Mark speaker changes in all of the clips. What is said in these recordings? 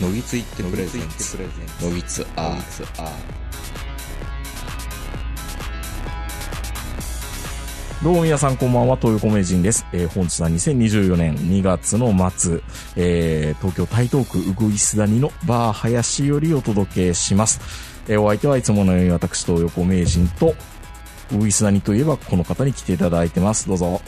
Speaker 1: のぎついってプレゼンツのぎつアーツアー
Speaker 2: どうも皆さんこんばんは、東横名人です。えー本日は2024年2月の末、えー東京台東区うぐいす谷のバー林よりお届けします。えーお相手はいつものように私、東横名人と、うぐいす谷といえばこの方に来ていただいてます。どうぞ。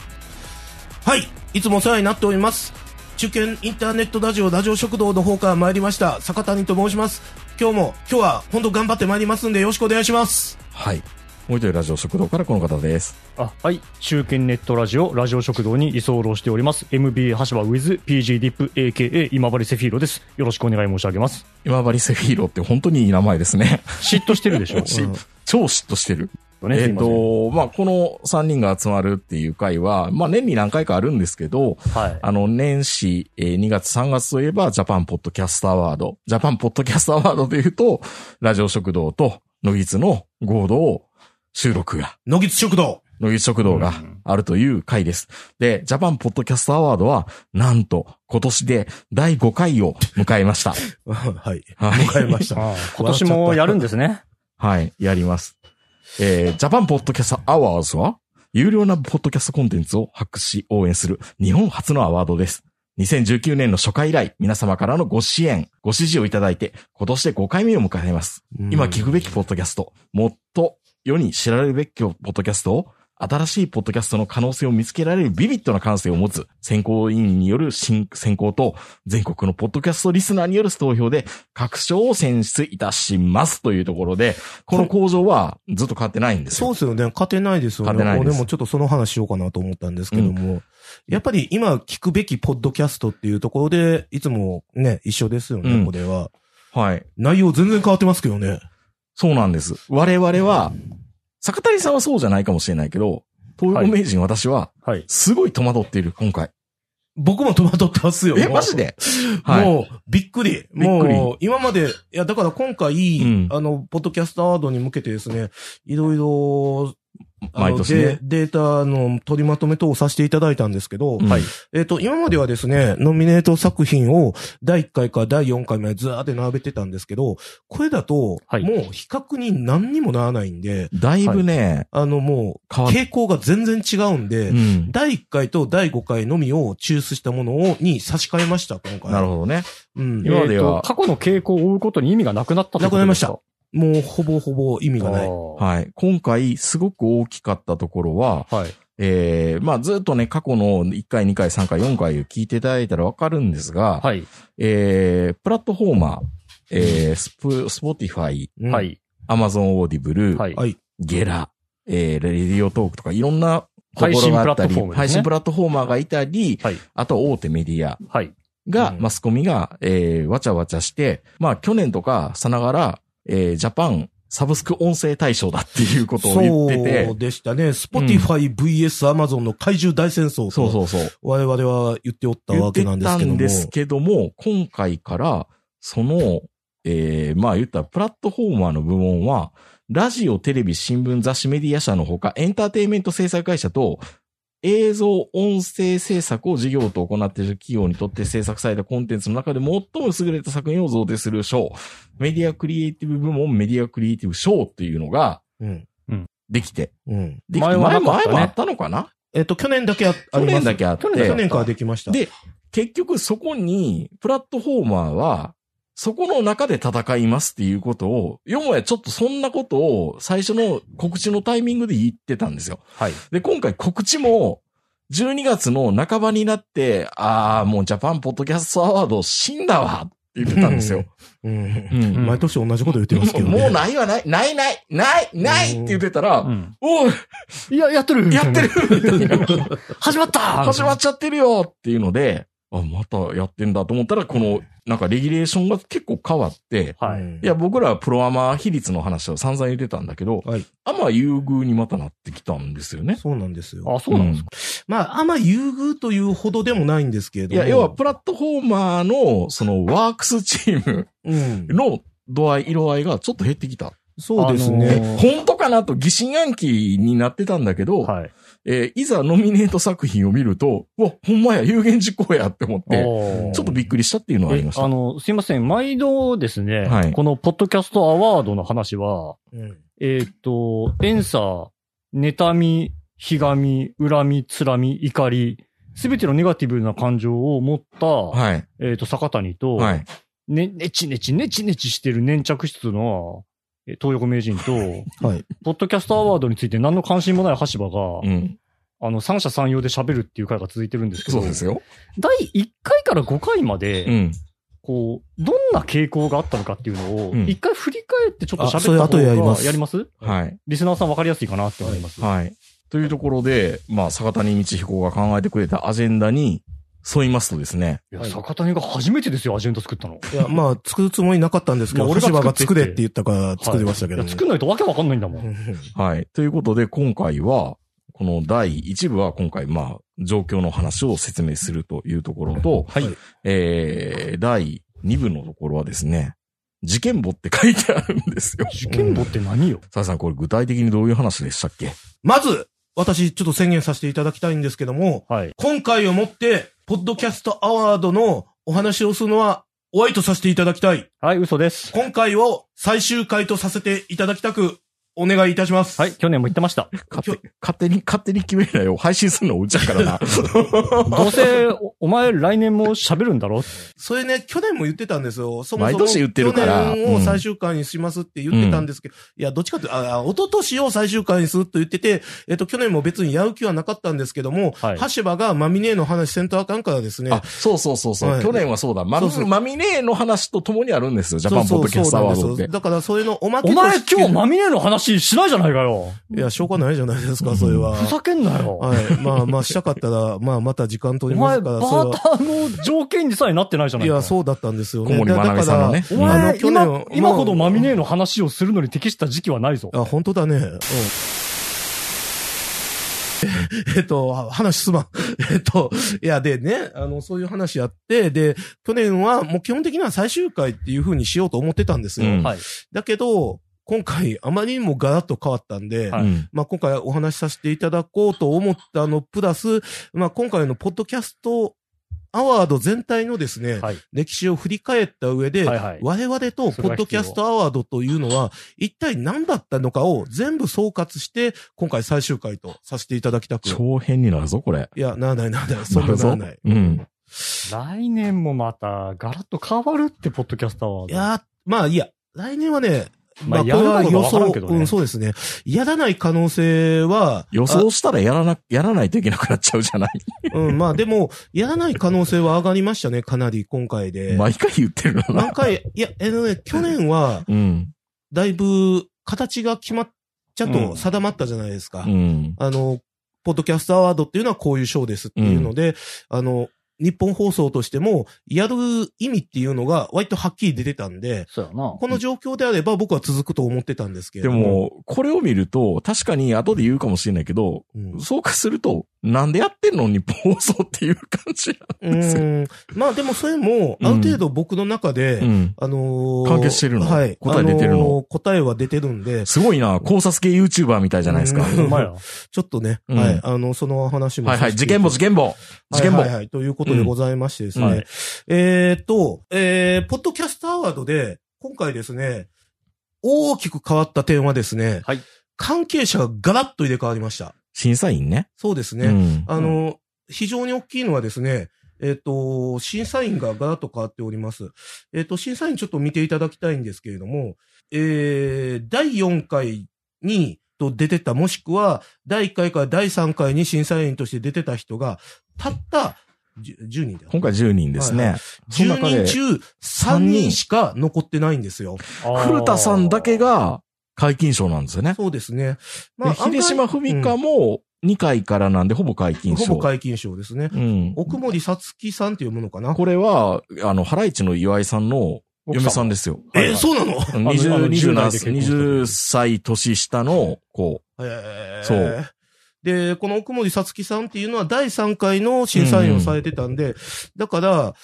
Speaker 3: はい、いつもお世話になっております。中堅インターネットラジオラジオ食堂の方から参りました、坂谷と申します。今日も、今日は本当頑張って参りますんでよろしくお願いします。
Speaker 2: はい。もう一人ラジオ食堂からこの方です。
Speaker 4: あはい中堅ネットラジオラジオ食堂に居候しております MBA 橋場 WithPGDIPAKA 今治セフィーロですよろしくお願い申し上げます
Speaker 2: 今治セフィーロって本当にいい名前ですね。
Speaker 4: 嫉妬してるでしょ、
Speaker 2: し
Speaker 4: うん
Speaker 2: 超嫉妬してる。
Speaker 4: ね
Speaker 2: え
Speaker 4: す
Speaker 2: っ、
Speaker 4: いません
Speaker 2: と、まあ、この3人が集まるっていう会は、まあ、年に何回かあるんですけど、
Speaker 4: はい
Speaker 2: あの、年始、えー2月3月といえば、ジャパンポッドキャストアワード。ジャパンポッドキャストアワードで言うと、ラジオ食堂と、野木津の合同収録が、
Speaker 3: 野木津食堂。
Speaker 2: 野木津食堂があるという回です。で、ジャパンポッドキャストアワードは、なんと、今年で第5回を迎えました。
Speaker 3: は い。
Speaker 2: はい
Speaker 3: 迎えました。
Speaker 4: あー今年もやるんですね
Speaker 2: はい、やります。えー、ジャパンポッドキャストアワーズは、有料なポッドキャストコンテンツを発掘し応援する日本初のアワードです。2019年の初回以来、皆様からのご支援、ご支持をいただいて、今年で5回目を迎えます。今聞くべきポッドキャスト、もっと世に知られるべきポッドキャストを、新しいポッドキャストの可能性を見つけられるビビッドな感性を持つ選考委員による新選考と、全国のポッドキャストリスナーによる投票で、各賞を選出いたしますというところで、この工場はずっと変わってないんです
Speaker 3: そう
Speaker 2: よ。
Speaker 3: ですよね。勝てないですよ
Speaker 2: 勝
Speaker 3: ね。
Speaker 2: てないです
Speaker 3: 俺もちょっとその話しようかなと思ったんですけども。やっぱり今聞くべきポッドキャストっていうところで、いつもね、一緒ですよね、
Speaker 2: うん
Speaker 3: これは。
Speaker 2: はい。
Speaker 3: 内容全然変わってますけどね。
Speaker 2: そうなんです。我々は、坂谷さんはそうじゃないかもしれないけど、東
Speaker 4: はい
Speaker 2: 洋名人私は、
Speaker 4: はい
Speaker 2: すごい戸惑っている、今回。
Speaker 3: 僕も戸惑ってますよ。
Speaker 2: え、
Speaker 3: もう
Speaker 2: マジではい
Speaker 3: もう、びっくり。
Speaker 2: びっくり
Speaker 3: もう、今まで、いや、だから今回、
Speaker 2: うん
Speaker 3: あの、ポッドキャストアワードに向けてですね、いろいろ、あ
Speaker 2: 毎
Speaker 3: の
Speaker 2: 年ね
Speaker 3: デデータの取りまとめ等をさせていただいたんですけど、
Speaker 2: うん
Speaker 4: はい
Speaker 3: えっ、と、今まではですね、ノミネート作品を第1回から第4回までずーって並べてたんですけど、これだと、
Speaker 4: はい
Speaker 3: もう比較に何にもならないんで、
Speaker 2: だいぶね、
Speaker 3: あの、もう、
Speaker 2: 変わっ
Speaker 3: 傾向が全然違うんで、
Speaker 2: うん。
Speaker 3: 第1回と第5回のみを抽出したものを、に差し替えました、今回。
Speaker 2: なるほどね。
Speaker 3: ど。うん。
Speaker 2: 今までは
Speaker 4: えーと過去の傾向を追うことに意味がなくなったということですか
Speaker 3: もうほぼほぼ意味がない。
Speaker 4: は
Speaker 2: はい。今回、すごく大きかったところは、
Speaker 4: い、はい、
Speaker 2: えー、まあずっとね、過去の1回、2回、3回、4回を聞いていただいたらわかるんですが、
Speaker 4: はい
Speaker 2: えー、プラットフォーマー、えー、スプ、スポティファイ、
Speaker 3: うん
Speaker 4: は。い
Speaker 2: アマゾンオーディブル、
Speaker 4: はい
Speaker 3: はい
Speaker 2: ゲラ、えー、レディオトークとかいろんなとこ
Speaker 4: 配
Speaker 2: ろ
Speaker 4: 信
Speaker 2: が
Speaker 4: プ
Speaker 2: あっ
Speaker 4: ラッ
Speaker 2: た
Speaker 4: ト
Speaker 2: り、
Speaker 4: フォームですね
Speaker 2: 配信プラットフォーマーがいたり、
Speaker 4: はい
Speaker 2: あと大手メディア
Speaker 4: はい
Speaker 2: が、
Speaker 3: うん
Speaker 2: マスコミが、えー、わちゃわちゃして、まあ去年とかさながら、えー、ジャパンサブスク音声大賞だっていうことを言って
Speaker 3: そ
Speaker 2: て
Speaker 3: う、でしたね。Spotify vs Amazon の怪獣大戦争
Speaker 2: そう
Speaker 3: う。
Speaker 2: そうそう。
Speaker 3: 我々は言っておったわけなんです
Speaker 2: 言っ
Speaker 3: けど
Speaker 2: てたん
Speaker 3: も。
Speaker 2: ですけども、今回から、その、えー、まあ言ったらプラットフォーマーの部門は、ラジオ、テレビ、新聞、雑誌、メディア社のほか、エンターテインメント制作会社と、映像、音声制作を事業と行っている企業にとって制作されたコンテンツの中で最も優れた作品を贈呈する賞、メディアクリエイティブ部門、メディアクリエイティブ賞っていうのが
Speaker 3: うん。
Speaker 2: できて、
Speaker 3: うん。
Speaker 2: できて
Speaker 4: 前はなかったね
Speaker 2: 前もあったのかな
Speaker 3: えっと、去年だけああ
Speaker 2: 去
Speaker 3: りま
Speaker 2: 年
Speaker 3: す。
Speaker 2: だけあって、
Speaker 4: 去年だけ
Speaker 3: 去年からできました。
Speaker 2: で結局そこに、プラットフォーマーは、そこの中で戦いますっていうことを、よもやちょっとそんなことを最初の告知のタイミングで言ってたんですよ。
Speaker 4: はい
Speaker 2: で、今回告知も、12月の半ばになって、ああ、もうジャパンポッドキャストアワード死んだわって言ってたんですよ。う
Speaker 3: う。
Speaker 2: んん。
Speaker 3: 毎年同じこと言ってますけどね。
Speaker 2: もうないわない、ないない、ない、ないって言ってたら、
Speaker 4: ん、
Speaker 2: おい、
Speaker 4: いややってる
Speaker 2: やってるみたいな。
Speaker 4: 始まった
Speaker 2: 始まっちゃってるよっていうので、あ、またやってんだと思ったら、この、なんかレギュレーションが結構変わって、
Speaker 4: はい、
Speaker 3: うん
Speaker 2: いや、僕らはプロアマ比率の話を散々言ってたんだけど、
Speaker 3: はい
Speaker 2: アマ優遇にまたなってきたんですよね。
Speaker 3: そうなんですよ。
Speaker 4: あそうなんですか、
Speaker 3: まあ、あんま優遇というほどでもないんですけれ
Speaker 2: い
Speaker 3: ども。
Speaker 2: や、要はプラットフォーマーの、そのワークスチーム
Speaker 3: うん。
Speaker 2: の度合い、色合いがちょっと減ってきた。
Speaker 3: そうです
Speaker 4: あの
Speaker 3: ね。
Speaker 4: ー
Speaker 2: 本当かなと疑心暗鬼になってたんだけど、
Speaker 4: はい
Speaker 2: えーいざノミネート作品を見ると、うわ、ほんまや、有言実行やって思って、ちょっとびっくりしたっていうのはありまし
Speaker 4: えあ
Speaker 2: た。
Speaker 4: の、すいません。毎度ですね、
Speaker 2: はい
Speaker 4: このポッドキャストアワードの話は、
Speaker 3: うん。
Speaker 4: えーっと、エンサー、妬み、ひがみ、恨み、つらみ、怒り、すべてのネガティブな感情を持った、
Speaker 2: はい。
Speaker 4: えーっと、坂谷と、
Speaker 2: はい。
Speaker 4: ね、ねちねちねちねちしてる粘着質の、えー東横名人 と、
Speaker 3: はい。
Speaker 4: ポッドキャストアワードについて何の関心もない橋場が、
Speaker 2: うん。
Speaker 4: あの、三者三様で喋るっていう回が続いてるんですけど、
Speaker 2: そうですよ。
Speaker 4: 第1回から5回まで、
Speaker 2: うん。
Speaker 4: こう、どんな傾向があったのかっていうのを
Speaker 2: う、ん
Speaker 4: 一回振り返ってちょっと
Speaker 3: あそ
Speaker 4: 喋っ
Speaker 3: れ
Speaker 4: た
Speaker 3: 後
Speaker 4: 方
Speaker 3: でやりま
Speaker 4: が
Speaker 3: す
Speaker 4: やります
Speaker 2: はい。
Speaker 4: リスナーさん分かりやすいかなって思います。
Speaker 2: はい。というところで、まあ、坂谷道彦が考えてくれたアジェンダに沿いますとですね、
Speaker 4: いや、坂谷が初めてですよ、アジェンダ作ったの。
Speaker 3: いや、まあ、作るつもりなかったんですけど、
Speaker 4: いや俺
Speaker 3: 俺橋
Speaker 4: が
Speaker 3: 場が
Speaker 4: 作
Speaker 3: 作
Speaker 4: って
Speaker 3: れ
Speaker 4: っ
Speaker 3: ってて言ったから作りましたけど
Speaker 4: い
Speaker 3: も。
Speaker 4: や、作んないとわけわかんないんだも。
Speaker 3: うんん
Speaker 2: はい。ということで、今回は、この第1部は今回、まあ、状況の話を説明するというところと、
Speaker 3: はい
Speaker 2: えー、第2部のところはですね、事件簿って書いてあるんですよ。
Speaker 4: 受験簿って何よ
Speaker 2: さあさん、これ具体的にどういう話でしたっけ
Speaker 3: まず、私、ちょっと宣言させていただきたいんですけども、
Speaker 4: はい。
Speaker 3: 今回をもって、ポッドキャストアワードのお話をするのは、おわいとさせていただきたい。
Speaker 4: はい、嘘です。
Speaker 3: 今回を最終回とさせていただきたく、お願いいたします。
Speaker 4: はい、。去年も言ってま した。
Speaker 2: 勝手勝手に、勝手に決めないよ。配信するのうちゃから な。
Speaker 4: どうせ、おお前来年も喋るん だろ
Speaker 3: それね、去年も言ってたんですよ。そもそも。
Speaker 2: 毎年言ってるから
Speaker 3: 去年を最終回にしますって言ってたんですけど、いや、どっちかというと、あ、あ一昨年を最終回にすると言ってて、えっと、去年も別にやる気はなかったんですけども、
Speaker 4: はい
Speaker 3: 橋場がマミネーの話せんとあかんからですね。
Speaker 2: あ、そうそうそうそう、
Speaker 3: はい
Speaker 2: 去年はそうだ。マ
Speaker 3: そうそう
Speaker 2: マミネーの話と共にあるんですよ。ジャパンポッドキャストアワー
Speaker 3: そう
Speaker 2: ド
Speaker 3: そ
Speaker 2: っ
Speaker 3: うそうなんです
Speaker 2: て
Speaker 3: よ。だから、それのおまけ
Speaker 4: お前
Speaker 3: として
Speaker 4: 今日マミネの話しないじゃないかよ。
Speaker 3: いや、しょうがないじゃないですか、それは。
Speaker 4: ふざけんなよ。
Speaker 3: はい。まあまあ、したかったら、まあ、また時間
Speaker 4: お
Speaker 3: 取りま
Speaker 4: 前、
Speaker 3: すか
Speaker 4: バ
Speaker 3: ら、
Speaker 4: ー
Speaker 3: そ
Speaker 4: ターの条件にさえなってないじゃ
Speaker 3: れ
Speaker 4: な
Speaker 3: は。
Speaker 4: い
Speaker 3: い
Speaker 4: か。
Speaker 3: や、そうだったんですよ
Speaker 2: 小
Speaker 3: ね。
Speaker 2: 森まなみさんのね。。
Speaker 4: お
Speaker 3: あ
Speaker 4: 前
Speaker 3: の去年
Speaker 4: 今
Speaker 3: は、
Speaker 4: 今
Speaker 3: もう
Speaker 4: ほどマミネーの話をするのに適した時期はないぞ。
Speaker 3: あ、本当だね。うん。 えっと、あ話すまん。 えっと、いや、でね、あの、そういう話やって、で、去年はもう基本的には最終回っていう風にしようと思ってたんですよ。
Speaker 2: うん
Speaker 4: はい。
Speaker 3: だけど、今回あまりにもガラッと変わったんで、
Speaker 4: はい
Speaker 2: うん
Speaker 3: まあ今回お話しさせていただこうと思ったの、プラス、まあ今回のポッドキャストアワード全体のですね、
Speaker 4: はい
Speaker 3: 歴史を振り返った上で、
Speaker 4: はいはい
Speaker 3: 我々とポッドキャストアワードというのは、一体何だったのかを全部総括して、今回最終回とさせていただきたく。
Speaker 2: 長編になるぞ、これ。
Speaker 3: いや、ならないならない。そんな
Speaker 2: る
Speaker 3: な
Speaker 2: ぞ
Speaker 3: らない。
Speaker 2: うん。
Speaker 4: 来年もまた、ガラッと変わるって、ポッドキャスターは。
Speaker 3: いやー、まあいいや、来年はね、
Speaker 4: まあ
Speaker 3: これは
Speaker 4: やるかどうかわからんけどね
Speaker 3: うん、そうですね。やらない可能性は、
Speaker 2: 予想したらやらな、やらないといけなくなっちゃうじゃない。
Speaker 3: うん、まあでも、やらない可能性は上がりましたね、かなり今回で。
Speaker 2: 毎回言ってるな。
Speaker 3: 何回、いや、えの ね、去年は、
Speaker 2: うん。
Speaker 3: だいぶ、形が決まっちゃ
Speaker 4: うん
Speaker 3: と定まったじゃないですか。
Speaker 2: うん。
Speaker 3: あの、ポッドキャストアワードっていうのはこういう賞ですっていうので、あの、日本放送としても、やる意味っていうのが、割とはっきり出てたんで、
Speaker 4: そうやな。
Speaker 3: こ の状況であれば僕は続くと思ってたんですけれ
Speaker 2: で
Speaker 3: ども。
Speaker 2: も、これを見ると、確かに後で言うかもしれないけど、
Speaker 3: うん、
Speaker 2: そうかすると、なんでやってんの日本放送っていう感じ
Speaker 3: うーん。まあでもそれも、ある程度僕の中で、
Speaker 2: うん。
Speaker 3: あのー
Speaker 2: 完結してるの
Speaker 3: はい。
Speaker 2: 答え出てるの
Speaker 3: あー答えは出てるんで、
Speaker 2: すごいな、考察系 YouTuber みたいじゃないですか。
Speaker 3: う
Speaker 4: お
Speaker 3: ん
Speaker 4: 前や。
Speaker 3: ちょっとね、
Speaker 2: うん
Speaker 3: はい。あの、その話も。
Speaker 2: はいはい、事件簿事件簿事件簿
Speaker 3: はいはいはい。ということでございましてですね。
Speaker 2: うんはい
Speaker 3: えーっと、えー、ポッドキャストアワードで、今回ですね、大きく変わった点はですね、
Speaker 4: はい
Speaker 3: 関係者がガラッと入れ替わりました。
Speaker 2: 審査員ね。
Speaker 3: そうですね。
Speaker 2: うん。
Speaker 3: あの、非常に大きいのはですね、えっ、と、審査員がガラッと変わっております。えっ、と、審査員ちょっと見ていただきたいんですけれども、えー、第4回にと出てた、もしくは、第1回から第3回に審査員として出てた人が、たった10 10人だよ。
Speaker 2: 今回10人ですね。
Speaker 3: はい
Speaker 2: その中で
Speaker 3: 10人中3人しか残ってないんですよ。
Speaker 2: 古田さんだけ、が解禁賞なんですよね。
Speaker 3: そうですね。
Speaker 2: で秀島文香
Speaker 3: も、
Speaker 2: も2回からなんでほぼ解
Speaker 3: うん
Speaker 2: 禁賞。
Speaker 3: ほぼ解禁賞ですね。
Speaker 2: うん。
Speaker 3: 奥森さつきさんというものかな。
Speaker 2: これは、あの、ハライチの岩井さんの嫁さん
Speaker 4: で。
Speaker 2: ですよ。
Speaker 3: えーそうなの
Speaker 2: うん
Speaker 4: あのあ
Speaker 2: 20
Speaker 4: の10
Speaker 2: 20
Speaker 4: 代
Speaker 2: な
Speaker 4: で結婚した
Speaker 2: 20歳年下の子。
Speaker 3: へー
Speaker 2: そう。
Speaker 3: で、この奥森さつきさんっていうのは第3回の審査員をされてたんで、だから、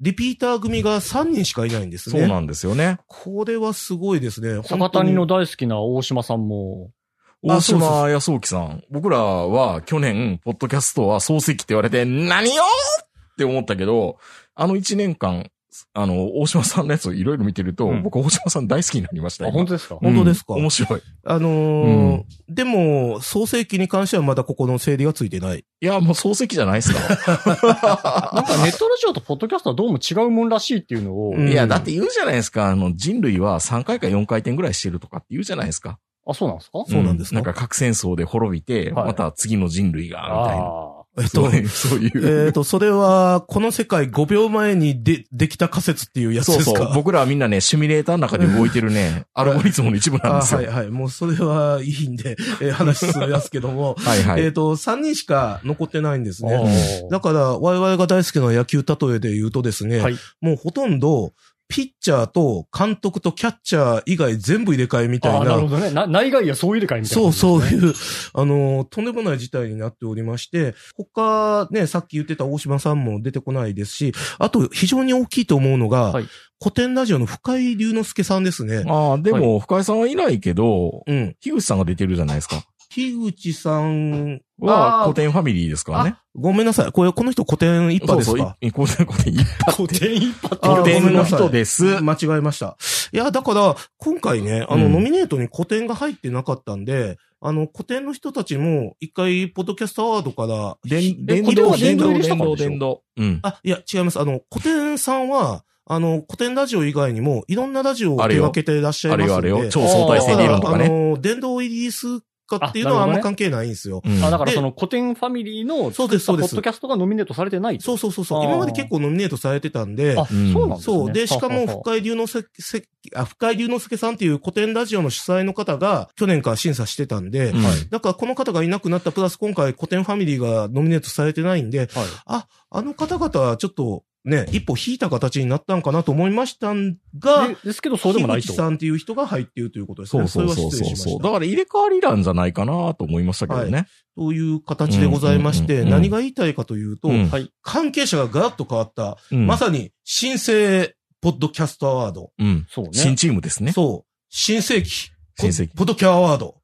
Speaker 3: リピーター組が3人しかいないんです
Speaker 2: そう
Speaker 3: ね。
Speaker 2: なんですよね。
Speaker 3: これはすごいですね。
Speaker 4: 坂谷の
Speaker 3: 本
Speaker 4: 大好きな大島さんも、
Speaker 2: 大島康幸さん。僕らは去年、ポッドキャストは漱石って言われて、何よって思ったけど、あの1年間、あの、大島さんのやつをいろいろ見てると、
Speaker 4: うん
Speaker 2: 僕大島さん大好きになりました。
Speaker 4: あ、本当ですか
Speaker 2: 今
Speaker 3: 本当ですか
Speaker 2: うん面白い。
Speaker 3: あのーでも、創世記に関してはまだここの整理がついてない。
Speaker 2: いや、もう漱石じゃないですか。
Speaker 4: なんかネットラジオとポッドキャストはどうも違うもんらしいっていうのを、
Speaker 3: うん
Speaker 2: いや、だって言うじゃないですか。あの、人類は3回か4回転ぐらいしてるとかって言うじゃないですか。
Speaker 4: あ、そうなんですか
Speaker 3: そうなんですか
Speaker 2: なんか核戦争で滅びて、
Speaker 4: はい
Speaker 2: また次の人類が、みたいな。
Speaker 4: あ
Speaker 3: えっ
Speaker 2: そ
Speaker 3: と
Speaker 2: う、いう、そういう。
Speaker 3: えっと、それは、この世界5秒前にで、できた仮説っていうやつ
Speaker 2: そ
Speaker 3: で
Speaker 2: う
Speaker 3: すか
Speaker 2: そう。僕らはみんなね、シミュレーターの中で動いてるね、アルゴリズムの一部なん
Speaker 3: あ
Speaker 2: ですよ。
Speaker 3: は
Speaker 2: はいい
Speaker 3: はい。もうそれはいいんで、えー話進めますけども、
Speaker 2: はい。
Speaker 3: えっと、3人しか残ってないんです
Speaker 4: あ。
Speaker 3: ね。だから、我々が大好きな野球例えで言うとですね、
Speaker 4: はい
Speaker 3: もうほとんど、ピッチャーと監督とキャッチャー以外全部入れ替えみたい
Speaker 4: あーな
Speaker 3: な
Speaker 4: るほ、どね。な内外やそう入れ替えみたいな
Speaker 3: そ
Speaker 4: 感
Speaker 3: う
Speaker 4: じです
Speaker 3: そうい
Speaker 4: ね、
Speaker 3: う、あの、とんでもない事態になっておりまして、他ね、さっき言ってた大島さんも出てこないですし、あと非常に大きいと思うのが、
Speaker 4: はい
Speaker 3: 古典ラジオの深井龍之介さんですね。
Speaker 2: ああ、でも、深井さんはいないけど、
Speaker 3: うん。
Speaker 2: 樋口さんが出てるじゃないですか。
Speaker 3: 樋口さん、
Speaker 2: は、
Speaker 4: あー
Speaker 2: 古典ファミリーですからね。
Speaker 3: ごめんなさい。これ、この人古典一派ですか
Speaker 2: い 古典、古典、
Speaker 4: 古典一派って
Speaker 3: あー
Speaker 2: 古典の人
Speaker 3: ごめん
Speaker 2: で
Speaker 3: な
Speaker 2: す。
Speaker 3: 間違えました。いや、だから、今回ね、あの、
Speaker 2: うん
Speaker 3: ノミネートに古典が入ってなかったんで、あの、古典の人たちも、一回、ポッドキャストアワードから、
Speaker 2: 電
Speaker 4: え
Speaker 2: 電
Speaker 4: 古典
Speaker 2: 動、
Speaker 4: は
Speaker 2: 電
Speaker 4: 電動
Speaker 2: 動、
Speaker 4: でした
Speaker 2: 電
Speaker 4: か
Speaker 2: 動、電動。うん。
Speaker 3: あ、いや、違います。あの、古典さんは、あの、古典ラジオ以外にも、いろんなラジオを
Speaker 2: あれ
Speaker 3: 手
Speaker 2: よ
Speaker 3: 掛けていらっしゃい
Speaker 2: あ
Speaker 3: ます
Speaker 2: れ
Speaker 3: んで。
Speaker 2: よあれよ、超相対性
Speaker 3: た
Speaker 2: 理
Speaker 3: だ、
Speaker 2: 論とか
Speaker 3: あ
Speaker 2: ね。
Speaker 3: の、電動入りすかっていうのは
Speaker 4: あ
Speaker 3: あん
Speaker 4: なるほどね
Speaker 3: ま関係ないんですよ。
Speaker 2: うん
Speaker 4: あだからその古典ファミリーの
Speaker 3: そうです、そう
Speaker 4: ポ
Speaker 3: で
Speaker 4: ッ
Speaker 3: す
Speaker 4: ド。キャストがノミネートされてないと。
Speaker 3: そうそうそうそう。
Speaker 4: あー
Speaker 3: 今まで結構ノミネートされてたんで、
Speaker 4: あ、
Speaker 2: うん
Speaker 4: そうなんですね。
Speaker 3: そう。で、しかも、
Speaker 4: ははは
Speaker 3: 深井龍之介せ、あ、深井龍之介さんっていう古典ラジオの主催の方が、去年から審査してたんで、
Speaker 2: うん
Speaker 3: だからこの方がいなくなった、プラス今回古典ファミリーがノミネートされてないんで、
Speaker 4: はい
Speaker 3: あの方々はちょっとね、一歩引いた形になったんかなと思いましたが
Speaker 4: で、ですけど、そうでもない
Speaker 3: 樋
Speaker 4: と
Speaker 3: 口。さんっていう人が入っているということです
Speaker 2: そ
Speaker 3: ね。
Speaker 2: うそうそう
Speaker 3: れは失礼
Speaker 2: そう
Speaker 3: し
Speaker 2: そ
Speaker 3: ま
Speaker 2: う。
Speaker 3: し
Speaker 2: だ
Speaker 3: た。
Speaker 2: から入れ替わりなんじゃないかなと思いましたけどね。
Speaker 3: という形でございまし
Speaker 2: うんうん
Speaker 3: て、
Speaker 2: うんうん
Speaker 3: 何が言いたいかというと、
Speaker 2: うん
Speaker 4: はい。
Speaker 3: 関係者がガラッと変わった、
Speaker 2: うん
Speaker 3: まさに新生ポッドキャストアワード。
Speaker 2: うん。
Speaker 4: そうね。
Speaker 2: 新チームですね。
Speaker 3: そう。新世紀。
Speaker 2: 新世紀
Speaker 3: ポッドキャアワード。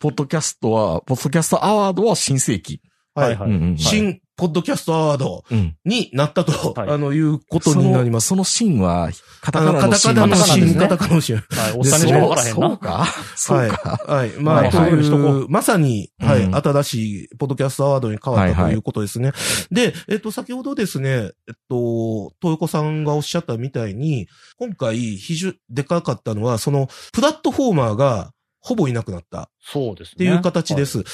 Speaker 2: ポッドキャストは、ポッドキャストアワードは新世紀。
Speaker 3: はい。
Speaker 4: はいはい
Speaker 2: うんうんうん
Speaker 3: 新ポッドキャストアワード
Speaker 2: うん。
Speaker 3: になったと、
Speaker 4: はい
Speaker 3: あの、いうことになります。
Speaker 2: そのそのシーンは、カタ
Speaker 3: あ
Speaker 2: カ
Speaker 3: の、
Speaker 2: ナ
Speaker 3: カ
Speaker 2: の
Speaker 3: タ
Speaker 2: シ
Speaker 3: カ
Speaker 2: ーン
Speaker 3: ナの
Speaker 4: カタカ
Speaker 3: シ
Speaker 4: ナ
Speaker 3: ー
Speaker 4: です
Speaker 3: ン、
Speaker 4: ね
Speaker 3: カタカナのシーン。
Speaker 4: はい。おっさんにしかわからへん
Speaker 2: そうそう
Speaker 4: な。
Speaker 2: か。そうか。
Speaker 3: はい。ま
Speaker 4: は
Speaker 3: あ、
Speaker 4: い
Speaker 3: と
Speaker 4: はいしとこ
Speaker 3: いう、まさに、は
Speaker 2: う
Speaker 3: い、
Speaker 2: ん
Speaker 3: 新しいポッドキャストアワードに変わっ
Speaker 2: はい
Speaker 3: た
Speaker 2: は
Speaker 3: と
Speaker 2: い
Speaker 3: いうことですね。で、えっと、先ほどですね、えっと、豊子さんがおっしゃったみたいに、今回、非常、でかかったのは、その、プラットフォーマーが、ほぼいなくなったっ
Speaker 4: そうですね。
Speaker 3: ていう形です。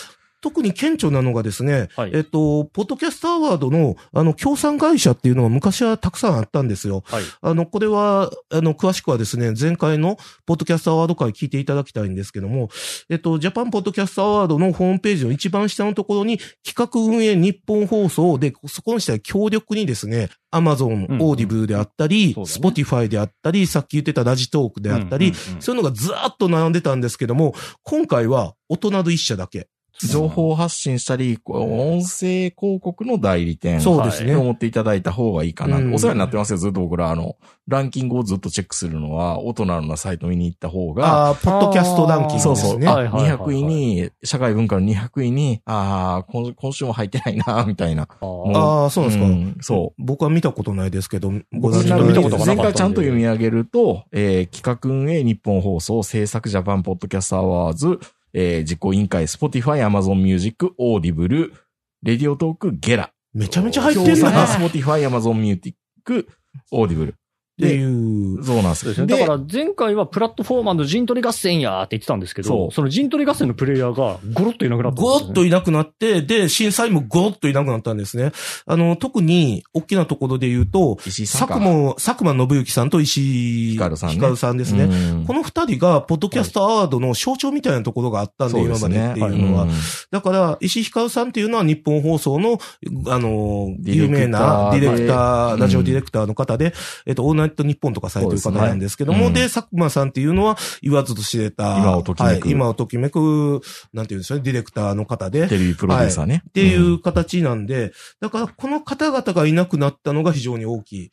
Speaker 3: 特に顕著なのがですね、
Speaker 4: はい。は
Speaker 3: えっ
Speaker 4: い。
Speaker 3: と、ポッドキャストアワードの、あの、協賛会社っていうのは昔はたくさんあったんですよ。
Speaker 4: はい。
Speaker 3: あの、これは、あの、詳しくはですね、前回のポッドキャストアワード会聞いていただきたいんですけども、えっと、ジャパンポッドキャストアワードのホームページの一番下のところに、企画運営日本放送で、そこにした強力にですね、アマゾン
Speaker 4: うん、
Speaker 3: オーディブルであったり、
Speaker 4: そうだね
Speaker 3: スポティファイであったり、さっき言ってたラジトークであったり、
Speaker 4: うんうんうん
Speaker 3: そういうのがずーっと並んでたんですけども、今回は大人の一社だけ。
Speaker 2: 情報発信したり、こう音声広告の代理店。
Speaker 3: そうですね
Speaker 2: はい思っていただいた方がいいかな。
Speaker 3: うん
Speaker 2: お世話になってますよ、ずっと僕ら。あの、ランキングをずっとチェックするのは、大人のサイト見に行った方が、
Speaker 3: ああ、ポッドキャストランキングです
Speaker 2: そ
Speaker 3: ね。
Speaker 2: うそう。
Speaker 4: は
Speaker 2: あ
Speaker 4: いはいはいはい
Speaker 2: 200位に、社会文化の200位に、ああ、今今週も入ってないな、みたいな。
Speaker 4: あ
Speaker 2: う
Speaker 4: ー
Speaker 3: ああ、そうなんですか。
Speaker 2: んそう。
Speaker 3: 僕は見たことないですけど、ご
Speaker 2: 僕
Speaker 3: 覧に
Speaker 4: ち
Speaker 3: なら
Speaker 4: ょっと
Speaker 3: れ
Speaker 4: 見
Speaker 3: て
Speaker 4: た
Speaker 3: る
Speaker 4: こ
Speaker 3: んですか
Speaker 4: とがな
Speaker 2: 前
Speaker 4: かったんで
Speaker 2: 回ちゃんと読み上げると、えー企画運営日本放送、制作ジャパンポッドキャストアワーズ、えー実行委員会、Spotify、Amazon Music、Audible、レディオトーク、ゲラ。
Speaker 3: めちゃめちゃ入ってん
Speaker 2: な。
Speaker 3: な。
Speaker 2: ス
Speaker 3: っ
Speaker 2: ポティファイ、アマゾンミューティック、オーディブル。
Speaker 3: ていう。
Speaker 2: そうなんです
Speaker 4: そうですね。だから前回はプラットフォーマーの陣取り合戦やーって言ってたんですけ
Speaker 2: そ
Speaker 4: ど、
Speaker 2: う
Speaker 4: その陣取り合戦のプレイヤーがゴロッといなくなったんです
Speaker 3: ご
Speaker 4: よね。
Speaker 3: ろっといなくなって、で、審査員もごろっといなくなったんですね。あの、特に、大きなところで言うと、
Speaker 2: 石井さん
Speaker 3: 佐
Speaker 2: か。
Speaker 3: 久間、佐久間信之さんと石井
Speaker 2: ヒカルさんね
Speaker 3: ヒカルさんですね。
Speaker 2: うん
Speaker 3: この二人が、ポッドキャストアワードの象徴みたいなところがあったんで、
Speaker 2: そうで
Speaker 3: 今
Speaker 2: す
Speaker 3: ま
Speaker 2: ね
Speaker 3: でっていうのは。
Speaker 2: うん
Speaker 3: だから、石井ひかるさんっていうのは日本放送の、あの、
Speaker 2: ディレクター
Speaker 3: 有名なディレクタ
Speaker 2: う
Speaker 3: ー、
Speaker 2: ん
Speaker 3: ラジオディレクターの方で、えっと、オールナイト日本とかされてる
Speaker 2: そうで
Speaker 3: 方
Speaker 2: すね
Speaker 3: なんですけども、
Speaker 2: うん
Speaker 3: で、佐久間さんっていうのは言わずと知れた、
Speaker 2: 今をときめく
Speaker 3: はい今をときめく、なんていうんでしょうね、ディレクターの方で、っ
Speaker 2: テレビプロデューサーね。って
Speaker 3: いう形なんで、だから、この方々がいなくなったのが非常に大きい。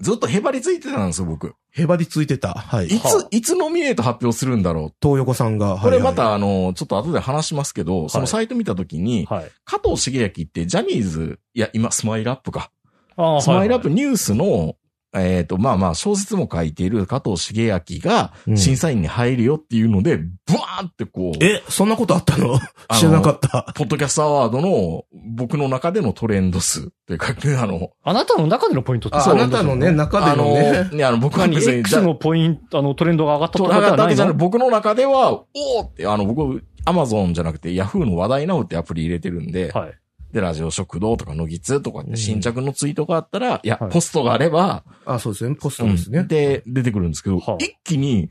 Speaker 2: ずっとへばりついてたんですよ、僕。
Speaker 3: へばりついてた。はい。
Speaker 2: い
Speaker 3: 東
Speaker 2: つ、いつノミネート発表するんだろう。
Speaker 3: 横さんが。
Speaker 2: これま
Speaker 3: はい
Speaker 2: た、あの、ちょっと後で話しますけど、そのサイト見たときに、
Speaker 4: はい。
Speaker 2: 加藤茂明ってジャニーズ、いや、今、スマイルアップか。
Speaker 4: ああ、
Speaker 2: スマイルアップ
Speaker 4: はい
Speaker 2: ニュースの、えっ、と、まあまあ、小説も書いている加藤茂明が
Speaker 3: うん
Speaker 2: 審査員に入るよっていうので、ブワーンってこう、
Speaker 3: はいえ、そんなことあったの
Speaker 2: あの
Speaker 3: 知らなかった。
Speaker 2: ポッドキャストアワードの僕の中でのトレンド数というか、 あの、
Speaker 4: あなたの中でのポイントって
Speaker 3: あ
Speaker 2: そう
Speaker 3: あなたのね、中
Speaker 2: あ
Speaker 3: での
Speaker 2: の、
Speaker 3: ね。
Speaker 2: ね、あの、僕は
Speaker 4: 何
Speaker 2: 別に、じ
Speaker 4: X
Speaker 2: ゃ
Speaker 4: のポイント、あの、トレンドが上がったと
Speaker 2: と
Speaker 4: か
Speaker 2: な
Speaker 4: で
Speaker 2: か
Speaker 4: は
Speaker 2: ったわ
Speaker 4: な
Speaker 2: け
Speaker 4: い
Speaker 2: じゃない。
Speaker 4: の
Speaker 2: 僕の中では、おおって、あの、僕、アマゾンじゃなくて、ヤフーの話題なおってアプリ入れてるんで、
Speaker 4: はい。
Speaker 2: で、ラジオ食堂とか、のぎつとかって
Speaker 3: うん
Speaker 2: 新着のツイートがあったら、いや、
Speaker 4: はい
Speaker 2: ポストがあれば、
Speaker 3: あ、そうですね。ポストです
Speaker 2: う
Speaker 3: ね
Speaker 2: ん。で、出てくるんですけど、
Speaker 4: はあ
Speaker 2: 一気に、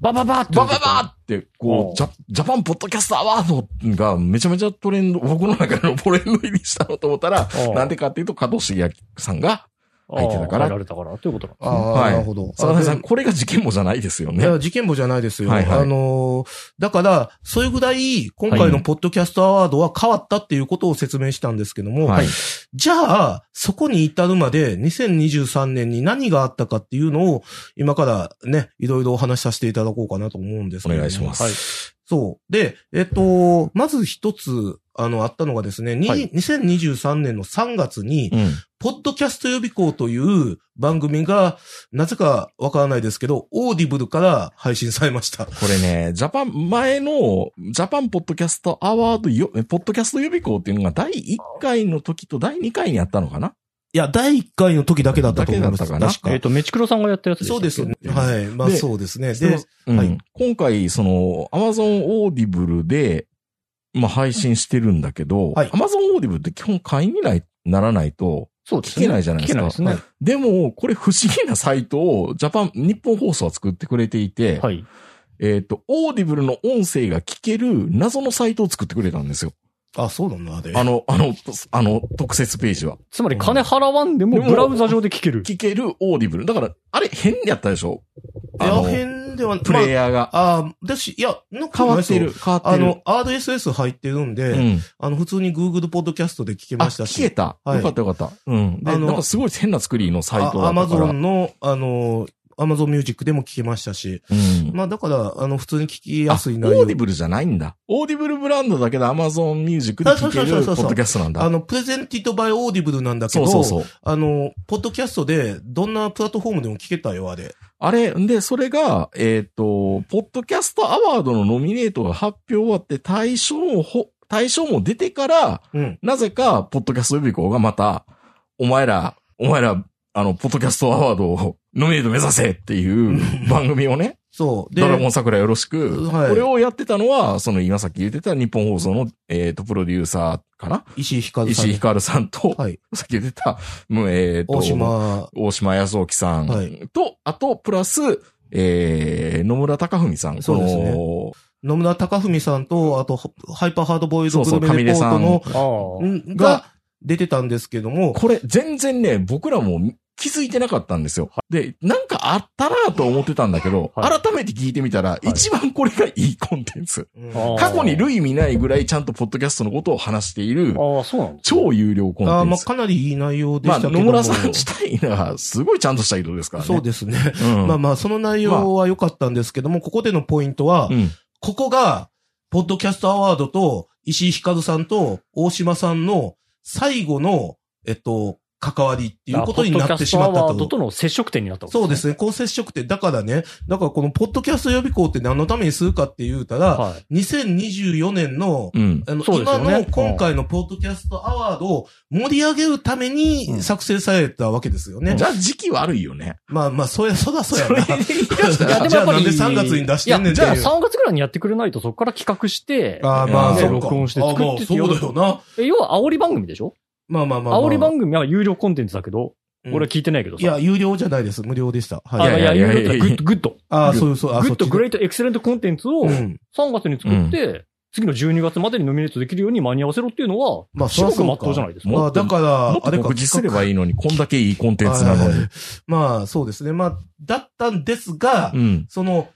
Speaker 4: バババーって
Speaker 2: バババーって、
Speaker 4: は
Speaker 2: こ
Speaker 4: あ
Speaker 2: う、ジャ、ジャパンポッドキャストアワードがめちゃめちゃトレンド、 僕の中のトレンド入りしたのと思ったら、
Speaker 4: ああ
Speaker 2: なんでかっていうと、加藤茂明さんが、入ってたから
Speaker 4: ああ入られたから、ということなんで
Speaker 3: あ
Speaker 2: は
Speaker 3: あ、
Speaker 2: い
Speaker 3: なるほど。
Speaker 2: 坂
Speaker 3: あ
Speaker 2: 上
Speaker 3: で
Speaker 2: さん、これが事件もじゃないですよ
Speaker 3: い
Speaker 2: ね。
Speaker 3: や、事件簿じゃないですよ。
Speaker 2: はいはい
Speaker 3: あのーだから、それぐらい、今回のポッドキャストアワードは変わったっていうことを説明したんですけども、
Speaker 2: はい。
Speaker 3: じゃあ、そこに至るまで2023年に何があったかっていうのを、今からね、いろいろお話しさせていただこうかなと思うんです
Speaker 2: お
Speaker 3: けど。
Speaker 2: 願いしますす。
Speaker 3: そう。で、えっと、まず一つ、あの、あったのがですね、に
Speaker 4: はい
Speaker 3: 2023年の3月に、
Speaker 2: うん。
Speaker 3: ポッドキャスト予備校という番組が、なぜかわからないですけど、オーディブルから配信されました。
Speaker 2: これね、ジャパン、前の、ジャパンポッドキャストアワードよ、えポッドキャスト予備校っていうのが第1回の時と第2回にあったのかない
Speaker 3: や、第1回の時だけだったと思います。
Speaker 2: だけだったかな
Speaker 3: 確
Speaker 4: えっと、メチクロさんがやったやつでした
Speaker 3: そう
Speaker 4: っ
Speaker 3: で
Speaker 4: け
Speaker 3: すね。はい。まあ
Speaker 2: で
Speaker 3: そうですね。
Speaker 2: で
Speaker 3: で、
Speaker 2: うん
Speaker 3: はい
Speaker 2: 今回、その、アマゾンオーディブルで、まあ、配信してるんだけど、
Speaker 3: はい
Speaker 2: アマゾンオーディブルって基本会員にないならないと、
Speaker 4: そうですね。
Speaker 2: 聞けないじゃないですか
Speaker 4: 聞けないですね。
Speaker 2: でも、これ不思議なサイトを、ジャパン、日本放送は作ってくれていて、
Speaker 4: はい。
Speaker 2: えっ、と、オーディブルの音声が聞ける謎のサイトを作ってくれたんですよ。
Speaker 3: あ、そうなんだ、あれ。
Speaker 2: あの、あの、あの、特設ページは。
Speaker 4: つまり金払わんでもブラウザ上で聞ける。
Speaker 2: 聞けるオーディブル。だから、あれ変やったでしょ
Speaker 3: い
Speaker 2: あ
Speaker 3: や、
Speaker 2: の、
Speaker 3: 変では
Speaker 2: プレイヤーが。
Speaker 3: ああ、だし、いや、なんか
Speaker 2: 変わってる。。変わってる。
Speaker 3: あの、RSS 入ってるんで、
Speaker 2: うん。
Speaker 3: あの、普通に Google ポッドキャストで聞け
Speaker 2: あ、
Speaker 3: ました
Speaker 2: 聞け
Speaker 3: し、
Speaker 2: た。
Speaker 3: はい
Speaker 2: よかったよかった。うん。で、
Speaker 3: あの
Speaker 2: なんかすごい変な作りのサイトだ
Speaker 3: ア
Speaker 2: った
Speaker 3: マ
Speaker 2: か
Speaker 3: ゾ
Speaker 2: ら。
Speaker 3: ンの、あの、アマゾンミュージックでも聞けましたし、
Speaker 2: うん。
Speaker 3: まあだから、あの、普通に聞き
Speaker 2: あ
Speaker 3: やすい
Speaker 2: オ
Speaker 3: 内容
Speaker 2: ーディ。ブルじゃないんだ。オーディブルブランドだけど Amazon Music で聴け
Speaker 3: あそう
Speaker 2: る
Speaker 3: そうそう
Speaker 2: ポ
Speaker 3: そう
Speaker 2: ッドキャストなん
Speaker 3: あ
Speaker 2: だ。
Speaker 3: の、プレゼンティッドバイオーディブルなんだけ
Speaker 2: そ
Speaker 3: ど、
Speaker 2: うそうそう。
Speaker 3: あの、ポッドキャストで、どんなプラットフォームでも聞けたよ、あれ。
Speaker 2: あれ、んで、それが、えっ、と、ポッドキャストアワードのノミネートが発表終わって、対象もほ、対象も出てから、
Speaker 3: うん。
Speaker 2: なぜか、ポッドキャスト予備校がまた、お前ら、お前ら、あの、ポッドキャストアワードをノミネート目指せっていう番組をね、
Speaker 3: そう。で
Speaker 2: ド、ラゴン桜よろしく、
Speaker 3: はい
Speaker 2: これをやってたのは、その今さっき言ってた日本放送の、えっ、と、プロデューサーかな
Speaker 3: 石井ひかるさん。
Speaker 2: 石井ひかるさんと、
Speaker 3: はい。
Speaker 2: さっき言ってた、もうえっ、と、
Speaker 3: 大島、
Speaker 2: 大島康之さんと、
Speaker 3: は
Speaker 2: あと、プラス、えー、野村隆文さん。
Speaker 3: そうですね
Speaker 2: こ
Speaker 3: 野村隆文さんと、あと、ハイパーハードボイ
Speaker 2: の
Speaker 3: ルド
Speaker 2: そう
Speaker 3: グ
Speaker 2: そう、
Speaker 3: ルメ
Speaker 2: 上
Speaker 3: レ
Speaker 2: 出
Speaker 3: ポー
Speaker 2: さ
Speaker 3: ト
Speaker 2: ん。
Speaker 3: の、
Speaker 4: ああ。
Speaker 3: んが出てたんですけども、
Speaker 2: これ、全然ね、僕らも気づいてなかったんですよ。で、なんかあったなと思ってたんだけど、
Speaker 4: はい
Speaker 2: 改めて聞いてみたら、
Speaker 4: い
Speaker 2: 一番これがいいコンテンツ。
Speaker 3: うん
Speaker 4: あー
Speaker 2: 過去に類見ないぐらいちゃんとポッドキャストのことを話している、
Speaker 4: ああ、そうなんだ。
Speaker 2: 超有料コン
Speaker 3: あー
Speaker 2: テン
Speaker 3: まあ
Speaker 2: ツ。
Speaker 3: かなりいい内容で
Speaker 2: ま
Speaker 3: し
Speaker 2: あ、
Speaker 3: たけど
Speaker 2: 野
Speaker 3: も。
Speaker 2: 村さん自体がすごいちゃんとした人ですからね。
Speaker 3: そうですね。
Speaker 2: す。うん。
Speaker 3: まあまあ、その内容は良かったんですけども、ここでのポイントは、
Speaker 2: うん。
Speaker 3: ここが、ポッドキャストアワードと、石井ひかるさんと、大島さんの最後の、えっと、関わりっていうことになってしまっ
Speaker 4: あポッドキャストア
Speaker 3: た
Speaker 4: ワード
Speaker 3: と。
Speaker 4: との接触点になったわけ
Speaker 3: そうですね。高接触って、だからね、だからこのポッドキャスト予備校って何のためにするかって言うたら、
Speaker 4: はい。
Speaker 3: 2024年の
Speaker 2: うん。
Speaker 3: あの、
Speaker 4: そうです
Speaker 3: 今
Speaker 4: よね
Speaker 3: の今回のポッドキャストアワードを盛り上げるために作成されたわけですよね。
Speaker 2: じゃあ時期悪いよね。
Speaker 3: まあまあ、そりゃ、そだそや
Speaker 2: それ
Speaker 3: な。
Speaker 2: で言い出した
Speaker 4: いや
Speaker 2: ら
Speaker 4: でも
Speaker 3: じ
Speaker 4: や
Speaker 3: ゃ
Speaker 4: っ
Speaker 3: あ
Speaker 4: ぱ
Speaker 3: な
Speaker 4: り
Speaker 3: んで3月に出してんねん
Speaker 4: い
Speaker 3: って
Speaker 4: やじゃあ
Speaker 3: いう。
Speaker 4: 3月ぐらいにやってくれないとそこから企画して、
Speaker 3: ああまあ、
Speaker 2: ね
Speaker 3: そうか。
Speaker 4: 録音して作って
Speaker 3: あまあ
Speaker 4: ってやる
Speaker 3: そうだよな。
Speaker 4: え要は煽り番組でしょ
Speaker 3: まあまあまあ、まあ。
Speaker 4: 煽り番組は有料コンテンツだけど、
Speaker 3: うん
Speaker 4: 俺は聞いてないけど
Speaker 3: い
Speaker 4: さ。
Speaker 3: や、有料じゃないです。無料でした。
Speaker 4: あ
Speaker 3: はい。
Speaker 2: い
Speaker 4: のい
Speaker 2: や
Speaker 4: や、
Speaker 2: い
Speaker 4: 有
Speaker 2: やいや
Speaker 4: 料ってのはグッド、グッド。
Speaker 3: ああ、そうそう、あ
Speaker 4: グッド、グレ
Speaker 3: イ
Speaker 4: ート、エクセレントコンテンツを
Speaker 3: う
Speaker 4: 3
Speaker 3: ん。
Speaker 4: 月に作って、次の12月までにノミネートできるように間に合わせろっていうのは、
Speaker 3: まあ、
Speaker 4: す
Speaker 3: そ
Speaker 4: ご
Speaker 3: らそ
Speaker 4: く
Speaker 3: う
Speaker 4: 真っ
Speaker 3: か
Speaker 4: 当じゃないですか。
Speaker 2: も
Speaker 3: ま
Speaker 2: っ
Speaker 3: あ、
Speaker 2: と
Speaker 3: だから、
Speaker 2: もっ
Speaker 3: あ
Speaker 2: と
Speaker 3: れか。
Speaker 2: 告示すればいいのに、こんだけいいコンテンツなの
Speaker 3: はい
Speaker 2: に
Speaker 3: は。まあ、そうですね。まあ、だったんですが、
Speaker 2: うん。
Speaker 3: その、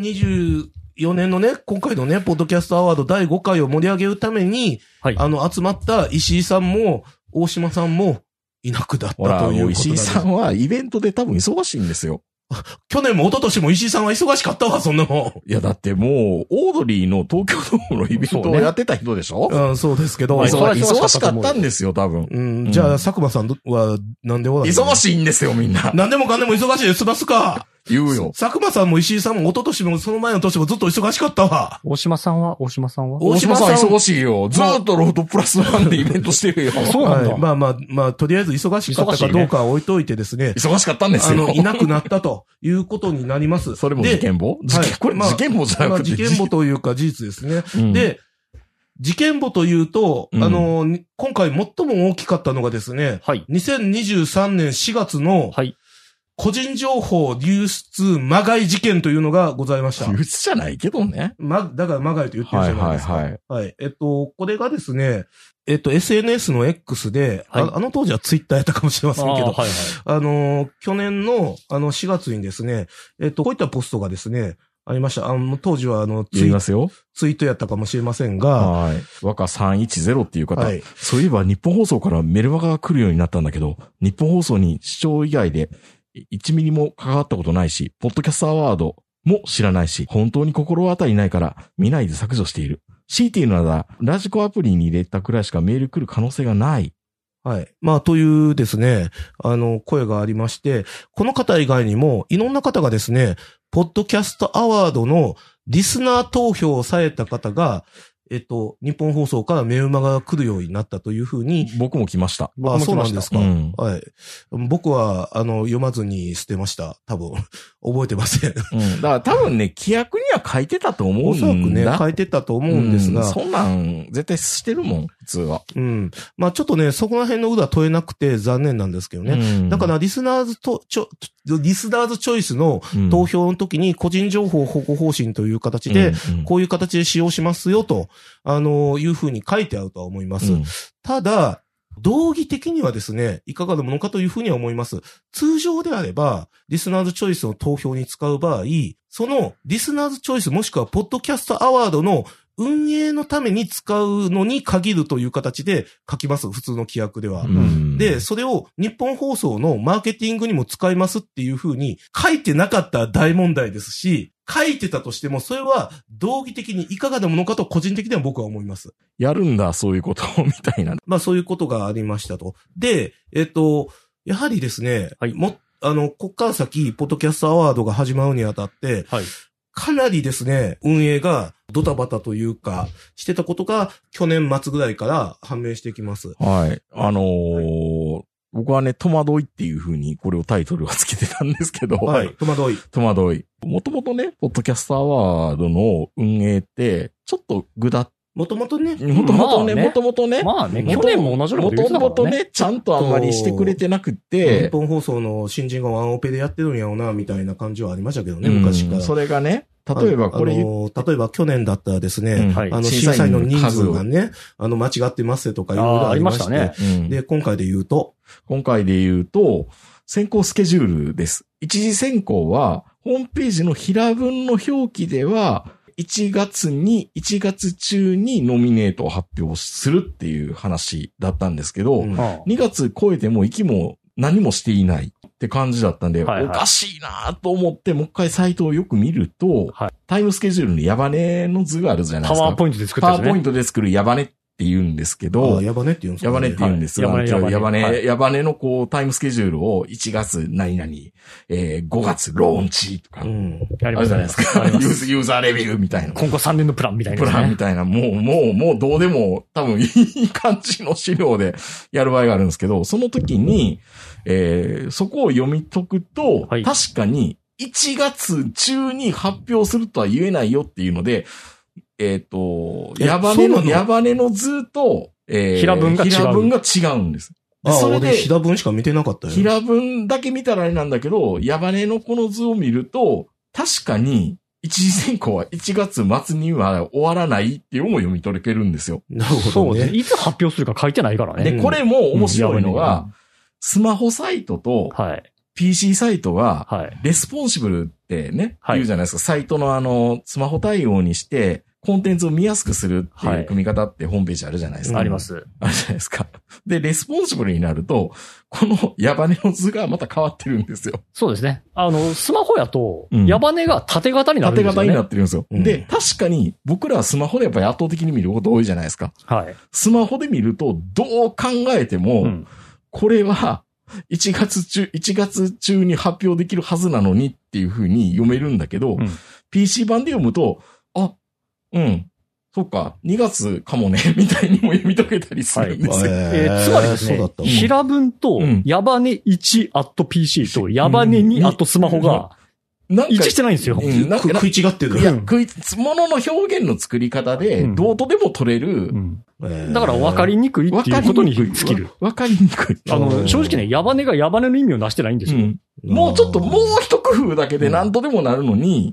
Speaker 3: 2024年のね、今回のね、ポッドキャストアワード第5回を盛り上げるために、
Speaker 4: はい
Speaker 3: あの、集まった石井さんも、大島さんも、いなくなった
Speaker 2: ほら、
Speaker 3: と
Speaker 2: も
Speaker 3: いうこと
Speaker 2: う石井さ
Speaker 3: で。
Speaker 2: んはイベントで多分忙しいんですよ。
Speaker 3: 去年も一昨年も石井さんは忙しかったわ、そんなも
Speaker 2: いや、だってもう、オードリーの東京ドームのイベント
Speaker 4: そう
Speaker 2: を
Speaker 4: ね
Speaker 2: やってた人でしょ
Speaker 3: ん。うん、そうですけど
Speaker 2: 忙。
Speaker 4: はいそれは忙しかった
Speaker 2: 忙しかったんですよ、多分。
Speaker 3: うん、じゃあ、佐久間さんは、なんで笑
Speaker 2: 忙
Speaker 3: い
Speaker 2: しいんですよ、みんな。
Speaker 3: 何でもかんでも忙しいです、ますか。
Speaker 2: 言うよ。
Speaker 3: 佐久間さんも石井さんも一昨年もその前の年もずっと忙しかったわ。
Speaker 4: 大島さんは大島さんは
Speaker 2: 大島さん
Speaker 3: 大島さん
Speaker 2: 忙しいよ。ずーっとロードプラスワンでイベントしてるよ。
Speaker 4: そうなんだ
Speaker 3: はいまあまあ、まあ、とりあえず忙しかったかどうかは置いといてですね。
Speaker 2: 忙しかったんです
Speaker 3: あの、
Speaker 2: よ。
Speaker 3: いなくなったということになります。
Speaker 2: それも事件簿事件、
Speaker 3: はい
Speaker 2: これ
Speaker 3: まあ
Speaker 2: 事件簿じゃ
Speaker 3: ま
Speaker 2: な
Speaker 3: あ、
Speaker 2: くて。
Speaker 3: 事件簿というか事実ですね。
Speaker 2: うん、
Speaker 3: で、事件簿というと、
Speaker 2: うん
Speaker 3: あの、に今回最も大きかったのがですね、
Speaker 4: はい。
Speaker 3: 2023年4月の
Speaker 4: はい。
Speaker 3: 個人情報流出まがい事件というのがございました。
Speaker 2: 憂鬱じゃないけどね。
Speaker 3: ま、だからまがいと言ってる
Speaker 2: は
Speaker 3: じ
Speaker 2: い
Speaker 3: ゃない
Speaker 2: はい
Speaker 3: ですか。
Speaker 2: はい。
Speaker 3: はい。えっと、これがですね、えっと、SNS の X で、
Speaker 4: はい
Speaker 3: ああの当時はツイッターやったかもしれませんけど、あ,、
Speaker 4: はいはい。
Speaker 3: のー、去年の、あの、4月にですね、えっと、こういったポストがですね、ありました。あの、当時はあのツ
Speaker 2: 言い
Speaker 3: イ、
Speaker 2: ますよ。
Speaker 3: ツイートやったかもしれませんが、
Speaker 2: はい。若310っていう方、
Speaker 3: はい。
Speaker 2: そういえば日本放送からメルマガが来るようになったんだけど、日本放送に視聴以外で1ミリも関わったことないし、ポッドキャストアワードも知らないし、本当に心当たりないから見ないで削除している。強いて言うなら、ラジコアプリに入れたくらいしかメール来る可能性がない。
Speaker 3: はい。まあ、というですね、あの、声がありまして、この方以外にも、いろんな方がですね、ポッドキャストアワードのリスナー投票をされた方が、えっと、日本放送からメルマガが来るようになったというふうに、
Speaker 2: 僕も来ました。
Speaker 3: あ、
Speaker 4: 僕も
Speaker 3: そ
Speaker 4: 来
Speaker 3: う
Speaker 4: ま
Speaker 3: なん
Speaker 4: した
Speaker 3: ですか。
Speaker 2: うん。
Speaker 3: はい。僕は、あの、読まずに捨てました。多分。 覚えてません。
Speaker 2: うん。だから多分ね、規約には書いてたと思うんだ。
Speaker 3: おそらくね、書いてたと思うんですが、
Speaker 2: うそんなん、絶対してるもん、普通は。
Speaker 3: うん。まあちょっとね、そこら辺の裏問えなくて残念なんですけどね。
Speaker 2: うん
Speaker 3: だか、ら、リスナーズと、ちょ、リスナーズチョイスの
Speaker 2: うん
Speaker 3: 投票の時に個人情報保護方針という形で、、
Speaker 2: うん
Speaker 3: こういう形で使用しますよと、あの、いうふうに書いてあるとは思います。
Speaker 2: うん
Speaker 3: ただ、道義的にはですね、いかがなものかというふうには思います。通常であれば、リスナーズチョイスの投票に使う場合、そのリスナーズチョイスもしくはポッドキャストアワードの運営のために使うのに限るという形で書きます、普通の規約では。
Speaker 2: うん
Speaker 3: で、それを日本放送のマーケティングにも使いますっていうふうに書いてなかったら大問題ですし、書いてたとしても、それは道義的にいかがなものかと個人的には僕は思います。
Speaker 2: やるんだ、そういうことを、みたいな。
Speaker 3: まあそういうことがありましたと。で、えっと、やはりですね、
Speaker 4: はい
Speaker 3: も、あの、こっから先、ポッドキャストアワードが始まるにあたって、
Speaker 4: はい。
Speaker 3: かなりですね、運営がドタバタというか、してたことが去年末ぐらいから判明してきます。
Speaker 2: はい。あのー僕はね、戸惑いっていうふうに、これをタイトルはつけてたんですけど、
Speaker 3: はい。戸惑い。
Speaker 2: 戸惑い。もともとね、ポッドキャストアワードの運営って、ちょっとぐだっ、
Speaker 3: もともとね、
Speaker 2: もともとね、
Speaker 4: まあね
Speaker 2: もともとね、
Speaker 4: まあね、去年も同じようなこと言ってた
Speaker 2: もと
Speaker 4: か
Speaker 2: も
Speaker 4: ら
Speaker 2: と
Speaker 4: ね。
Speaker 2: ね、ちゃんとあんまりしてくれてなくて、
Speaker 3: 日本放送の新人がワンオペでやってるんやろうな、みたいな感じはありましたけどね、
Speaker 2: うん
Speaker 3: 昔から。
Speaker 2: それがね、例えばこれ
Speaker 3: あ
Speaker 2: 言っ
Speaker 3: の例えば去年だったらです
Speaker 2: うん
Speaker 3: ね、
Speaker 4: はい
Speaker 3: あの、
Speaker 2: 審
Speaker 3: 審
Speaker 2: 査
Speaker 3: 査
Speaker 2: 員
Speaker 3: 員
Speaker 2: の
Speaker 3: の人数
Speaker 2: 数を
Speaker 3: がね、あの、間違ってますとかいろい
Speaker 4: あ
Speaker 3: ろ
Speaker 4: あ、
Speaker 3: あ
Speaker 4: あり
Speaker 3: り
Speaker 4: ま
Speaker 3: ま
Speaker 4: し
Speaker 3: したた
Speaker 4: ね
Speaker 3: ね。。
Speaker 2: うん
Speaker 3: で、今回で言うと、
Speaker 2: 今回で言うと、選考スケジュールです。一次選考は、ホームページの平文の表記では、1月に、1月中にノミネートを発表するっていう話だったんですけど、
Speaker 3: うん
Speaker 4: あ
Speaker 2: 2月超えても息も何もしていないって感じだったんで、
Speaker 4: はいはい
Speaker 2: おかしいなと思って、もう一回サイトをよく見ると、
Speaker 4: はい
Speaker 2: タイムスケジュールにヤバネの図があるじゃ
Speaker 4: あ
Speaker 2: ない
Speaker 4: パ
Speaker 2: ですか。
Speaker 4: ワーポイントで作っ
Speaker 2: パ
Speaker 4: た
Speaker 2: ワ
Speaker 4: や
Speaker 2: ー
Speaker 4: つ
Speaker 2: ポイ
Speaker 4: ね
Speaker 2: ン。トで作るヤバネって言うんですけど
Speaker 3: あ、やばねって言うんです
Speaker 2: ヤバ
Speaker 3: か
Speaker 2: ネ
Speaker 3: ね
Speaker 2: って言うんです
Speaker 4: は
Speaker 2: が、
Speaker 4: い
Speaker 2: じゃあヤ
Speaker 4: ヤ
Speaker 2: バ
Speaker 4: バネは
Speaker 2: ネ、
Speaker 4: い
Speaker 2: ヤバネのこうタイムスケジュールを1月何々、えー、5月ローンチとか、
Speaker 3: うん。
Speaker 4: やり
Speaker 2: あ
Speaker 4: ま
Speaker 2: る
Speaker 4: し
Speaker 2: じゃ
Speaker 4: た
Speaker 2: な
Speaker 4: ね
Speaker 2: いですか。
Speaker 4: あ
Speaker 2: ユ
Speaker 4: りま
Speaker 2: ー
Speaker 4: す
Speaker 2: ザーユーザーレビューみたいな。
Speaker 4: 今後3年のプランみたいな
Speaker 2: プ
Speaker 4: やつ
Speaker 2: ラン
Speaker 4: ね
Speaker 2: み。たいな、もう、もう、もうどうでも、多分いい感じの資料でやる場合があるんですけど、その時に、えー、そこを読み解くと、
Speaker 4: はい
Speaker 2: 確かに1月中に発表するとは言えないよっていうので、えっ、と、
Speaker 3: え
Speaker 2: ヤバネ
Speaker 3: そ
Speaker 2: の、
Speaker 3: うなの
Speaker 2: ヤバネの図と、え
Speaker 4: 平文が違う
Speaker 2: 平文が違うんです。で
Speaker 3: ああ、
Speaker 2: それで
Speaker 3: 俺、平文しか見てなかったよ。
Speaker 2: 平文だけ見たらあれなんだけど、ヤバネのこの図を見ると、確かに、一次選考は1月末には終わらないっていうのも読み取れるんですよ。
Speaker 3: なるほ
Speaker 4: そ
Speaker 3: ど
Speaker 4: うですね。
Speaker 3: ね。
Speaker 4: いつ発表するか書いてないからね。
Speaker 2: で、これも面白いのが、スマホサイトと
Speaker 4: うん、はい。
Speaker 2: PC サイトは、
Speaker 4: はい。
Speaker 2: レスポンシブルってね、
Speaker 4: はい
Speaker 2: 言うじゃないですか。サイトのあの、スマホ対応にして、コンテンツを見やすくするって
Speaker 4: はいいう
Speaker 2: 組み方ってホームページあるじゃないですか。
Speaker 4: あります。
Speaker 2: あるじゃないですか。で、レスポンシブルになると、この矢羽の図がまた変わってるんですよ。
Speaker 4: そうですね。あの、スマホやと、
Speaker 2: うん
Speaker 4: 矢羽が縦型になるんで
Speaker 2: 縦
Speaker 4: すよね。
Speaker 2: 型になってるんですよ。
Speaker 3: うん
Speaker 2: で、確かに僕らはスマホでやっぱり圧倒的に見ること多いじゃないですか。
Speaker 4: はい。
Speaker 2: スマホで見ると、どう考えても、
Speaker 4: うん。
Speaker 2: これは、1月中、1月中に発表できるはずなのにっていう風に読めるんだけど、
Speaker 4: うん
Speaker 2: PC 版で読むと、あ、うん、そっか、2月かもね、 みたいにも読み解けたりするんですよ。
Speaker 4: えーつまりです
Speaker 3: そうだ
Speaker 4: ね
Speaker 3: った、の
Speaker 4: 平文と
Speaker 2: うん、
Speaker 4: 矢羽1アット PC と、矢羽2アットスマホが、
Speaker 2: なん
Speaker 4: 一致してないんですよ
Speaker 2: う。んなん
Speaker 3: く
Speaker 2: か
Speaker 3: 食い違ってる
Speaker 2: い。や、食い、ものの表現の作り方で、
Speaker 4: うん
Speaker 2: どうとでも取れる、
Speaker 4: だから分かりにくい
Speaker 2: わ
Speaker 4: ってい
Speaker 2: か
Speaker 4: う
Speaker 2: り
Speaker 4: ことに
Speaker 2: にく
Speaker 4: 尽
Speaker 2: い。
Speaker 4: きる。
Speaker 2: わわかりにくい。
Speaker 4: あ
Speaker 3: う
Speaker 4: の、
Speaker 3: ん
Speaker 4: 正直ね、矢羽が矢羽の意味をなしてないんです
Speaker 2: う
Speaker 4: よ。
Speaker 2: んもうちょっと、もう一工夫だけで何とでもなるのに、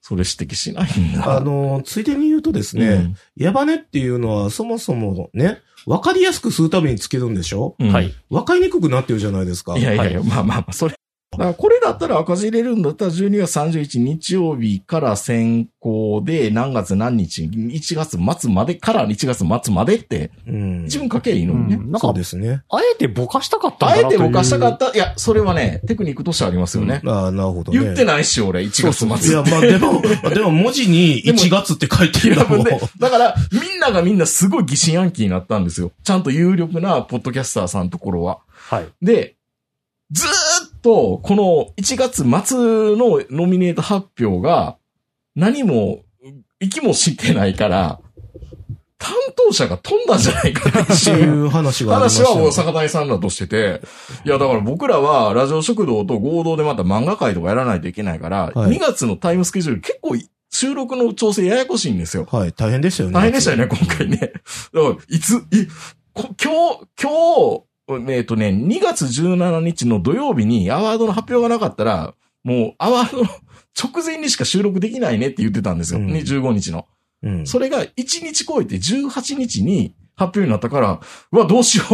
Speaker 2: それ指摘しないんだ。
Speaker 3: あの、ついでに言うとです
Speaker 2: う
Speaker 3: ね、
Speaker 2: ん、
Speaker 3: 矢羽っていうのはそもそもね、わかりやすくするためにつけるんでしょ
Speaker 2: うん
Speaker 4: はい。
Speaker 3: わかりにくくなってるじゃないですか。
Speaker 2: いやいやいや、まあまあまあ、それ。だからこれだったら赤字入れるんだったら12月31日曜日から先行で何月何日、1月末までから1月末までって
Speaker 3: うん。
Speaker 2: 自分書けばいいのにね。
Speaker 4: うんなん
Speaker 3: そ
Speaker 4: か
Speaker 3: う、ですね。
Speaker 4: あえてぼかしたかったん
Speaker 2: あ
Speaker 4: だ
Speaker 2: え
Speaker 4: なとい
Speaker 2: て
Speaker 4: う
Speaker 2: ぼかしたかった。いや、それはね、テクニックとしてありますよね。
Speaker 3: ああ、なるほどね。
Speaker 2: 言ってないし、俺、1月
Speaker 3: い
Speaker 2: 末
Speaker 3: や、。まあで も、でも文字に1月って書いてるんだもん。
Speaker 2: で、だから、みんながみんなすごい疑心暗鬼になったんですよ。ちゃんと有力なポッドキャスターさんのところは。
Speaker 4: はい。
Speaker 2: で、ずーっと、この1月末のノミネート発表が、何も、息もしてないから、担当者が飛んだんじゃないかって
Speaker 3: って
Speaker 2: い。
Speaker 3: いう う話がありまし
Speaker 2: 話
Speaker 3: た
Speaker 2: は
Speaker 3: よ
Speaker 2: 大阪大さんだとしてて、いやだから僕らはラジオ食堂と合同でまた漫画会とかやらないといけないから、
Speaker 3: はい
Speaker 2: 2月のタイムスケジュール結構収録の調整ややこしいんですよ。
Speaker 3: はい、大変でしたよね。
Speaker 2: 大変でしたよね、今回ね。だからいつ、い、こ今日、今日、えっとね、2月17日の土曜日にアワードの発表がなかったら、もうアワードの 直前にしか収録できないねって言ってたんですよ。
Speaker 3: うん
Speaker 2: ね15日の。
Speaker 3: うん。
Speaker 2: それが1日超えて18日に発表になったから、うわ、どうしよ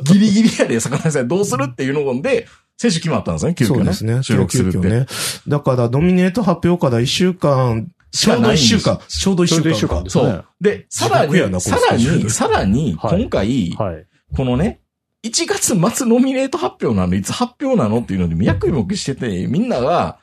Speaker 2: う。 ギリギリやで、坂谷さん、どうするっていうので、選手決まったんですね、急
Speaker 3: そう
Speaker 2: 遽
Speaker 3: で
Speaker 2: ね。
Speaker 3: すね。
Speaker 2: 収録するって。
Speaker 3: 急遽ね。だから、ノミネート発表から1週間、ちょうど1週間。ちょうど1週間か。
Speaker 4: ちょうど一週間です
Speaker 2: そ。
Speaker 4: はいう
Speaker 2: で、さら
Speaker 3: 地獄やな
Speaker 2: に、
Speaker 3: こ
Speaker 2: さ
Speaker 3: の
Speaker 2: ら
Speaker 3: スケジュー
Speaker 2: に、
Speaker 3: ル
Speaker 2: さらに、
Speaker 4: はい
Speaker 2: 今回、
Speaker 4: はい。
Speaker 2: このね、1月末ノミネート発表なのいつ発表なのっていうので、ミヤクイモクしてて、みんなが、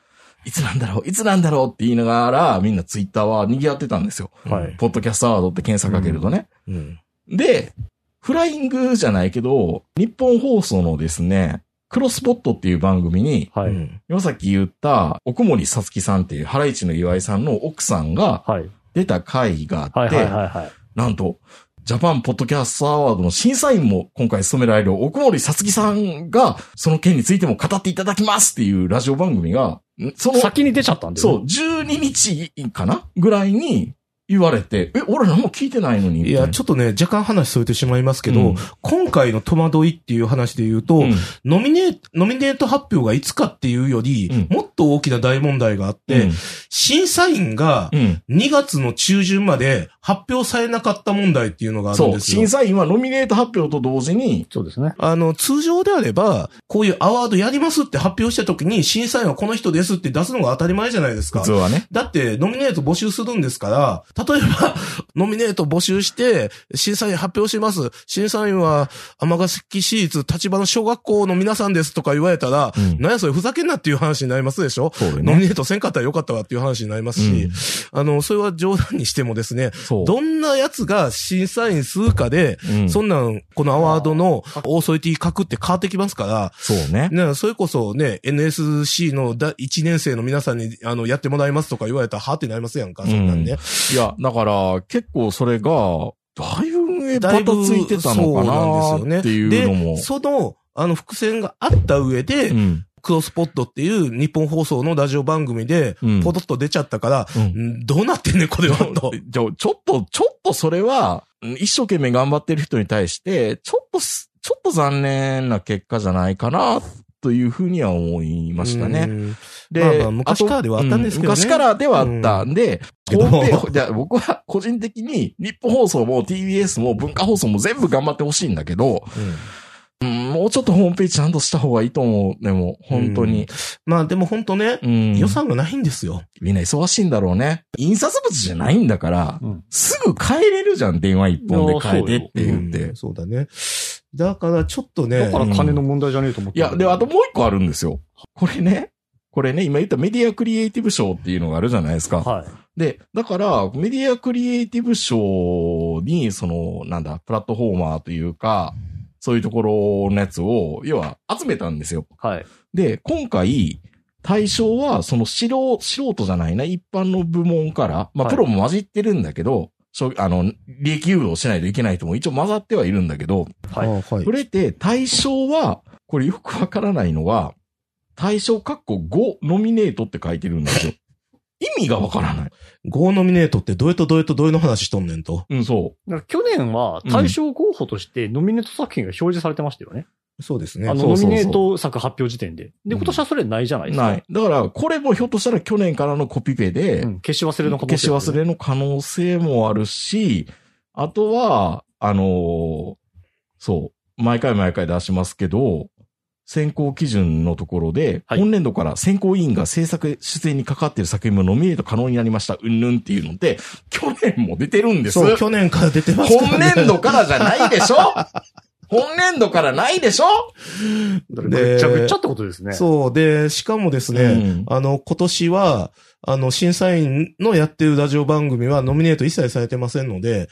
Speaker 2: いつなんだろういつなんだろうって言いながら、みんなツイッターは賑わってたんですよ。
Speaker 4: はい。
Speaker 2: ポッドキャストアワードって検索かけるとね。
Speaker 3: うん。
Speaker 2: で、フライングじゃないけど、日本放送のですね、クロスポットっていう番組に、
Speaker 4: は
Speaker 3: う
Speaker 4: い。
Speaker 3: ん。
Speaker 2: 今さっき言った、奥森さつきさんっていう、ハライチの岩井さんの奥さんが
Speaker 4: はい。
Speaker 2: 出た回があ
Speaker 4: は
Speaker 2: っ
Speaker 4: い。はい。
Speaker 2: て、
Speaker 4: はい。
Speaker 2: なんと、ジャパンポッドキャストアワードの審査員も今回務められる奥森さつきさんが、その件についても語っていただきますっていうラジオ番組が、んその、
Speaker 4: 先に出ちゃったんで
Speaker 2: そう、12日かなぐらいに言われて、え、俺何も聞いてないのに。
Speaker 3: いや、ちょっとね、若干話それてしまいますけど、
Speaker 2: うん
Speaker 3: 今回の戸惑いっていう話で言うと、
Speaker 2: うん
Speaker 3: ノミネート、ノミネート発表がいつかっていうより、
Speaker 2: うん
Speaker 3: もっと大きな大問題があって、審査員が
Speaker 2: うん。うん
Speaker 3: 2月の中旬まで発表されなかった問題っていうのがあるん
Speaker 2: そう、
Speaker 3: ですよ
Speaker 2: 審。査員はノミネート発表と同時に、
Speaker 4: そうですね。
Speaker 3: あの、通常であれば、こういうアワードやりますって発表した時に、審査員はこの人ですって出すのが当たり前じゃないです
Speaker 2: 普
Speaker 3: か
Speaker 2: 通。はね。
Speaker 3: だって、ノミネート募集するんですから、例えば、 ノミネート募集して、審査員発表します。審査員は、天ヶ崎市立立場の小学校の皆さんですとか言われたら、
Speaker 2: うん
Speaker 3: なんやそれふざけんなっていう話になりますでしょ、
Speaker 2: そうだよ
Speaker 3: ノミ。ネートせんかったらよかったわっていう話になりますし、あの、それは冗談にしてもですね、
Speaker 2: そう。
Speaker 3: どんなやつが審査員するかで、
Speaker 2: うん
Speaker 3: そんなん、このアワードのオーソリティ格って変わってきますから、
Speaker 2: そうね。
Speaker 3: ね、それこそね、NSC のだ1年生の皆さんに、あの、やってもらいますとか言われたら、はってなりますやんか、そんなんね。
Speaker 2: いや、だから、結構それが、だいぶ上バタついてたのか
Speaker 3: そうなんですよね
Speaker 2: なっていうのも
Speaker 3: で、。その、あの、伏線があった上で、
Speaker 2: うん
Speaker 3: クロスポットっていう日本放送のラジオ番組で
Speaker 2: うん、
Speaker 3: ポトッと出ちゃったから、
Speaker 2: うん
Speaker 3: んどうなってんねん、これは、 と。
Speaker 2: じゃあちょっと、ちょっとそれは、うん一生懸命頑張ってる人に対して、ちょっとす、ちょっと残念な結果じゃないかな、というふうには思いました
Speaker 3: う
Speaker 2: ね。
Speaker 3: ん。
Speaker 2: で、
Speaker 3: まあまあ昔からではあったんですけどね
Speaker 2: う昔からではあったんで、
Speaker 3: うん
Speaker 2: ホームページ
Speaker 3: けど
Speaker 2: じゃあ僕は個人的に日本放送も TBS も文化放送も全部頑張ってほしいんだけど、うんもうちょっとホームページちゃんとした方がいいと思う。でも、本当に。
Speaker 3: まあでも本当ね、
Speaker 2: うん
Speaker 3: 予算がないんですよ。
Speaker 2: みんな忙しいんだろうね。印刷物じゃないんだから、
Speaker 4: うん
Speaker 2: すぐ変えれるじゃん、電話一本で変えてって言っ
Speaker 3: う
Speaker 2: て
Speaker 3: ん。そうだね。だからちょっと
Speaker 4: だ
Speaker 3: ね
Speaker 4: か、ら金の問題じゃねえと思って。
Speaker 2: いや、で、あともう一個あるんですよ。これね、これね、今言ったメディアクリエイティブ賞っていうのがあるじゃないですか。
Speaker 4: はい。
Speaker 2: で、だから、メディアクリエイティブ賞に、その、なんだ、プラットフォーマーというか、そういうところのやつを、要は集めたんですよ。
Speaker 4: はい。
Speaker 2: で、今回、対象は、その素人、素人じゃないな、一般の部門から、まあ、
Speaker 4: はい
Speaker 2: プロも混じってるんだけど、しょあの、利益誘導しないといけない人も一応混ざってはいるんだけど、
Speaker 3: あ
Speaker 4: はい
Speaker 3: はい
Speaker 2: これって対象は、これよくわからないのは、対象括弧5ノミネートって書いてるん ですよ。意味がわからない。
Speaker 3: ゴーノミネートってどうやとどうやとどうやの話しとんねんと。
Speaker 2: うん、そう。
Speaker 4: だから去年は対象候補としてノミネート作品が表示されてましたよね。
Speaker 3: そうですね。
Speaker 4: あの、
Speaker 2: そう
Speaker 4: ノ
Speaker 2: そうそ
Speaker 4: ミ
Speaker 2: う
Speaker 4: ネート作発表時点で。で、
Speaker 2: うん
Speaker 4: 今年はそれないじゃないですか。
Speaker 2: ない。だから、これもひょっとしたら去年からのコピペで、
Speaker 4: うん。消し忘れの可能
Speaker 2: 消し
Speaker 4: 性、
Speaker 2: 忘れの可能性もあるし、あとは、あのーそう、毎回毎回出しますけど、選考基準のところで、
Speaker 4: はい
Speaker 2: 本年度から選考委員が制作出演にかかっている作品もノミネート可能になりました、うんぬんっていうので、去年も出てるんです。
Speaker 3: そう、去年から出てますから
Speaker 2: 本
Speaker 3: ね。
Speaker 2: 年度からじゃないでし ょ本年度からないでしょ
Speaker 4: だからぐっちゃぐっちゃってことですね。
Speaker 3: そう。で、しかもですね、
Speaker 2: うん
Speaker 3: あの、今年は、あの、審査員のやってるラジオ番組はノミネート一切されてませんので、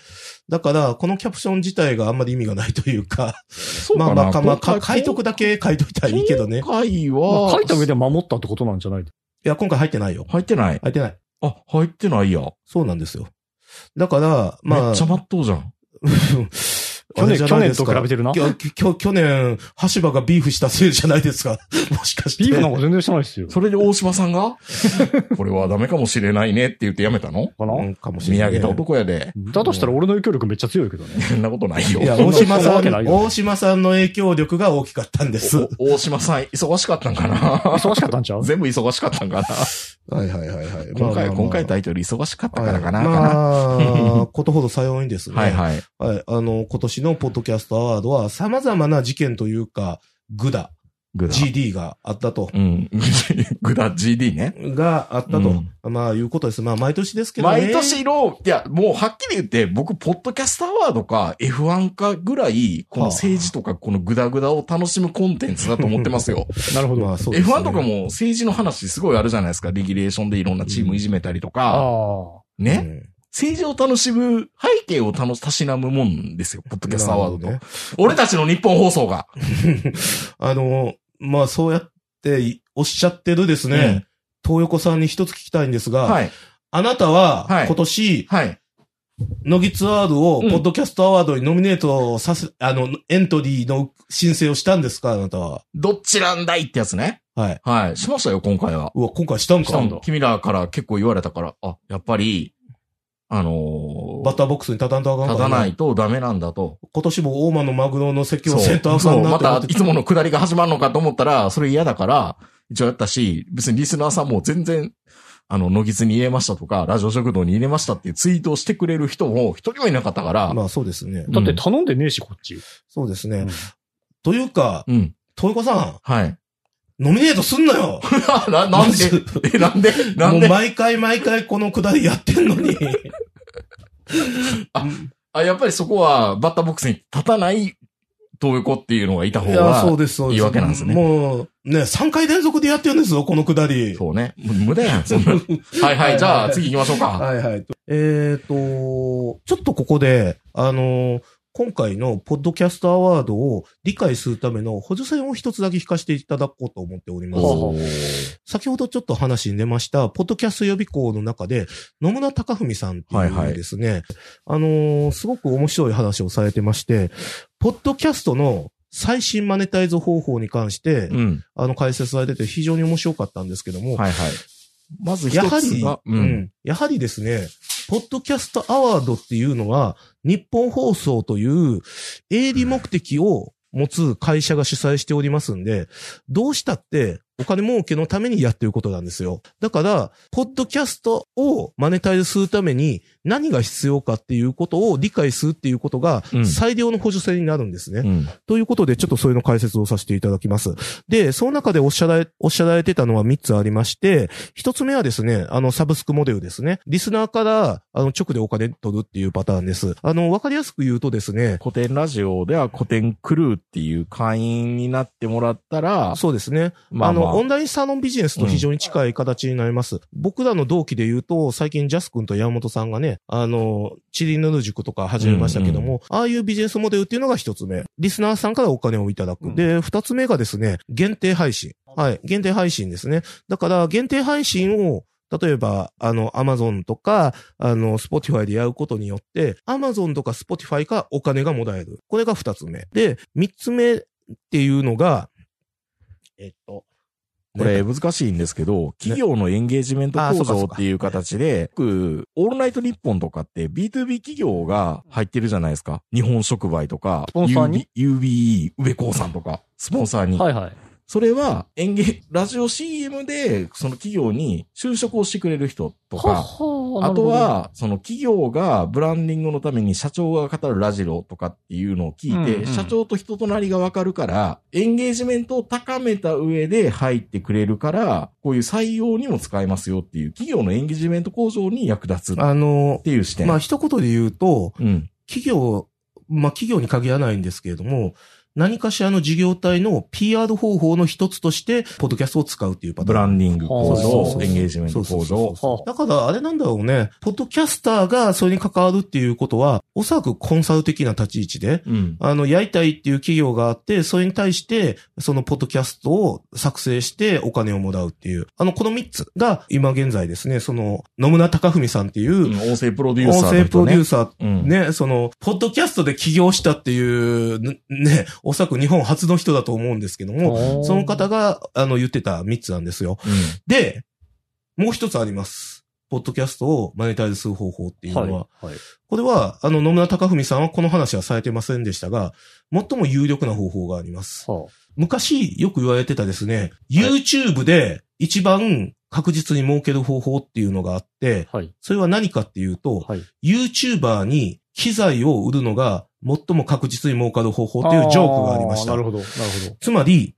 Speaker 3: だから、このキャプション自体があんまり意味がないというか、
Speaker 2: そう
Speaker 3: まあ
Speaker 2: かな
Speaker 3: まあ、まあ、か
Speaker 2: 今回
Speaker 3: 書いとくだけ書いといたらいいけどね。い
Speaker 2: 今回
Speaker 4: ま
Speaker 2: は
Speaker 4: あ、書いた上で守ったってことなんじゃない
Speaker 3: や、今回入ってないよ。
Speaker 2: 入ってない。
Speaker 3: 入ってない。
Speaker 2: あ、入ってないや。
Speaker 3: そうなんですよ。だから、ま
Speaker 2: め
Speaker 3: あ
Speaker 2: っちゃ、まっとうじゃん。
Speaker 3: あれじゃないですか
Speaker 4: 去年去年と比べてるな
Speaker 3: きょきょ去年、羽柴がビーフしたせいじゃないですか。 もしかして。
Speaker 4: ビーフなんか全然してないですよ。
Speaker 2: それで大島さん がこれはダメかもしれないねって言ってやめたの
Speaker 4: かな、
Speaker 3: うんかもし
Speaker 2: 見
Speaker 3: れな
Speaker 2: 上
Speaker 3: い。
Speaker 2: げた男やで。
Speaker 4: だとしたら俺の影響力めっちゃ強いけどね。
Speaker 2: そんなことないよ。
Speaker 3: いや、
Speaker 2: そん
Speaker 3: 大
Speaker 2: な
Speaker 3: 島さ
Speaker 4: わ
Speaker 3: ん
Speaker 4: けない、よ
Speaker 3: 大島さんの影響力が大きかったんです。
Speaker 2: お大島さん、忙しかったんか な
Speaker 4: 忙しかったんちゃう
Speaker 2: 全部忙しかったんかな
Speaker 3: はいはいはいはい。
Speaker 2: 今
Speaker 3: まあまあ
Speaker 2: 回、
Speaker 3: まあ
Speaker 2: 今回タイトル忙しかったからかな
Speaker 3: はい
Speaker 2: か
Speaker 3: まあ、ことほどさようにですね。
Speaker 2: なはいはい。
Speaker 3: はい。あの、今年のポッドキャストアワードは様々な事件というか、グダ、
Speaker 2: グダ。
Speaker 3: GD があったと。
Speaker 2: うん。 グダ GD ね。
Speaker 3: があったと。
Speaker 2: うん
Speaker 3: まあ、いうことです。まあ、毎年ですけどね。
Speaker 2: 毎年の、いや、もうはっきり言って、僕、ポッドキャストアワードか F1 かぐらい、この政治とかこのグダグダを楽しむコンテンツだと思ってますよ。
Speaker 4: なるほど。
Speaker 3: ま
Speaker 4: あ
Speaker 3: あ、そうですね
Speaker 2: F1 とかも政治の話すごいあるじゃないですか。レギュレーションでいろんなチームいじめたりとか、
Speaker 4: あ。
Speaker 3: う
Speaker 2: ね。
Speaker 3: ん
Speaker 2: 政治を楽しむ、背景を楽し、たしなむもんですよ。ポッドキャストアワードと。
Speaker 3: なる
Speaker 2: 俺たちの日本放送が。
Speaker 3: あの、まあ、そうやっていおっしゃってるですね、東横さんに一つ聞きたいんですが、
Speaker 2: はい。
Speaker 3: あなたは
Speaker 2: はい、
Speaker 3: 今年、
Speaker 2: はい。
Speaker 3: ノギツアードを、
Speaker 2: うん
Speaker 3: ポッドキャストアワードにノミネートさせ、あの、エントリーの申請をしたんですかあなたは。
Speaker 2: どっちなんだいってやつね。
Speaker 3: はい。
Speaker 2: はい。しましたよ、今回は。
Speaker 3: うわ、今回したんか
Speaker 4: したんだ
Speaker 2: 君らから結構言われたから、あ、やっぱり、あの
Speaker 3: バッ
Speaker 2: ー、
Speaker 3: ターボックスに立たんとあかんから
Speaker 2: 立たないとダメなんだと。
Speaker 3: 今年も大間のマグロの説教
Speaker 2: そう
Speaker 3: せんとあか
Speaker 2: そ
Speaker 3: ん
Speaker 2: う、
Speaker 3: な
Speaker 2: ま
Speaker 3: って思
Speaker 2: た
Speaker 3: って
Speaker 2: いつもの下りが始まるのかと思ったら、それ嫌だから、一応やったし、別にリスナーさんも全然、あの、野津に入れましたとか、ラジオ食堂に入れましたっていうツイートをしてくれる人も一人もいなかったから、
Speaker 3: まあそうですね。
Speaker 4: だって頼んでねえし、こっち。
Speaker 3: そうです
Speaker 4: う
Speaker 3: ね
Speaker 4: ん。
Speaker 3: というか、
Speaker 2: うん。
Speaker 3: トイコさ
Speaker 2: はい。
Speaker 3: ん、ノミネートすんなよ
Speaker 2: な、 なん でえ、なんでなん
Speaker 3: もう
Speaker 2: で
Speaker 3: 毎回毎回このくだりやってんのに。
Speaker 2: ああ、やっぱりそこは、バッターボックスに立たない、東横っていうのがいた
Speaker 3: い
Speaker 2: 方
Speaker 3: や、
Speaker 2: が、
Speaker 3: そうです、そうです。
Speaker 2: いいわけなんですね
Speaker 3: もう、ね、3回連続でやってるんですよ、このくだり。
Speaker 2: そうね。む無駄やん、そ んな。はいはい、じゃあ次行きましょうか。
Speaker 3: はいはい。えっ、と、ちょっとここで、あのー今回のポッドキャストアワードを理解するための補助線を一つだけ引かせていただこうと思っております。
Speaker 4: ほ
Speaker 2: おー
Speaker 3: 先ほどちょっと話に出ました、ポッドキャスト予備校の中で、野村隆文さんって
Speaker 2: はいいは
Speaker 3: う
Speaker 2: い
Speaker 3: ですね、あのーすごく面白い話をされてまして、ポッドキャストの最新マネタイズ方法に関して、
Speaker 2: うん。
Speaker 3: あの解説されてて非常に面白かったんですけども、
Speaker 2: はいはい。まず一つ
Speaker 3: や
Speaker 2: が
Speaker 3: はり、
Speaker 2: う。
Speaker 3: うんんやはりですね、ポッドキャストアワードっていうのは、日本放送という営利目的を持つ会社が主催しておりますんで、どうしたってお金儲けのためにやってることなんですよ。だから、ポッドキャストをマネタイズするために何が必要かっていうことを理解するっていうことが
Speaker 2: うん
Speaker 3: 最良の補助線になるんですね。
Speaker 2: うん。
Speaker 3: ということで、ちょっとそれの解説をさせていただきます。で、その中でおっしゃられ、おっしゃられてたのは3つありまして、1つ目はですね、あの、サブスクモデルですね。リスナーから、あの、直でお金取るっていうパターンです。あの、わかりやすく言うとですね、
Speaker 2: 古典ラジオでは古典クルーっていう会員になってもらったら、
Speaker 3: そうですね。
Speaker 2: まあ
Speaker 3: あ
Speaker 2: まあ、
Speaker 3: の、オンラインサロンビジネスと非常に近い形になります。僕らの同期で言うと、最近ジャス君と山本さんがね、あの、チリヌル塾とか始めましたけども、
Speaker 2: うん
Speaker 3: ああいうビジネスモデルっていうのが一つ目。リスナーさんからお金をいただく。
Speaker 2: うん
Speaker 3: で、二つ目がですね、限定配信。はい、限定配信ですね。だから、限定配信を、例えば、あの、アマゾンとか、あの、スポティファイでやることによって、アマゾンとかスポティファイからお金がもらえる。これが二つ目。で、三つ目っていうのが、えっと、
Speaker 2: これ難しいんですけど、企業のエンゲージメント
Speaker 3: あそ
Speaker 2: 構
Speaker 3: うかそ
Speaker 2: 造
Speaker 3: うか
Speaker 2: っていう形で、僕、オールナイト日本とかって B2B 企業が入ってるじゃないですか。日本触媒とか、
Speaker 4: スポンサーに
Speaker 2: UB、UBE、宇部興産とか、スポンサーに。
Speaker 4: はいはい。
Speaker 2: それは、演芸、ラジオ CM で、その企業に就職をしてくれる人と
Speaker 4: は
Speaker 2: か、
Speaker 4: は
Speaker 2: あと、は、その企業がブランディングのために社長が語るラジオとかっていうのを聞いて、
Speaker 4: うんうん
Speaker 2: 社長と人となりがわかるから、エンゲージメントを高めた上で入ってくれるから、こういう採用にも使えますよっていう、企業のエンゲージメント向上に役立つっ
Speaker 3: あの、
Speaker 2: ていう視点。
Speaker 3: まあ、一言で言うと、
Speaker 2: うん。
Speaker 3: 企業、まあ、企業に限らないんですけれども、何かしらの事業体の PR 方法の一つとして、ポッドキャストを使うっていうパタ
Speaker 2: ブラ。
Speaker 3: ーン
Speaker 2: ンディング向
Speaker 4: そうそうそ
Speaker 2: 上、
Speaker 4: う
Speaker 2: エンゲージメント向
Speaker 3: そうそう
Speaker 2: 上。
Speaker 3: そうそうだから、あれなんだろうね。ポッドキャスターがそれに関わるっていうことは、おそらくコンサル的な立ち位置で、
Speaker 2: うん。
Speaker 3: あの、やりたいっていう企業があって、それに対して、そのポッドキャストを作成してお金をもらうっていう。あの、この3つが、今現在ですね、その、野村隆文さんっていう、
Speaker 2: うん音声プロデューサー
Speaker 3: 音
Speaker 2: の
Speaker 3: 声プ
Speaker 2: 人
Speaker 3: ロデ
Speaker 2: ね
Speaker 3: ュー。サー
Speaker 2: うん
Speaker 3: ね、その、ポッドキャストで起業したっていう、ね、ねおそらく日本初の人だと思うんですけども、その方が、あの、言ってた3つなんですよ。
Speaker 2: うん
Speaker 3: で、もう一つあります。ポッドキャストをマネタイズする方法っていうのは、
Speaker 4: はいはい
Speaker 3: これは、あの、野村隆文さんはこの話はされてませんでしたが、最も有力な方法があります。
Speaker 4: は
Speaker 3: 昔、よく言われてたですね、YouTube で一番確実に儲ける方法っていうのがあって、
Speaker 4: あはい。
Speaker 3: それは何かっていうと、
Speaker 4: はい。
Speaker 3: YouTuber に機材を売るのが最も確実に儲かる方法っていうジョークがありまし
Speaker 4: ー
Speaker 3: た
Speaker 4: なる。ほど、なるほど。
Speaker 3: つまり、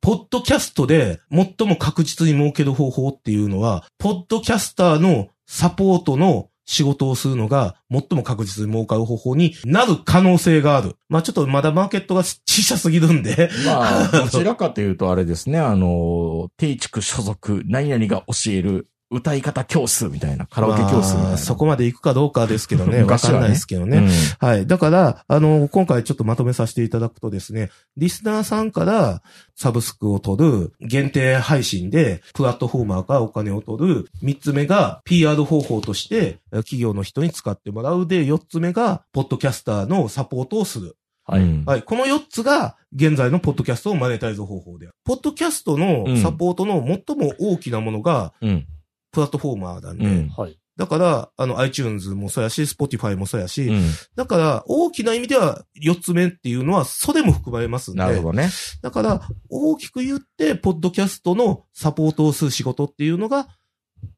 Speaker 3: ポッドキャストで最も確実に儲ける方法っていうのは、ポッドキャスターのサポートの仕事をするのが最も確実に儲かる方法になる可能性がある。まあちょっとまだマーケットが小さすぎるんで、
Speaker 2: ま あ、どちらかというとあれですね、あの、定畜所属、何々が教える歌い方教室みたいな、カラオケ教室みたい
Speaker 3: ま
Speaker 2: な。
Speaker 3: あそこまで行くかどうかですけどね、わ
Speaker 2: 昔は
Speaker 3: か
Speaker 2: ね
Speaker 3: んないですけどね。
Speaker 2: うん
Speaker 3: はい。だから、あの、今回ちょっとまとめさせていただくとですね、リスナーさんからサブスクを取る、限定配信で、プラットフォーマーからお金を取る、三つ目が PR 方法として、え企業の人に使ってもらう。で、四つ目が、ポッドキャスターのサポートをする。
Speaker 4: はい
Speaker 2: うん
Speaker 3: はい。この四つが、現在のポッドキャストをマネタイズ方法である。ポッドキャストのサポートの最も大きなものが、
Speaker 2: うん。
Speaker 3: プラットフォーマーなんで、
Speaker 2: うん。
Speaker 4: はい。
Speaker 3: だから、あの、iTunes もそうやし、Spotify もそうやし、
Speaker 2: うん
Speaker 3: だから、大きな意味では、四つ目っていうのは、それも含まれますんで。
Speaker 2: なるほどね。
Speaker 3: だから、大きく言って、ポッドキャストのサポートをする仕事っていうのが、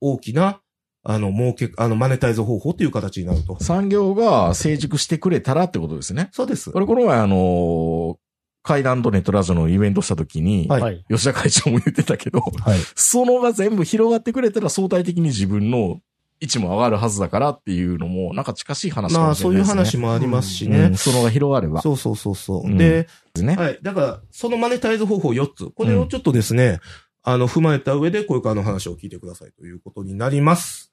Speaker 3: 大きな、あの、儲け、あの、マネタイズ方法という形になると。
Speaker 2: 産業が成熟してくれたらってことですね。
Speaker 3: そうです。
Speaker 2: 俺、この前、あの、階段とネットラジオのイベントした時に、
Speaker 3: はい
Speaker 4: はい。
Speaker 2: 吉田会長も言ってたけど、
Speaker 4: はい。
Speaker 2: そのが全部広がってくれたら相対的に自分の位置も上がるはずだからっていうのも、なんか近しい話か
Speaker 3: ま
Speaker 2: も
Speaker 3: あ、
Speaker 2: し
Speaker 3: そ
Speaker 2: れない
Speaker 3: ういう
Speaker 2: ですね。
Speaker 3: 話もありますしね。
Speaker 2: うんそのが広がれば。
Speaker 3: そうそうそうそう。
Speaker 2: うん
Speaker 3: で、
Speaker 2: ですね。
Speaker 3: はい。だから、そのマネタイズ方法4つ。これをちょっとですね、あの、踏まえた上で、こういうの話を聞いてくださいということになります。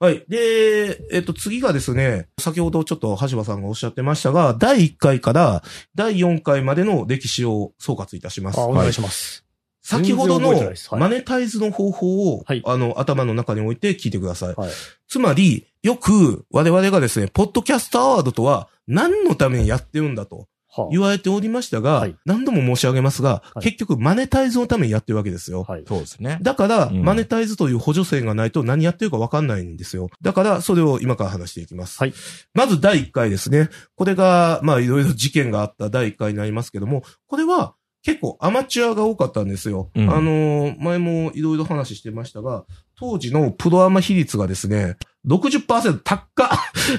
Speaker 3: はい。で、えっと、次がですね、先ほどちょっと橋場さんがおっしゃってましたが、第1回から第4回までの歴史を総括いたします。
Speaker 4: あ、お
Speaker 3: は
Speaker 4: 願
Speaker 3: い
Speaker 4: いします。
Speaker 3: 先ほど
Speaker 4: 全然覚えてない
Speaker 3: の
Speaker 4: ですはい
Speaker 3: マネタイズの方法を、
Speaker 4: はい
Speaker 3: あの、頭の中に置いて聞いてください。
Speaker 4: はい。
Speaker 3: つまり、よく我々がですね、ポッドキャストアワードとは何のためにやってるんだと。
Speaker 4: は
Speaker 3: 言われておりましたが、
Speaker 4: はい
Speaker 3: 何度も申し上げますが、
Speaker 4: はい
Speaker 3: 結局マネタイズのためにやってるわけですよ。
Speaker 4: はい。
Speaker 2: そうですね。
Speaker 3: だから、
Speaker 2: うん
Speaker 3: マネタイズという補助線がないと何やってるか分かんないんですよ。だから、それを今から話していきます。
Speaker 4: はい
Speaker 3: まず第1回ですね。これが、まあ、いろいろ事件があった第1回になりますけども、これは、結構アマチュアが多かったんですよ。
Speaker 2: うん
Speaker 3: あのー前もいろいろ話してましたが、当時のプロアマ比率がですね、60%高っ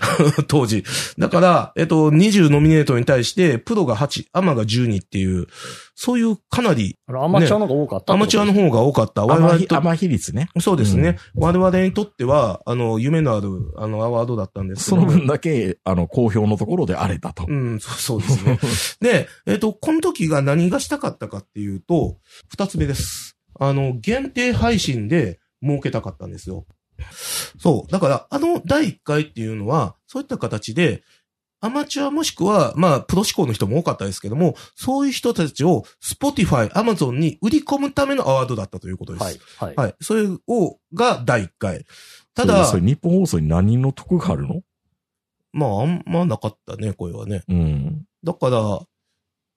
Speaker 3: 当時。だから、えっと、20ノミネートに対して、プロが8、アマが12っていう、そういうかなり
Speaker 4: あれアマチュアの方が多かった
Speaker 3: ア
Speaker 4: っ
Speaker 3: マ
Speaker 4: てこと
Speaker 3: チュアの方が多かった。我々
Speaker 2: 甘
Speaker 3: に
Speaker 2: ひ
Speaker 3: と
Speaker 2: 甘比率ね。
Speaker 3: そうですね、我々にとっては、あの、夢のある、あの、アワードだったんですけ
Speaker 2: そ
Speaker 3: ど
Speaker 2: の
Speaker 3: も。
Speaker 2: 分だけ、あの、好評のところで荒れたと。
Speaker 3: うん、そうそうですね。で、えっ、と、この時が何がしたかったかっていうと、二つ目です。あの、限定配信で儲けたかったんですよ。そう。だから、あの第一回っていうのは、そういった形で、アマチュアもしくは、まあ、プロ志向の人も多かったですけども、そういう人たちを、Spotify、Amazon に売り込むためのアワードだったということです。
Speaker 4: はい。はい。
Speaker 3: はい。それを、が第一回。
Speaker 2: そ
Speaker 3: た
Speaker 2: う
Speaker 3: だ
Speaker 2: そ、れ日本放送に何の得があるの
Speaker 3: まあ、あんまなかったね、これはね。
Speaker 2: うん。
Speaker 3: だから、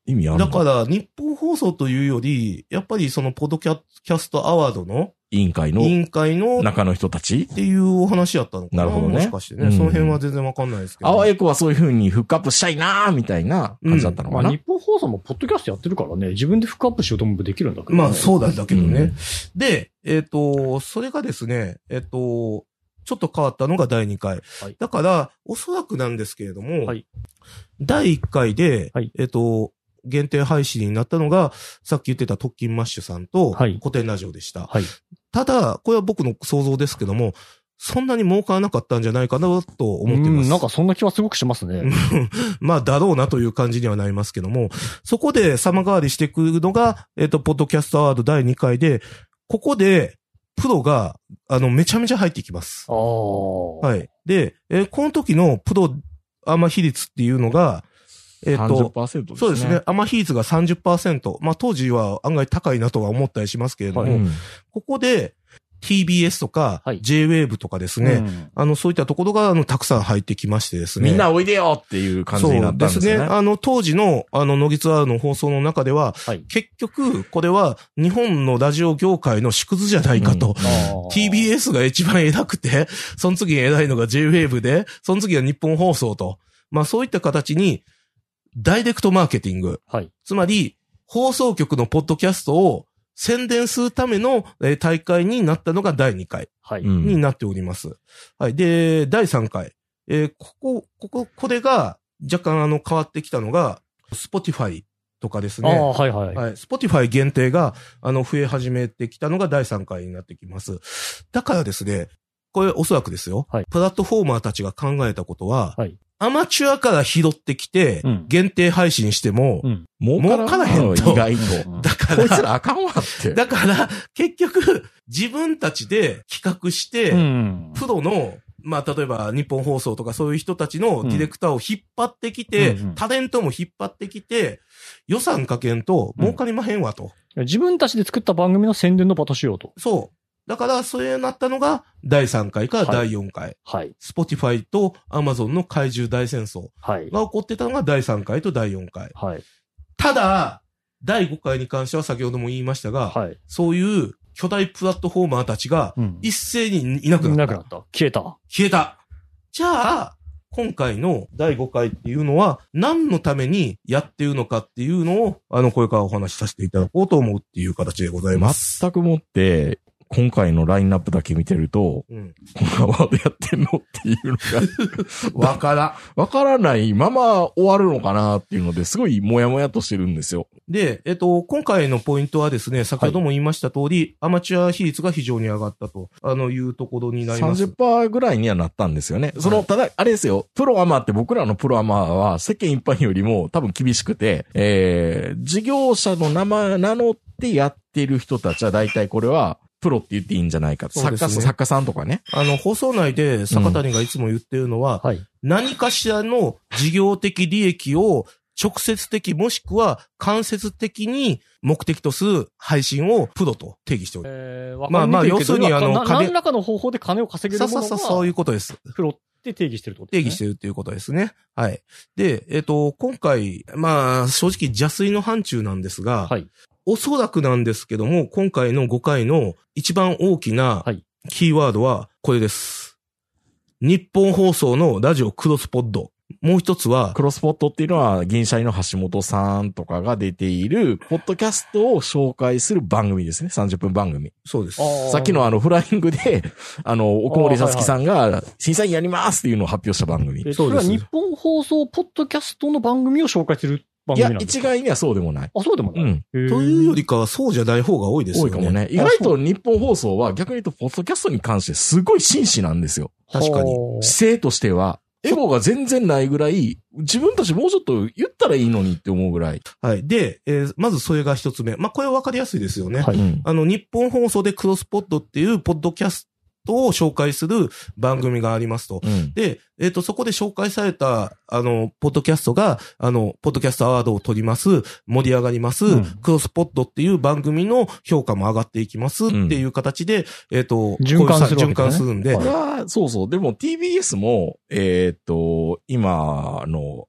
Speaker 2: 意味ある
Speaker 3: だ
Speaker 2: の
Speaker 3: から、日本放送というより、やっぱりその、ポッドキャキャストアワードの
Speaker 2: 委員会の
Speaker 3: 委員会のっ
Speaker 2: 中の人たち
Speaker 3: ていうお話やったのか
Speaker 2: な
Speaker 3: な。
Speaker 2: るほどね
Speaker 3: もしかしてね、
Speaker 2: うん
Speaker 3: その辺は全然わかんないですけど。
Speaker 2: あわよくはそういう風にフックアップしたいなーみたいな感じだったの
Speaker 4: ま
Speaker 2: か
Speaker 4: あ、
Speaker 2: な。
Speaker 4: 日本放送もポッドキャストやってるからね、自分でフックアップしようと思えばできるんだけど、ね。
Speaker 3: まあ、そうなんだけどね。
Speaker 2: うん
Speaker 3: で、えっ、と、それがですね、えっ、と、ちょっと変わったのが第2回。
Speaker 4: はい
Speaker 3: だから、おそらくなんですけれども、
Speaker 4: はい
Speaker 3: 第1回で、
Speaker 4: はい
Speaker 3: えっ、と、限定配信になったのが、さっき言ってた特勤マッシュさんと、
Speaker 4: はい
Speaker 3: 古典ラジオでした。
Speaker 4: はい。
Speaker 3: ただ、これは僕の想像ですけども、そんなに儲からなかったんじゃないかなと思っています。
Speaker 4: うん、なんかそんな気はすごくしますね。
Speaker 3: まあ、だろうなという感じにはなりますけども、そこで様変わりしてくるのが、えっ、と、ポッドキャストアワード第2回で、ここで、プロが、あの、めちゃめちゃ入ってきます。
Speaker 4: ああ。
Speaker 3: はい。で、えーこの時のプロアマ比率っていうのが、えっ、と、
Speaker 2: 30%ですね。
Speaker 3: そうですね。。アマ比率が30%。まあ当時は案外高いなとは思ったりしますけれども、
Speaker 4: は
Speaker 2: うん。
Speaker 3: ここで TBS とか
Speaker 4: はい
Speaker 3: JWAVE とかですね、
Speaker 4: うん
Speaker 3: あの、そういったところが、あの、たくさん入ってきましてですね。
Speaker 2: みんなおいでよっていう感じになったんです
Speaker 3: そうですね。
Speaker 2: ね。
Speaker 3: あの、当時の、あの、ノギツアーの放送の中では、
Speaker 4: はい。
Speaker 3: 結局、これは日本のラジオ業界の縮図じゃないかと。
Speaker 4: あー
Speaker 3: TBS が一番偉くて、その次に偉いのが JWAVE で、その次が日本放送と。まあそういった形に、ダイレクトマーケティング。
Speaker 4: はい。
Speaker 3: つまり、放送局のポッドキャストを宣伝するためのえー大会になったのが第2回。
Speaker 4: はい。
Speaker 2: う
Speaker 3: に
Speaker 2: ん。
Speaker 3: なっております。はい。で、第3回。えーここ、ここ、これが若干あの変わってきたのが、Spotify とかです
Speaker 4: ああ、
Speaker 3: ね。
Speaker 4: はいはい。
Speaker 3: はい。Spotify 限定が、あの、増え始めてきたのが第3回になってきます。だからですね、これおそらくですよ。
Speaker 4: はい
Speaker 3: プラットフォーマーたちが考えたことは、
Speaker 4: はい
Speaker 3: アマチュアから拾ってきて、
Speaker 4: うん
Speaker 3: 限定配信しても、
Speaker 4: うん。
Speaker 2: 儲からへんと。
Speaker 3: 儲
Speaker 2: 意
Speaker 3: から
Speaker 2: 外と。
Speaker 4: うん
Speaker 3: だから、
Speaker 2: こいつらあかんわ って。
Speaker 3: だから、結局、自分たちで企画して、
Speaker 4: うん。
Speaker 3: プロの、まあ、例えば日本放送とかそういう人たちのディレクターを引っ張ってきて、
Speaker 4: うんうん
Speaker 3: タレントも引っ張ってきて、予算かけんと儲かりまへんわと。
Speaker 4: 自分たちで作った番組の宣伝の場としようと。
Speaker 3: そう。だから、それになったのが第3回から第4回。
Speaker 4: はい。
Speaker 3: Spotify と Amazon の怪獣大戦争
Speaker 4: はい。
Speaker 3: が起こってたのが第3回と第4回。
Speaker 4: はい。
Speaker 3: ただ、第5回に関しては先ほども言いましたが、
Speaker 4: はい。
Speaker 3: そういう巨大プラットフォーマーたちが
Speaker 4: うん。
Speaker 3: 一斉にいなく
Speaker 4: い
Speaker 3: なっ
Speaker 4: なく
Speaker 3: た
Speaker 4: な。った。消えた。
Speaker 3: 消えた。じゃあ、今回の第5回っていうのは、何のためにやっているのかっていうのを、あの、これからお話しさせていただこうと思うっていう形でございます。
Speaker 2: 全くもって、今回のラインナップだけ見てると、
Speaker 3: うん。
Speaker 2: このアワードやってんのっていうのが、
Speaker 3: わから
Speaker 2: わからないまま終わるのかなっていうのですごいもやもやとしてるんですよ。
Speaker 3: ん。で、えっと、今回のポイントはですね、先ほども言いました通り、アマチュア比率が非常に上がったと、あの、いうところになります。
Speaker 2: 30%ぐらいにはなったんですよね。その、ただ、あれですよ、プロアマって僕らのプロアマは世間一般よりも多分厳しくて、えー、事業者の名前、名乗ってやってる人たちは大体これは、プロって言っていいんじゃないか。
Speaker 3: そう
Speaker 2: 作
Speaker 3: です
Speaker 2: 家
Speaker 3: ね
Speaker 2: さん、作家さんとかね。
Speaker 3: あの、放送内で坂谷がいつも言ってるのは、
Speaker 4: はい。
Speaker 3: 何かしらの事業的利益を直接的もしくは間接的に目的とする配信をプロと定義しておりま
Speaker 4: えー、わ
Speaker 3: まあまあ
Speaker 4: わかんない
Speaker 3: 要
Speaker 4: けど
Speaker 3: するにあの
Speaker 4: な
Speaker 3: 金
Speaker 4: 何らかの方法で金を稼
Speaker 3: す。
Speaker 4: げ
Speaker 3: さ
Speaker 4: る
Speaker 3: あ
Speaker 4: も
Speaker 3: さあ
Speaker 4: の
Speaker 3: さ
Speaker 4: が
Speaker 3: あ、そういうことです。
Speaker 4: プロって定義してるってこと
Speaker 3: 定
Speaker 4: ですね
Speaker 3: 義してるっていうことですね。はい。で、えっ、と、今回、まあ、正直邪推の範疇なんですが、
Speaker 4: はい。
Speaker 3: おそらくなんですけども、今回の5回の一番大きな
Speaker 4: はい
Speaker 3: キーワードはこれです。日本放送のラジオクロスポッド。もう一つは、
Speaker 2: クロスポットっていうのは、銀シャリの橋本さんとかが出ている、ポッドキャストを紹介する番組ですね。30分番組。
Speaker 3: そうです。
Speaker 4: あー
Speaker 2: さっきのあの、フライングで、あの、おこもりさつきさんが、審査員やりますっていうのを発表した番組。
Speaker 4: え
Speaker 3: そ
Speaker 4: そうれ
Speaker 3: で
Speaker 4: は
Speaker 3: す
Speaker 4: 日本放送ポッドキャストの番組を紹介する番
Speaker 2: い
Speaker 4: 組
Speaker 2: や
Speaker 4: なん、です
Speaker 2: 一
Speaker 4: か
Speaker 2: 概にはそうでもない。
Speaker 4: あ、そうでもな
Speaker 2: うん。
Speaker 4: い。へー
Speaker 3: というよりかはそうじゃない方が多いですよ
Speaker 2: 多
Speaker 3: ね。
Speaker 2: いかもね。意
Speaker 4: あ
Speaker 2: 外
Speaker 4: そ
Speaker 2: と日本放送は逆に言うと、ポッドキャストに関してすごい紳士なんですよ。
Speaker 3: 確かに
Speaker 4: ほー
Speaker 2: 姿勢としては。エゴが全然ないぐらい、自分たちもうちょっと言ったらいいのにって思うぐらい。
Speaker 3: はい。で、えーまずそれが一つ目。まあ、これはわかりやすいですよね。
Speaker 4: はい
Speaker 2: うん
Speaker 3: あの、日本放送でクロスポットっていうポッドキャストを紹介する番組がありますと。
Speaker 2: うん。
Speaker 3: で、えっ、と、そこで紹介された、あの、ポッドキャストが、あの、ポッドキャストアワードを取ります、盛り上がります、
Speaker 4: うん
Speaker 3: クロスポッドっていう番組の評価も上がっていきますっていう形で、えっ、と、
Speaker 4: 循環するわけだね
Speaker 3: こういうさ循環するんで
Speaker 2: こ、れは、そうそう。でも TBS も、えーっと、今の、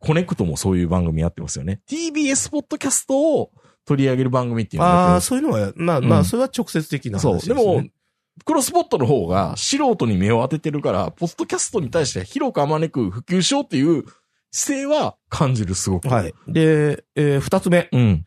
Speaker 2: コネクトもそういう番組やってますよね。TBS ポッドキャストを取り上げる番組っていうのをやって
Speaker 3: あ
Speaker 2: ま
Speaker 3: あ、
Speaker 2: す
Speaker 3: そういうのは、まあま
Speaker 2: う
Speaker 3: あ、
Speaker 2: ん
Speaker 3: それは直接的な話
Speaker 2: そ
Speaker 3: で
Speaker 2: う。
Speaker 3: す、
Speaker 2: で
Speaker 3: ね
Speaker 2: も、クロスポットの方が素人に目を当ててるから、ポッドキャストに対して広くあまねく普及しようっていう姿勢は感じる、すごく。
Speaker 3: はい。で、えー二つ目。
Speaker 2: うん。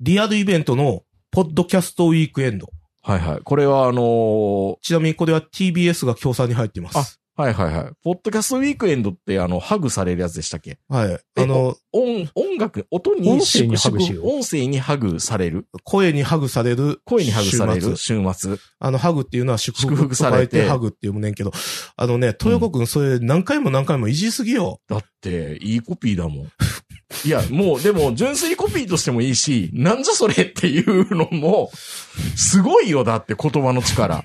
Speaker 3: リアルイベントの、ポッドキャストウィークエンド。
Speaker 2: はいはい。これはあのー
Speaker 3: ちなみにこれは TBS が協賛に入ってます。
Speaker 2: はいはいはい。ポッドキャストウィークエンドってあの、ハグされるやつでしたっけ
Speaker 3: はい。あの、
Speaker 2: 音、音楽、音に
Speaker 4: 音声にハグしよう
Speaker 2: 音声にハグされる。
Speaker 3: 声にハグされる。
Speaker 2: 声にハグされ
Speaker 3: 週
Speaker 2: る。
Speaker 3: 末
Speaker 2: 週末。
Speaker 3: あの、ハグっていうのは祝福
Speaker 2: 祝福されて
Speaker 3: と書いハグって読むねんけど、あのね、豊子くんそれ何回も何回もいじりすぎよ。
Speaker 2: だって、いいコピーだもん。いや、もう、でも、純粋コピーとしてもいいし、なんじゃそれっていうのも、すごいよ、だって言葉の力。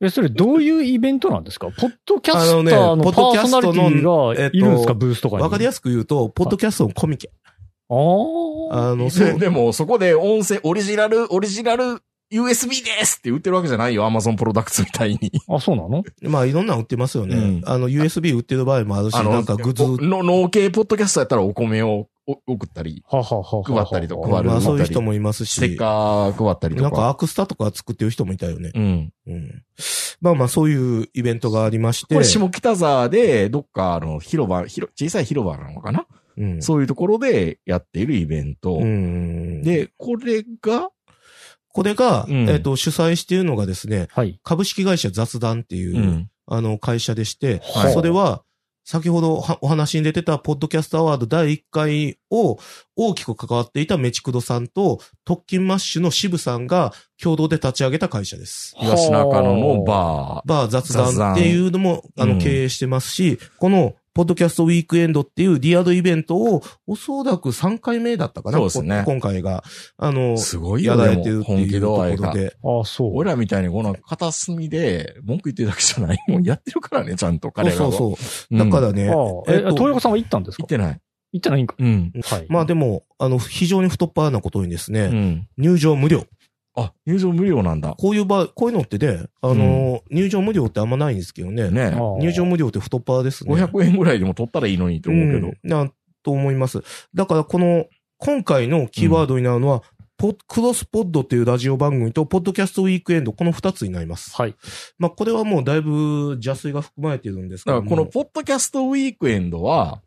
Speaker 4: え、それどういうイベントなんですかポッドキャスター
Speaker 3: あの
Speaker 4: の
Speaker 3: ね
Speaker 4: パ
Speaker 3: ポッドキャ
Speaker 4: ー
Speaker 3: ス
Speaker 4: ソナ
Speaker 3: ト
Speaker 4: リ
Speaker 3: の
Speaker 4: ティがいるんです
Speaker 3: えっと
Speaker 4: かブースとかに。
Speaker 3: わかりや
Speaker 4: す
Speaker 3: すく言うと、ポッドキャストのコミケ。
Speaker 4: ああ。
Speaker 3: あの、そ
Speaker 2: で
Speaker 3: う。
Speaker 2: でも、そこで音声、オリジナル、オリジナル、USB ですって売ってるわけじゃないよ、Amazon プロダクツみたい に。
Speaker 4: あ、そうなの
Speaker 3: まあ、いろんなの売ってますよね。
Speaker 2: うん
Speaker 3: あの、USB 売ってる場合もあるし、なんかグッズ売っ
Speaker 2: の、農系ポッドキャストやったらお米をお送ったり、
Speaker 4: はははは。
Speaker 2: 配ったりとか
Speaker 4: はは
Speaker 3: ま
Speaker 2: 配
Speaker 3: あ、
Speaker 2: る
Speaker 3: そういう人もいますし。
Speaker 2: ステッカー配ったりと
Speaker 3: な
Speaker 2: か。
Speaker 3: んかアクスタとか作ってる人もいたよね。
Speaker 2: うん。
Speaker 3: うん。まあまあ、そういうイベントがありまして。
Speaker 2: これ下北沢で、どっかあの広場、広、小さい広場なのかな、
Speaker 3: うん。
Speaker 2: そういうところでやっているイベント。
Speaker 3: うん。で、
Speaker 2: で、これが、
Speaker 3: これが、
Speaker 2: うん
Speaker 3: えっ、と、主催しているのがですね、
Speaker 4: はい。
Speaker 3: 株式会社雑談っていう、
Speaker 2: うん
Speaker 3: あの、会社でして、
Speaker 4: はい
Speaker 3: それは、先ほどはお話に出てた、ポッドキャストアワード第1回を大きく関わっていたメチクドさんと、特勤マッシュの渋さんが共同で立ち上げた会社です。
Speaker 2: 東中野のバ
Speaker 3: バー雑談っていうのも、あ
Speaker 2: 談う
Speaker 3: の、
Speaker 2: ん
Speaker 3: 経営してますし、この、ポッドキャストウィークエンドっていうリアルイベントを、おそらく3回目だったかな。
Speaker 2: そうですね
Speaker 3: こ今回が。あの
Speaker 2: ー。、すごい
Speaker 3: や
Speaker 2: よ、
Speaker 3: ら
Speaker 2: で
Speaker 3: れてる
Speaker 2: も
Speaker 3: ってい
Speaker 2: 本
Speaker 3: う
Speaker 2: 気
Speaker 3: と
Speaker 2: 度合
Speaker 3: こ
Speaker 2: い
Speaker 3: ろ
Speaker 2: が。
Speaker 3: で。
Speaker 4: ああ、そう。
Speaker 2: 俺らみたいにこの片隅で文句言ってるだけじゃない。もうやってるからね、ちゃんと彼らは。
Speaker 3: そうそうそう。だ
Speaker 2: だ
Speaker 3: か
Speaker 2: から、
Speaker 3: らね、
Speaker 4: ああ、え、
Speaker 3: えっと
Speaker 4: 東横さんは行ったんです
Speaker 2: 言
Speaker 4: か
Speaker 2: ってない。
Speaker 4: 行ってないんか。
Speaker 2: うん。
Speaker 4: はい。
Speaker 3: まあでも、あの、非常に太っ腹なことにですね、
Speaker 2: うん。
Speaker 3: 入場無料。
Speaker 2: あ、入場無料なんだ。
Speaker 3: こういう場合、こういうのってね、あの、入場無料ってあんまないんですけどね。
Speaker 2: ね。
Speaker 4: ああ
Speaker 3: 入場無料って太っ腹ですね。
Speaker 2: 500円ぐらいでも取ったらいいのにと思うけど。
Speaker 3: うんなんと思います。だからこの、今回のキーワードになるのは、ポクロスポッドっていうラジオ番組と、ポッドキャストウィークエンド、この二つになります。
Speaker 4: はい。
Speaker 3: まあ、これはもうだいぶ邪推が含まれてるんですけ
Speaker 2: だか
Speaker 3: ど
Speaker 2: らこの
Speaker 3: も、
Speaker 2: ポッドキャストウィークエンドは、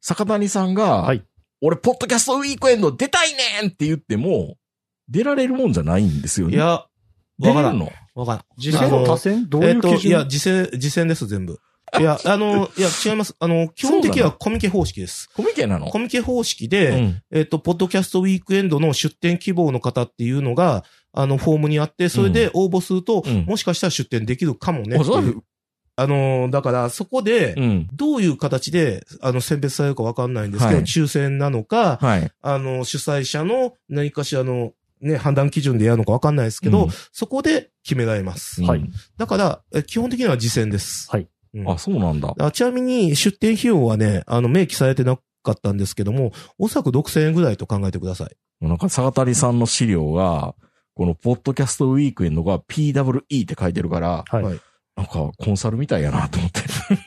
Speaker 2: 坂谷さんが、
Speaker 4: はい
Speaker 2: 俺、ポッドキャストウィークエンド出たいねんって言っても、出られるもんじゃないんですよね。
Speaker 3: いや、わ
Speaker 2: 出
Speaker 3: か
Speaker 2: れ
Speaker 3: ら
Speaker 2: る
Speaker 3: ん。
Speaker 2: の
Speaker 3: わからん。
Speaker 4: 自戦多戦どう
Speaker 3: え
Speaker 4: い
Speaker 3: っ
Speaker 4: う
Speaker 3: と、
Speaker 4: 基
Speaker 3: いや、
Speaker 4: 準
Speaker 3: 自戦、自戦です、全部。いや、あの、いや、違います。あの、基本的にはコミケ方式です。
Speaker 2: コミケなの
Speaker 3: コミケ方式
Speaker 2: う
Speaker 3: で、
Speaker 2: ん
Speaker 3: えっと、ポッドキャストウィークエンドの出店希望の方っていうのが、あの、フォームにあって、それで応募すると、
Speaker 2: うん
Speaker 3: もしかしたら出店できるかもね
Speaker 2: おそら
Speaker 3: っていう
Speaker 2: く
Speaker 3: あのーだから、そこで
Speaker 2: う、ん。
Speaker 3: どういう形で、あの、選別されるかわかんないんですけど、
Speaker 2: はい
Speaker 3: 抽選なのか、
Speaker 2: はい。
Speaker 3: あの、主催者の何かしらの、ね、判断基準でやるのかわかんないですけど、
Speaker 2: うん
Speaker 3: そこで決められます。
Speaker 4: はい
Speaker 2: うん
Speaker 3: だから、え基本的には次戦です。
Speaker 4: はい
Speaker 3: うん。
Speaker 2: あ、そうなんだ。
Speaker 3: あちなみに、出店費用はね、あの、明記されてなかったんですけども、おそらく6000円ぐらいと考えてください。
Speaker 2: なんか、坂谷さんの資料が、このポッドキャストウィークエンドが PWE って書いてるから、
Speaker 4: はい。
Speaker 3: はい
Speaker 2: なんかコンサルみたいやなと思って。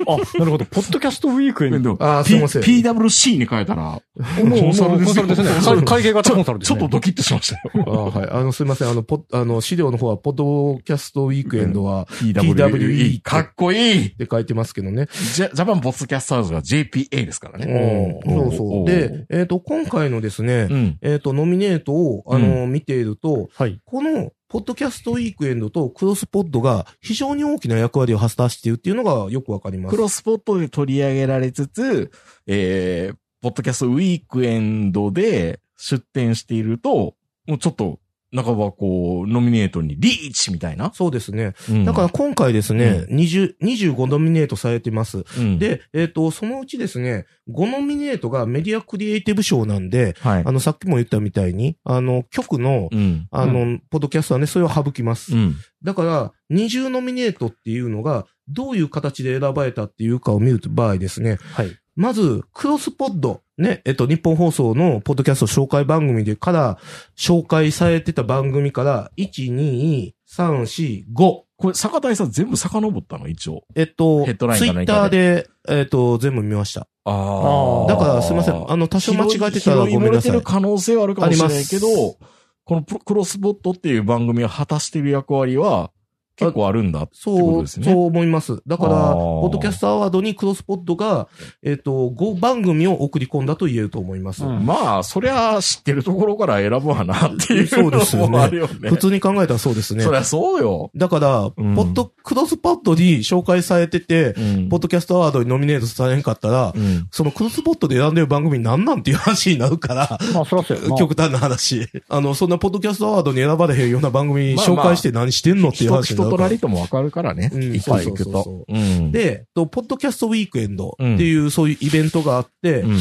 Speaker 4: あ、なるほど。ポッドキャストウィークエ ンド。
Speaker 3: あーすいません
Speaker 2: P- PWC に変えたら、
Speaker 4: もう
Speaker 2: コンサルですよ
Speaker 4: コンサルですね会会計型コンサルです
Speaker 2: ちょ
Speaker 4: ね
Speaker 2: っとドキッとしましたよ。
Speaker 3: あーはい。あの、すいません。あの、ポッあの、資料の方は、ポッドキャストウィークエンドは、PWE
Speaker 2: かっこいい
Speaker 3: って書いてますけどね。
Speaker 2: ジャジャパンポッドキャスターズが JPA ですからね。
Speaker 3: うん。
Speaker 2: お
Speaker 3: そ
Speaker 2: ー
Speaker 3: うそ
Speaker 2: おー
Speaker 3: う。で、えっ、と、今回のですね、
Speaker 2: うん。
Speaker 3: えっ、と、ノミネートを、あの、見ていると、
Speaker 4: はい。
Speaker 3: この、ポッドキャストウィークエンドとクロスポッドが非常に大きな役割を果たしているっていうのがよくわかります
Speaker 2: ク。ロスポットで取り上げられつつ、えー、ポッドキャストウィークエンドで出展していると、もうちょっと、半ばこう、ノミネートにリーチみたいな。
Speaker 3: そうですね。
Speaker 2: うん
Speaker 3: だから、今回ですね、20 25ノミネートされてます。
Speaker 2: うん、
Speaker 3: で、えっ、と、そのうちですね、5ノミネートがメディアクリエイティブ賞なんで、
Speaker 2: はい
Speaker 3: あ。の、さっきも言ったみたいに、あの、局の、
Speaker 2: うん。
Speaker 3: あの、ポッドキャストはね、それを省きます。
Speaker 2: うん。
Speaker 3: だから、二重ノミネートっていうのが、どういう形で選ばれたっていうかを見る場合ですね。
Speaker 4: はい。
Speaker 3: まず、クロスポッド。ね、えっと、日本放送のポッドキャスト紹介番組でから、紹介されてた番組から、1、2、3、4、5。
Speaker 2: これ、坂大さん全部遡ったの一応。
Speaker 3: えっと、
Speaker 2: ヘッドライン
Speaker 3: ツイ
Speaker 2: か何
Speaker 3: ッ
Speaker 2: か
Speaker 3: ターで、えっと、全部見ました。
Speaker 2: あ
Speaker 4: ー
Speaker 3: だから、すいません。あの、多
Speaker 2: 多
Speaker 3: 少間違えてたらごめ
Speaker 2: 拾い
Speaker 3: んな
Speaker 2: 漏れて
Speaker 3: さ
Speaker 2: る
Speaker 3: い。
Speaker 2: 可能性はあるかもしれないけど
Speaker 3: あります、
Speaker 2: このプロクロスボットっていう番組が果たしている役割は結構あるんだってこと
Speaker 3: そ
Speaker 2: で
Speaker 3: う、
Speaker 2: すね。
Speaker 3: そう思います。だから、
Speaker 2: あー
Speaker 3: ポッドキャストアワードにクロスポッドが、えっと、5番組を送り込んだと言えると思います。
Speaker 4: うん
Speaker 2: まあ、そりゃ知ってるところから選ぶわなっていう
Speaker 3: そうです
Speaker 2: の
Speaker 3: よね
Speaker 2: もあるよね。
Speaker 3: 普通に考えたらそうですね
Speaker 2: そ。りゃそうよ。
Speaker 3: だから、
Speaker 2: うん
Speaker 3: ポッド、クロスポッドに紹介されてて、
Speaker 2: うん
Speaker 3: ポッドキャストアワードにノミネートされんかったら、
Speaker 2: うん
Speaker 3: そのクロスポッドで選んでる番組なんなんっていう話になるから、
Speaker 4: まあ、そらそうやな
Speaker 3: 極端な話。 あの、そんなポッドキャストアワードに選ばれへんような番組
Speaker 2: まあま
Speaker 3: 紹
Speaker 2: あ
Speaker 3: 介して何してんのっていう
Speaker 2: 人
Speaker 3: 話
Speaker 2: 人
Speaker 3: になる
Speaker 2: と
Speaker 3: から。
Speaker 2: なりともわかるからね。
Speaker 3: うん
Speaker 2: いっぱい行く
Speaker 3: そう
Speaker 2: と
Speaker 3: そ。
Speaker 2: うん
Speaker 3: で、とポッドキャストウィークエンドっていうそういうイベントがあって、
Speaker 2: うん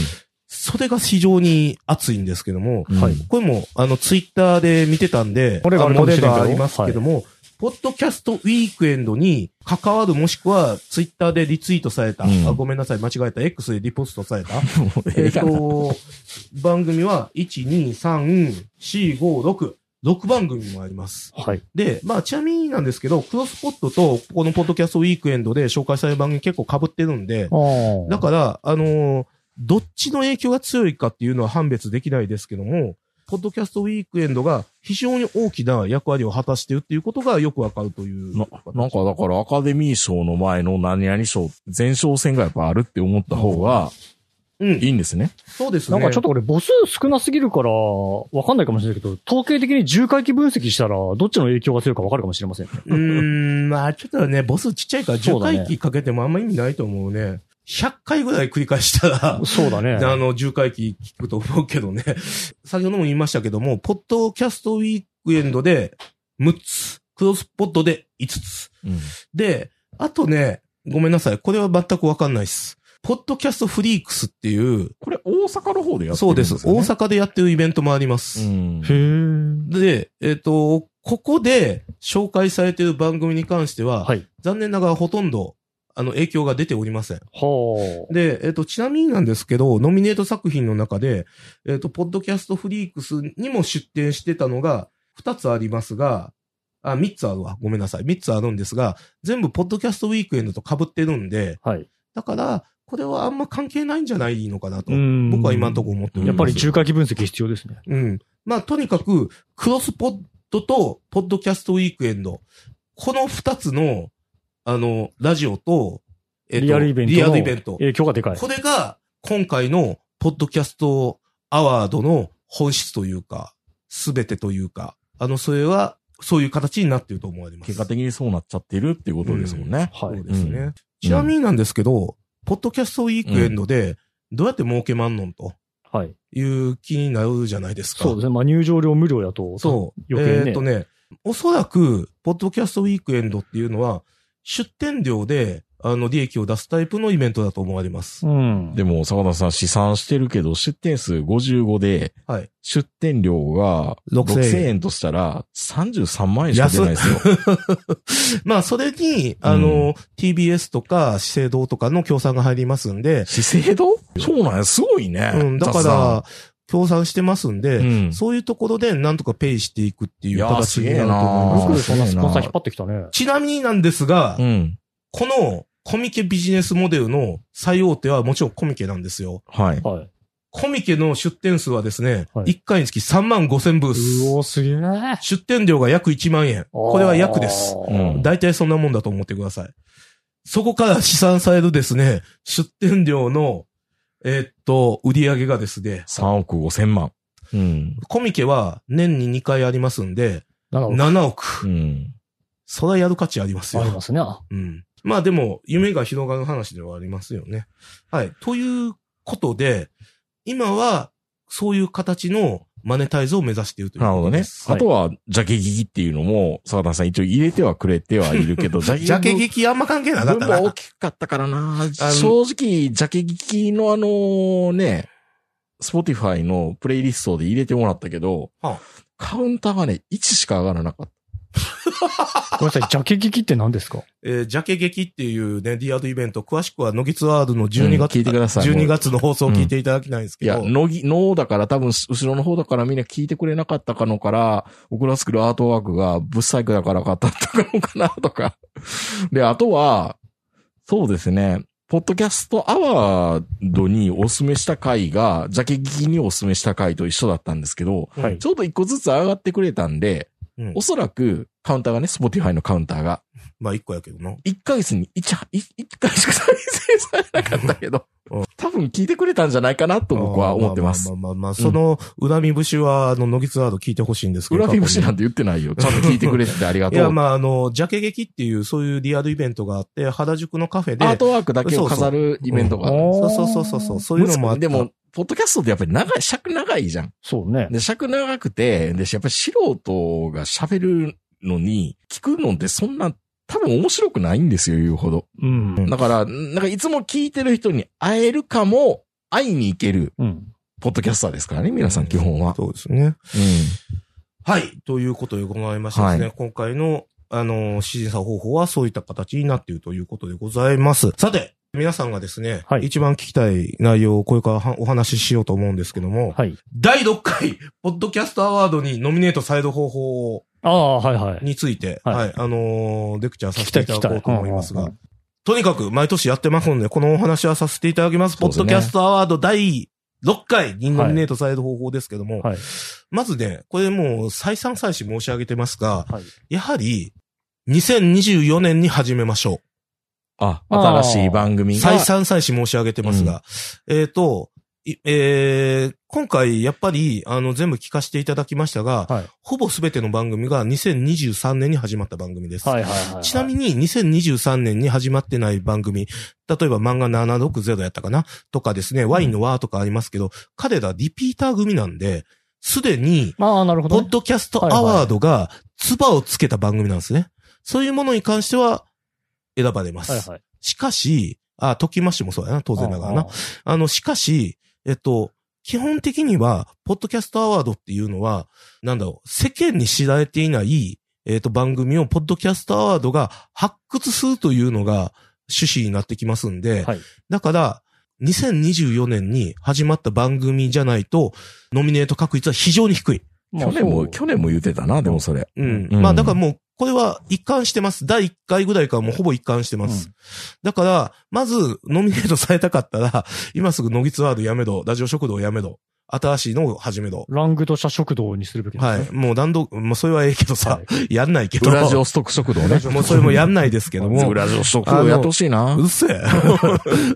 Speaker 3: それが非常に熱いんですけども、
Speaker 2: うん
Speaker 4: はい
Speaker 3: これも、あの、ツイッターで見てたんで、
Speaker 4: これがある
Speaker 3: の
Speaker 4: かもしれんけど
Speaker 3: がありますけども、ポッドキャストウィークエンドに関わるもしくはツイッターでリツイートされた、
Speaker 2: うん
Speaker 3: あごめんなさい、間違えた、X でリポストされた、
Speaker 2: もうえ
Speaker 3: え
Speaker 2: え
Speaker 3: っ
Speaker 2: かな
Speaker 3: と、番組は、1、2、3、4、5、6、6番組もあります。
Speaker 4: はい。
Speaker 3: で、まあ、ちなみになんですけど、クロスポットと、このポッドキャストウィークエンドで紹介される番組結構被ってるんで、だから、あのーどっちの影響が強いかっていうのは判別できないですけども、ポッドキャストウィークエンドが非常に大きな役割を果たしているっていうことがよくわかるという。
Speaker 2: ななんかだからアカデミー賞の前の何々賞、前哨戦がやっぱあるって思った方が
Speaker 3: うん
Speaker 2: い、いんですね。
Speaker 3: そうです
Speaker 4: な
Speaker 3: ね。
Speaker 4: んかちょっとこれ母数少なすぎるから、わかんないかもしれないけど、統計的に重回帰分析したら、どっちの影響が強いかわかるかもしれませんね。
Speaker 3: うーん、まあちょっとね、ボスちっちゃいから
Speaker 4: そ
Speaker 3: 10
Speaker 4: うだね
Speaker 3: 回忌かけてもあんま意味ないと思うね。100回ぐらい繰り返したら、
Speaker 4: そうだね。
Speaker 3: あの、10回忌聞くと思うけどね。先ほども言いましたけども、ポッドキャストウィークエンドで6つ、クロスポッドで5つ。で、あとね、ごめんなさい。これは全くわかんないです。ポッドキャストフリークスっていう、
Speaker 2: これ大阪の方でやって
Speaker 3: そ
Speaker 2: る
Speaker 3: うんで
Speaker 2: ですすよ、ね。
Speaker 3: 大阪でやってるイベントもあります。
Speaker 2: うん。
Speaker 4: へ
Speaker 3: で、えっ、と、ここで紹介されてる番組に関しては、
Speaker 4: はい
Speaker 3: 残念ながらほとんど、あの、影響が出ておりません。
Speaker 4: はあ。
Speaker 3: で、えっ、と、ちなみになんですけど、ノミネート作品の中で、えっ、と、ポッドキャストフリークスにも出展してたのが、2つありますが、あ、3つあるわ。ごめんなさい。3つあるんですが、全部ポッドキャストウィークエンドと被ってるんで、
Speaker 4: はい。
Speaker 3: だから、これはあんま関係ないんじゃないのかなと。
Speaker 4: ん
Speaker 3: 僕は今のところ思っており
Speaker 4: やっ
Speaker 3: ま
Speaker 4: ぱ
Speaker 3: す。
Speaker 4: り重回帰分析必要ですね。
Speaker 3: うん。まあ、とにかく、クロスポッドと、ポッドキャストウィークエンド。この二つの、あの、ラジオと、えっと
Speaker 4: リアルイベントの。
Speaker 3: リアルイベント。
Speaker 4: 影響がでかい。
Speaker 3: これが、今回の、ポッドキャストアワードの本質というか、すべてというか、あの、それは、そういう形になっていると思われます。
Speaker 2: 結果的にそうなっちゃってるっていうことですもんね。
Speaker 3: そ
Speaker 4: は
Speaker 3: う
Speaker 4: い。
Speaker 3: ですね。
Speaker 2: うん
Speaker 3: ちなみになんですけど、ポッドキャストウィークエンドで、どうやって儲けまんのんと
Speaker 4: はい。
Speaker 3: いう気になるじゃないですか。
Speaker 4: そうですね。まあ入場料無料やと。
Speaker 3: そう。
Speaker 4: 余計ね
Speaker 3: えーっとね、おそらく、ポッドキャストウィークエンドっていうのは、出店料で、あの、利益を出すタイプのイベントだと思われます。
Speaker 4: うん。
Speaker 2: でも、坂田さん試算してるけど、出店数55で、
Speaker 3: はい
Speaker 2: 出店料が
Speaker 3: 6000
Speaker 2: 6000円としたら、33万円しか出ないですよ。
Speaker 3: まあ、それに、あ
Speaker 2: う
Speaker 3: の、TBS とか、資生堂とかの協賛が入りますんで、
Speaker 2: 資生堂そうなんや、すごいね。
Speaker 3: うん、だ
Speaker 2: 雑談
Speaker 3: から、協賛してますんで、
Speaker 2: うん
Speaker 3: そういうところでなんとかペイしていくっていう形になる
Speaker 2: いやーすげ
Speaker 3: と
Speaker 2: えな
Speaker 3: 思い
Speaker 4: よ
Speaker 3: ま
Speaker 4: く
Speaker 3: す。
Speaker 4: そんなスポンサー引っ張ってきたね。
Speaker 3: ちなみになんですが、
Speaker 2: うん。
Speaker 3: この、コミケビジネスモデルの最大手はもちろんコミケなんですよ。
Speaker 2: はい。
Speaker 4: はい。
Speaker 3: コミケの出店数はですね、
Speaker 4: はい
Speaker 3: 1回につき3万5千ブース。
Speaker 4: お、すげえ。こ
Speaker 3: 出店料が約1万円。これは約です。
Speaker 2: うん
Speaker 3: 大体そんなもんだと思ってください。そこから試算されるですね、出店料の、えーっと、売り上げがですね、
Speaker 2: 3億5千万。うん。
Speaker 3: コミケは年に2回ありますんで、
Speaker 4: なんか、
Speaker 3: 7
Speaker 2: う
Speaker 3: 億。
Speaker 2: ん。
Speaker 3: それはやる価値ありますよ
Speaker 4: あり。ますね。
Speaker 3: うん。まあでも、夢が広がる話ではありますよね。はい。ということで、今は、そういう形のマネタイズを目指しているという
Speaker 2: なるほ
Speaker 3: こ
Speaker 2: ど
Speaker 3: とで
Speaker 2: ね。
Speaker 3: す。
Speaker 2: あとは、ジャケギギっていうのも、坂田さん一応入れてはくれてはいるけど、ジャケギ
Speaker 3: ジャケ劇あんま関係なかっ
Speaker 2: 分
Speaker 3: た
Speaker 2: 母大
Speaker 3: な。
Speaker 2: きかったからな。
Speaker 3: の
Speaker 2: 正直、ジャケ聞きのあのね、スポティファイのプレイリストで入れてもらったけど、
Speaker 3: はあ
Speaker 2: カウンターがね、1しか上がらなかっ
Speaker 4: ごめんなさい、ジャケ聞きって何ですか
Speaker 3: えージャケ劇っていうね、リアルイベント、詳しくは、ノギツアールの12
Speaker 2: うん
Speaker 3: 月、
Speaker 2: 聞いてください
Speaker 3: 12月の放送を聞いていただきたいんです
Speaker 2: た。
Speaker 3: け
Speaker 2: いや、
Speaker 3: ど、
Speaker 2: のぎ、のだから多分、後ろの方だからみんな聞いてくれなかったかのから、オクラスクルアートワークがブッサイクだからかったかのかなとか。 で、あとは、そうですね、ポッドキャストアワードにお勧めした回が、ジャケ聞きにお勧めした回と一緒だったんですけど、
Speaker 4: はい
Speaker 2: ちょうど一個ずつ上がってくれたんで、
Speaker 3: うん
Speaker 2: おそらく、カウンターがね、スポティファイのカウンターが、
Speaker 3: まあ一個やけどな。
Speaker 2: 1ヶ月に 1, 1回しか再生されなかったけど
Speaker 3: うん、
Speaker 2: 多分聞いてくれたんじゃないかなと僕は思ってます
Speaker 3: あ。ーまあまあまあまあ、その、恨み節は、あの、ノギツアール聞いてほしいんですけど。
Speaker 2: 裏フィブシなんて言ってない よ。ちゃんと聞いてくれててありが
Speaker 3: い
Speaker 2: と
Speaker 3: や、
Speaker 2: う。
Speaker 3: まあ、あの、ジャケ劇っていう、そういうリアルイベントがあって、原宿のカフェで
Speaker 2: アー、トワークだけを飾るイベントがあるんで
Speaker 3: そうそうそうそうそう、そういうのもあっ
Speaker 2: す。
Speaker 3: た
Speaker 2: でも、、ポッドキャストってやっぱり長い、尺長いじゃん。
Speaker 4: そうね。
Speaker 2: で、尺長くて、で、やっぱり素人が喋るのに、聞くのってそんな、多分面白くないんですよ、言うほど。
Speaker 4: うん。
Speaker 2: だから、なんかいつも聞いてる人に会えるかも、会いに行ける、
Speaker 4: うん。
Speaker 2: ポッドキャスターですからね、皆さん基本は。
Speaker 3: そうですね。
Speaker 2: う
Speaker 3: はい。ということでございましてですね、今回の、あの、審査方法はそういった形になっているということでございます。さて、皆さんがですね、
Speaker 4: はい
Speaker 3: 一番聞きたい内容をこれからはお話ししようと思うんですけども、
Speaker 4: はい。
Speaker 3: 第6回、ポッドキャストアワードにノミネートされる方法を
Speaker 4: ああ、はいはい。
Speaker 3: について、
Speaker 4: はい
Speaker 3: はい、あのーレクチャーさ
Speaker 4: 聞
Speaker 3: せ
Speaker 4: き
Speaker 3: て
Speaker 4: たい
Speaker 3: い
Speaker 4: 聞
Speaker 3: た
Speaker 4: きた
Speaker 3: だこ。
Speaker 4: いう
Speaker 3: と思います
Speaker 4: うん
Speaker 3: が
Speaker 4: うん、
Speaker 3: とにかく毎年やってますので、このお話はさせていただきます。
Speaker 2: そ
Speaker 3: ポ
Speaker 2: う
Speaker 3: ッ
Speaker 2: ですね
Speaker 3: ドキャストアワード第6回にノミネートされる方法ですけども、
Speaker 4: はい。
Speaker 3: まずね、これもう再三再四申し上げてますが、
Speaker 4: はい。
Speaker 3: やはり、2024年に始めましょ
Speaker 2: ん。あ、新しい番
Speaker 3: う。
Speaker 2: 組が。
Speaker 3: 再三再四申し上げてますが、えっ、と、いえー今回やっぱり、あの、全部聞かせていただきましたが、
Speaker 4: はい
Speaker 3: ほぼ全ての番組が2023年に始まった番組です。
Speaker 4: はいはいはい。
Speaker 3: ちなみに2023年に始まってない番組、例えば漫画760やったかなとかですね、ワインのワーとかありますけど、彼らリピーター組なんで、すでに、
Speaker 4: まあ、なるほ
Speaker 3: ポ
Speaker 4: ど
Speaker 3: ッ
Speaker 4: ね。
Speaker 3: ドキャストアワードが、ツバをつけた番組なんですね。そういうものに関しては、選ばれます。
Speaker 4: はいはい。
Speaker 3: しかし、あ、トキマッシュもそうやな、当然ながらな。
Speaker 4: あ
Speaker 3: あの、しかし、えっと、基本的には、ポッドキャストアワードっていうのは、なんだろう、世間に知られていない、えっと、番組を、ポッドキャストアワードが発掘するというのが趣旨になってきますんで、
Speaker 4: はい
Speaker 3: だから、2024年に始まった番組じゃないと、ノミネート確率は非常に低い。
Speaker 4: あ
Speaker 2: 去年も、去年も言ってたな、でもそれ。
Speaker 3: うん。
Speaker 2: うん
Speaker 3: まあ、だからもう、これは一貫してます。第1回ぐらいからもうほぼ一貫してます。だから、まず、ノミネートされたかったら、 今すぐノギツワールやめろ、ラジオ食堂やめろ、新しいのを始めろ。
Speaker 4: ラングド社食堂にするべきですね。
Speaker 3: はい。もう段取り、もうそれはええけどさ、
Speaker 4: はい。
Speaker 3: やんないけど。
Speaker 2: 裏ジオストック食堂ね。
Speaker 3: もうそれもやんないですけども。
Speaker 2: 裏ジオストック食堂やってほしいな。
Speaker 3: う っせえ、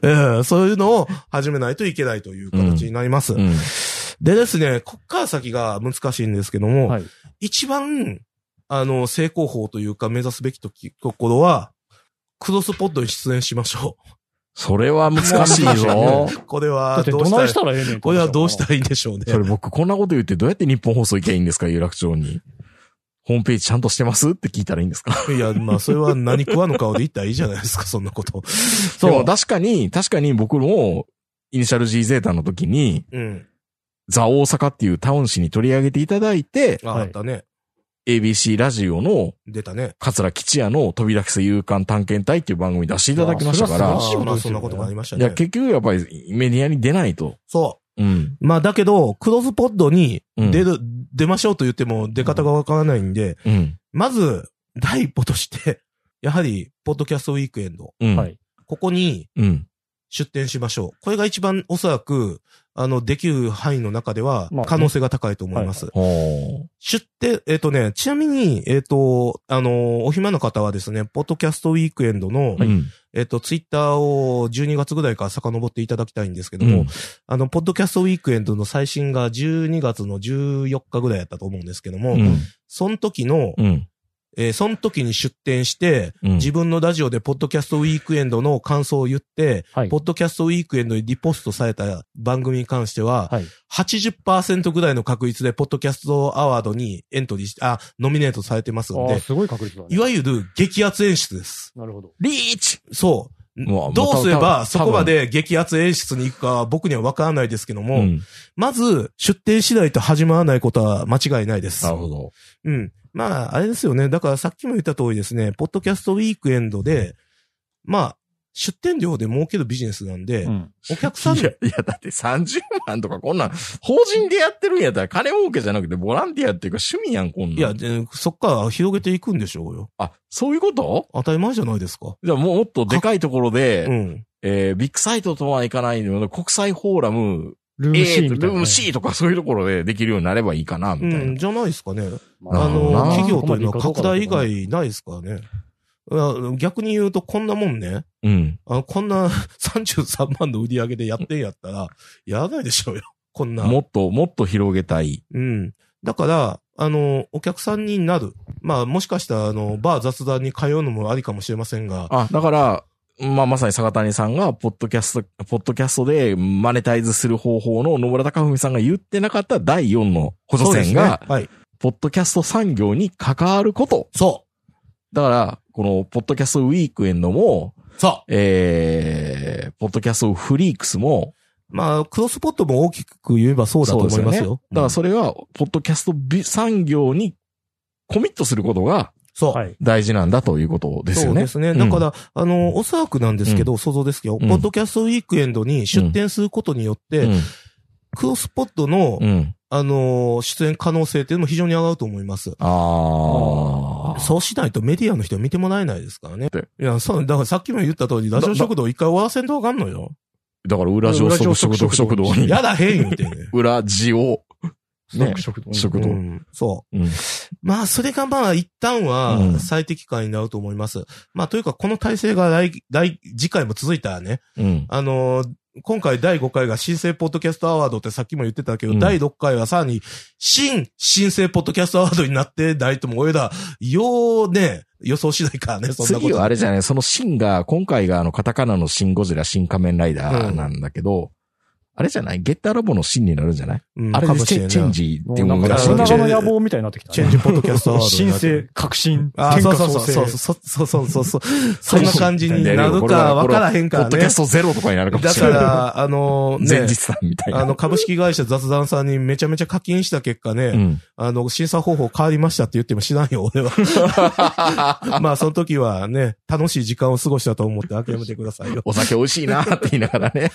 Speaker 3: ええそういうのを始めないといけないという形になります。
Speaker 2: うん。
Speaker 3: でですね、こっから先が難しいんですけども、
Speaker 4: はい
Speaker 3: 一番、あの、成功法というか目指すべきときところは、クロスポッドに出演しましょ
Speaker 2: それは難しいぞ。
Speaker 3: う。 これ
Speaker 4: だ
Speaker 3: は
Speaker 4: って、
Speaker 3: ど
Speaker 4: ど
Speaker 3: うし
Speaker 4: な
Speaker 3: た
Speaker 4: い
Speaker 3: ら
Speaker 4: したらええねん
Speaker 3: これはどうした
Speaker 4: ら
Speaker 3: らいいんでしょうね。
Speaker 2: それ僕こんなこと言ってどうやって日本放送行けばいいんですか、有楽町に。ホームページちゃんとしてますって聞いたらいいんですか
Speaker 3: いや、まあ、それは何食わぬ顔で言ったらいいじゃないですか、そんな こと。
Speaker 2: そう、確かに、確かに僕も、イニシャル G ゼータの時に、
Speaker 3: うん。
Speaker 2: ザ・大阪っていうタウン市に取り上げていただいて、
Speaker 3: あ
Speaker 4: はい
Speaker 3: あったね。
Speaker 2: ABC ラジオの、
Speaker 3: 出たね。
Speaker 2: 桂吉也の飛び出せ勇敢探検隊っていう番組出していただきましたか
Speaker 4: あ
Speaker 2: ら
Speaker 4: ー、
Speaker 3: あ
Speaker 4: それは素晴らし
Speaker 3: あ
Speaker 4: い
Speaker 3: ま
Speaker 4: こと
Speaker 3: あ、
Speaker 4: です
Speaker 3: そ
Speaker 4: よ
Speaker 3: ん
Speaker 4: ね
Speaker 3: なことがありました
Speaker 2: いや、
Speaker 3: ね。
Speaker 2: 結局やっぱりメディアに出ないと。
Speaker 3: そ
Speaker 2: うん。
Speaker 3: う。まあ、だけど、クロスポッドに
Speaker 2: うん
Speaker 3: 出る、出ましょうと言っても出方がわからないんで、
Speaker 2: うん。
Speaker 3: まず、第一歩として、やはり、ポッドキャストウィークエンド。
Speaker 2: うん。
Speaker 4: はい
Speaker 3: ここに
Speaker 2: うん。
Speaker 3: 出店しましょう。これが一番おそらく、あの、できる範囲の中では
Speaker 4: まあね
Speaker 3: 可能性が高いと思います。
Speaker 2: ほ
Speaker 3: 出店、えっ、とね、ちなみに、えっ、と、あの、お暇の方はですね、ポッドキャストウィークエンドの、
Speaker 2: う。うん。
Speaker 3: えっ、と、ツイッターを12月ぐらいから遡っていただきたいんですけど
Speaker 2: う
Speaker 3: も、
Speaker 2: ん。
Speaker 3: あの、ポッドキャストウィークエンドの最新が12月の14日ぐらいやったと思うんですけども、
Speaker 2: うん。
Speaker 3: その時の、
Speaker 2: うん。
Speaker 3: えーその時に出展して、
Speaker 2: うん。
Speaker 3: 自分のラジオでポッドキャストウィークエンドの感想を言って、
Speaker 4: はい
Speaker 3: ポ。ッドキャストウィークエンドにリポストされた番組に関しては、
Speaker 4: はい
Speaker 3: 80%ぐらいの確率でポッドキャストアワードにエントリーし、あ、ノミネートされてます
Speaker 4: あ
Speaker 3: の
Speaker 4: あ、
Speaker 3: で、
Speaker 4: すごい確率だ
Speaker 3: い
Speaker 4: ね。
Speaker 3: わゆる激圧演出です。
Speaker 4: なるほど。
Speaker 2: リーチ
Speaker 3: そう。
Speaker 2: うわ
Speaker 3: どうすれ
Speaker 2: もう多
Speaker 3: ば
Speaker 2: 分
Speaker 3: そこまで激圧演出に行くかは僕には分からないですけども、
Speaker 2: うん。
Speaker 3: まず出店次第と始まらないことは間違いないです。
Speaker 2: なるほど。
Speaker 3: うん。まあ、あれですよね。だからさっきも言った通りですね、ポッドキャストウィークエンドで、まあ、出店料で儲けるビジネスなんで、
Speaker 4: うん。
Speaker 3: お客さん
Speaker 2: いや、いや、だって30万とかこんなん、法人でやってるんやったら金儲けじゃなくてボランティアっていうか趣味やん、こんなん。
Speaker 3: いや、でそっから広げていくんでしょうよ。
Speaker 2: あ、そういうこと
Speaker 3: 当たり前じゃないですか。
Speaker 2: じゃあもうもっとでかいところで、
Speaker 3: うん。
Speaker 2: えー、ビッグサイトとはいかないので、国際フォーラム、
Speaker 4: ルー
Speaker 2: え
Speaker 4: ム C み
Speaker 2: ー、
Speaker 4: たいなね。
Speaker 2: ルーム C とかそういうところでできるようになればいいかな、み
Speaker 3: う
Speaker 2: たいな。
Speaker 3: ん、じゃないですかね。
Speaker 4: ま
Speaker 2: な
Speaker 3: あ
Speaker 2: るほど
Speaker 3: の
Speaker 2: な、
Speaker 3: 企業というのは
Speaker 4: ここ
Speaker 3: 拡
Speaker 4: ま
Speaker 3: 大
Speaker 4: でい
Speaker 3: 以
Speaker 4: いかどうかだと思う
Speaker 3: 外ないですからね。あ逆に言うと、こんなもんね、
Speaker 2: うん。
Speaker 3: あの、こんな 33万の売り上げでやってんやったら、やらないでしょうよ。こんな。
Speaker 2: もっと、もっと広げたい。
Speaker 3: うん。だから、あの、お客さんになる。まあ、もしかしたら、あの、バー雑談に通うのもありかもしれませんが、
Speaker 2: あ、だから、まあ、まさに坂谷さんが、ポッドキャスト、ポッドキャストでマネタイズする方法の野村隆文さんが言ってなかった第4の補助
Speaker 3: そうです
Speaker 2: 線
Speaker 3: ね
Speaker 2: が、
Speaker 3: はい。
Speaker 2: ポッドキャスト産業に関わること。
Speaker 3: そ
Speaker 2: だから、この、ポッドキャストウィークエンドも、
Speaker 3: う。そう。
Speaker 2: えー、ポッドキャストフリークスも、
Speaker 3: まあ、クロスポットも大きく言えばそうだと思いますよ。
Speaker 2: だからそれは、ポッドキャストび産業にコミットすることが
Speaker 3: そう。
Speaker 4: はい。
Speaker 2: 大事なんだということですよね。
Speaker 3: そうですね。だから、あの、おそらくなんですけど、想像ですけど、
Speaker 2: うん
Speaker 3: ポッドキャストウィークエンドに出展することによって、
Speaker 2: うん、
Speaker 3: クロスポットの、
Speaker 2: うん。うん。
Speaker 3: あのー出演可能性っていうのも非常に上がると思います。
Speaker 2: ああ。
Speaker 3: そうしないとメディアの人は見てもらえないですからね
Speaker 2: で。
Speaker 3: いや、そう、だからさっきも言った通り、ラジオ食堂一回終わらせんとあかんのよ。
Speaker 2: だから、裏上食食堂食堂に。。
Speaker 3: やだへん言うてんね
Speaker 2: 裏地を。ね
Speaker 4: 食堂
Speaker 2: 食
Speaker 3: う
Speaker 2: 堂
Speaker 3: ん、そう。
Speaker 2: うん。
Speaker 3: まあ、それがまあ、一旦
Speaker 2: うん
Speaker 3: は最適解になると思います。まあ、というか、この体制が来、来、次回も続いたらね、
Speaker 2: うん。
Speaker 3: あのー今回第5回が新生ポッドキャストアワードってさっきも言ってたけど、
Speaker 2: うん
Speaker 3: 第6回はさらに新新生ポッドキャストアワードになってないとも、俺ら、ようね、予想しないからね、そんなこと。
Speaker 2: 次はあれじゃない、そのシンが、今回があの、カタカナのシンゴジラ、シン仮面ライダーなんだけど、あれじゃないゲッターラボのシンになるんじゃない、
Speaker 3: うん
Speaker 2: あれ
Speaker 3: か
Speaker 2: で
Speaker 3: もし
Speaker 2: チェ
Speaker 3: れんな
Speaker 2: チェンジっていう
Speaker 4: な
Speaker 2: も
Speaker 4: ん
Speaker 2: の
Speaker 4: か、
Speaker 2: らしい
Speaker 4: 信
Speaker 2: んで
Speaker 4: 長の
Speaker 3: や
Speaker 4: 野望みたいになってきたね。
Speaker 3: チェンジポッドキャストアワードに
Speaker 4: 新
Speaker 3: なってる。
Speaker 4: 生、革新、
Speaker 3: ああ、
Speaker 4: 天
Speaker 3: そう
Speaker 4: 下
Speaker 3: そう
Speaker 4: 創
Speaker 3: そう
Speaker 4: 生。
Speaker 3: そうそうそうそうそうそう。そんな感じに
Speaker 2: いや
Speaker 3: な
Speaker 2: でも
Speaker 3: る
Speaker 2: これは
Speaker 3: かわからへん
Speaker 2: ポ
Speaker 3: か
Speaker 2: ッ
Speaker 3: ら
Speaker 2: ド
Speaker 3: ね
Speaker 2: キャ。ストゼロとかになるかも
Speaker 3: だ
Speaker 2: し
Speaker 3: か
Speaker 2: れない。
Speaker 3: ら、あのー、
Speaker 2: 前
Speaker 3: ね
Speaker 2: 日、さんみたいな。
Speaker 3: あの、株式会社雑談さんにめちゃめちゃ課金した結果ね、
Speaker 2: うん。
Speaker 3: あの、審査方法変わりましたって言っても知らんよ、 俺は。まあ、その時はね、楽しい時間を過ごしたと思って諦めてくださいよ。
Speaker 2: お酒美味しいなって言いながらね。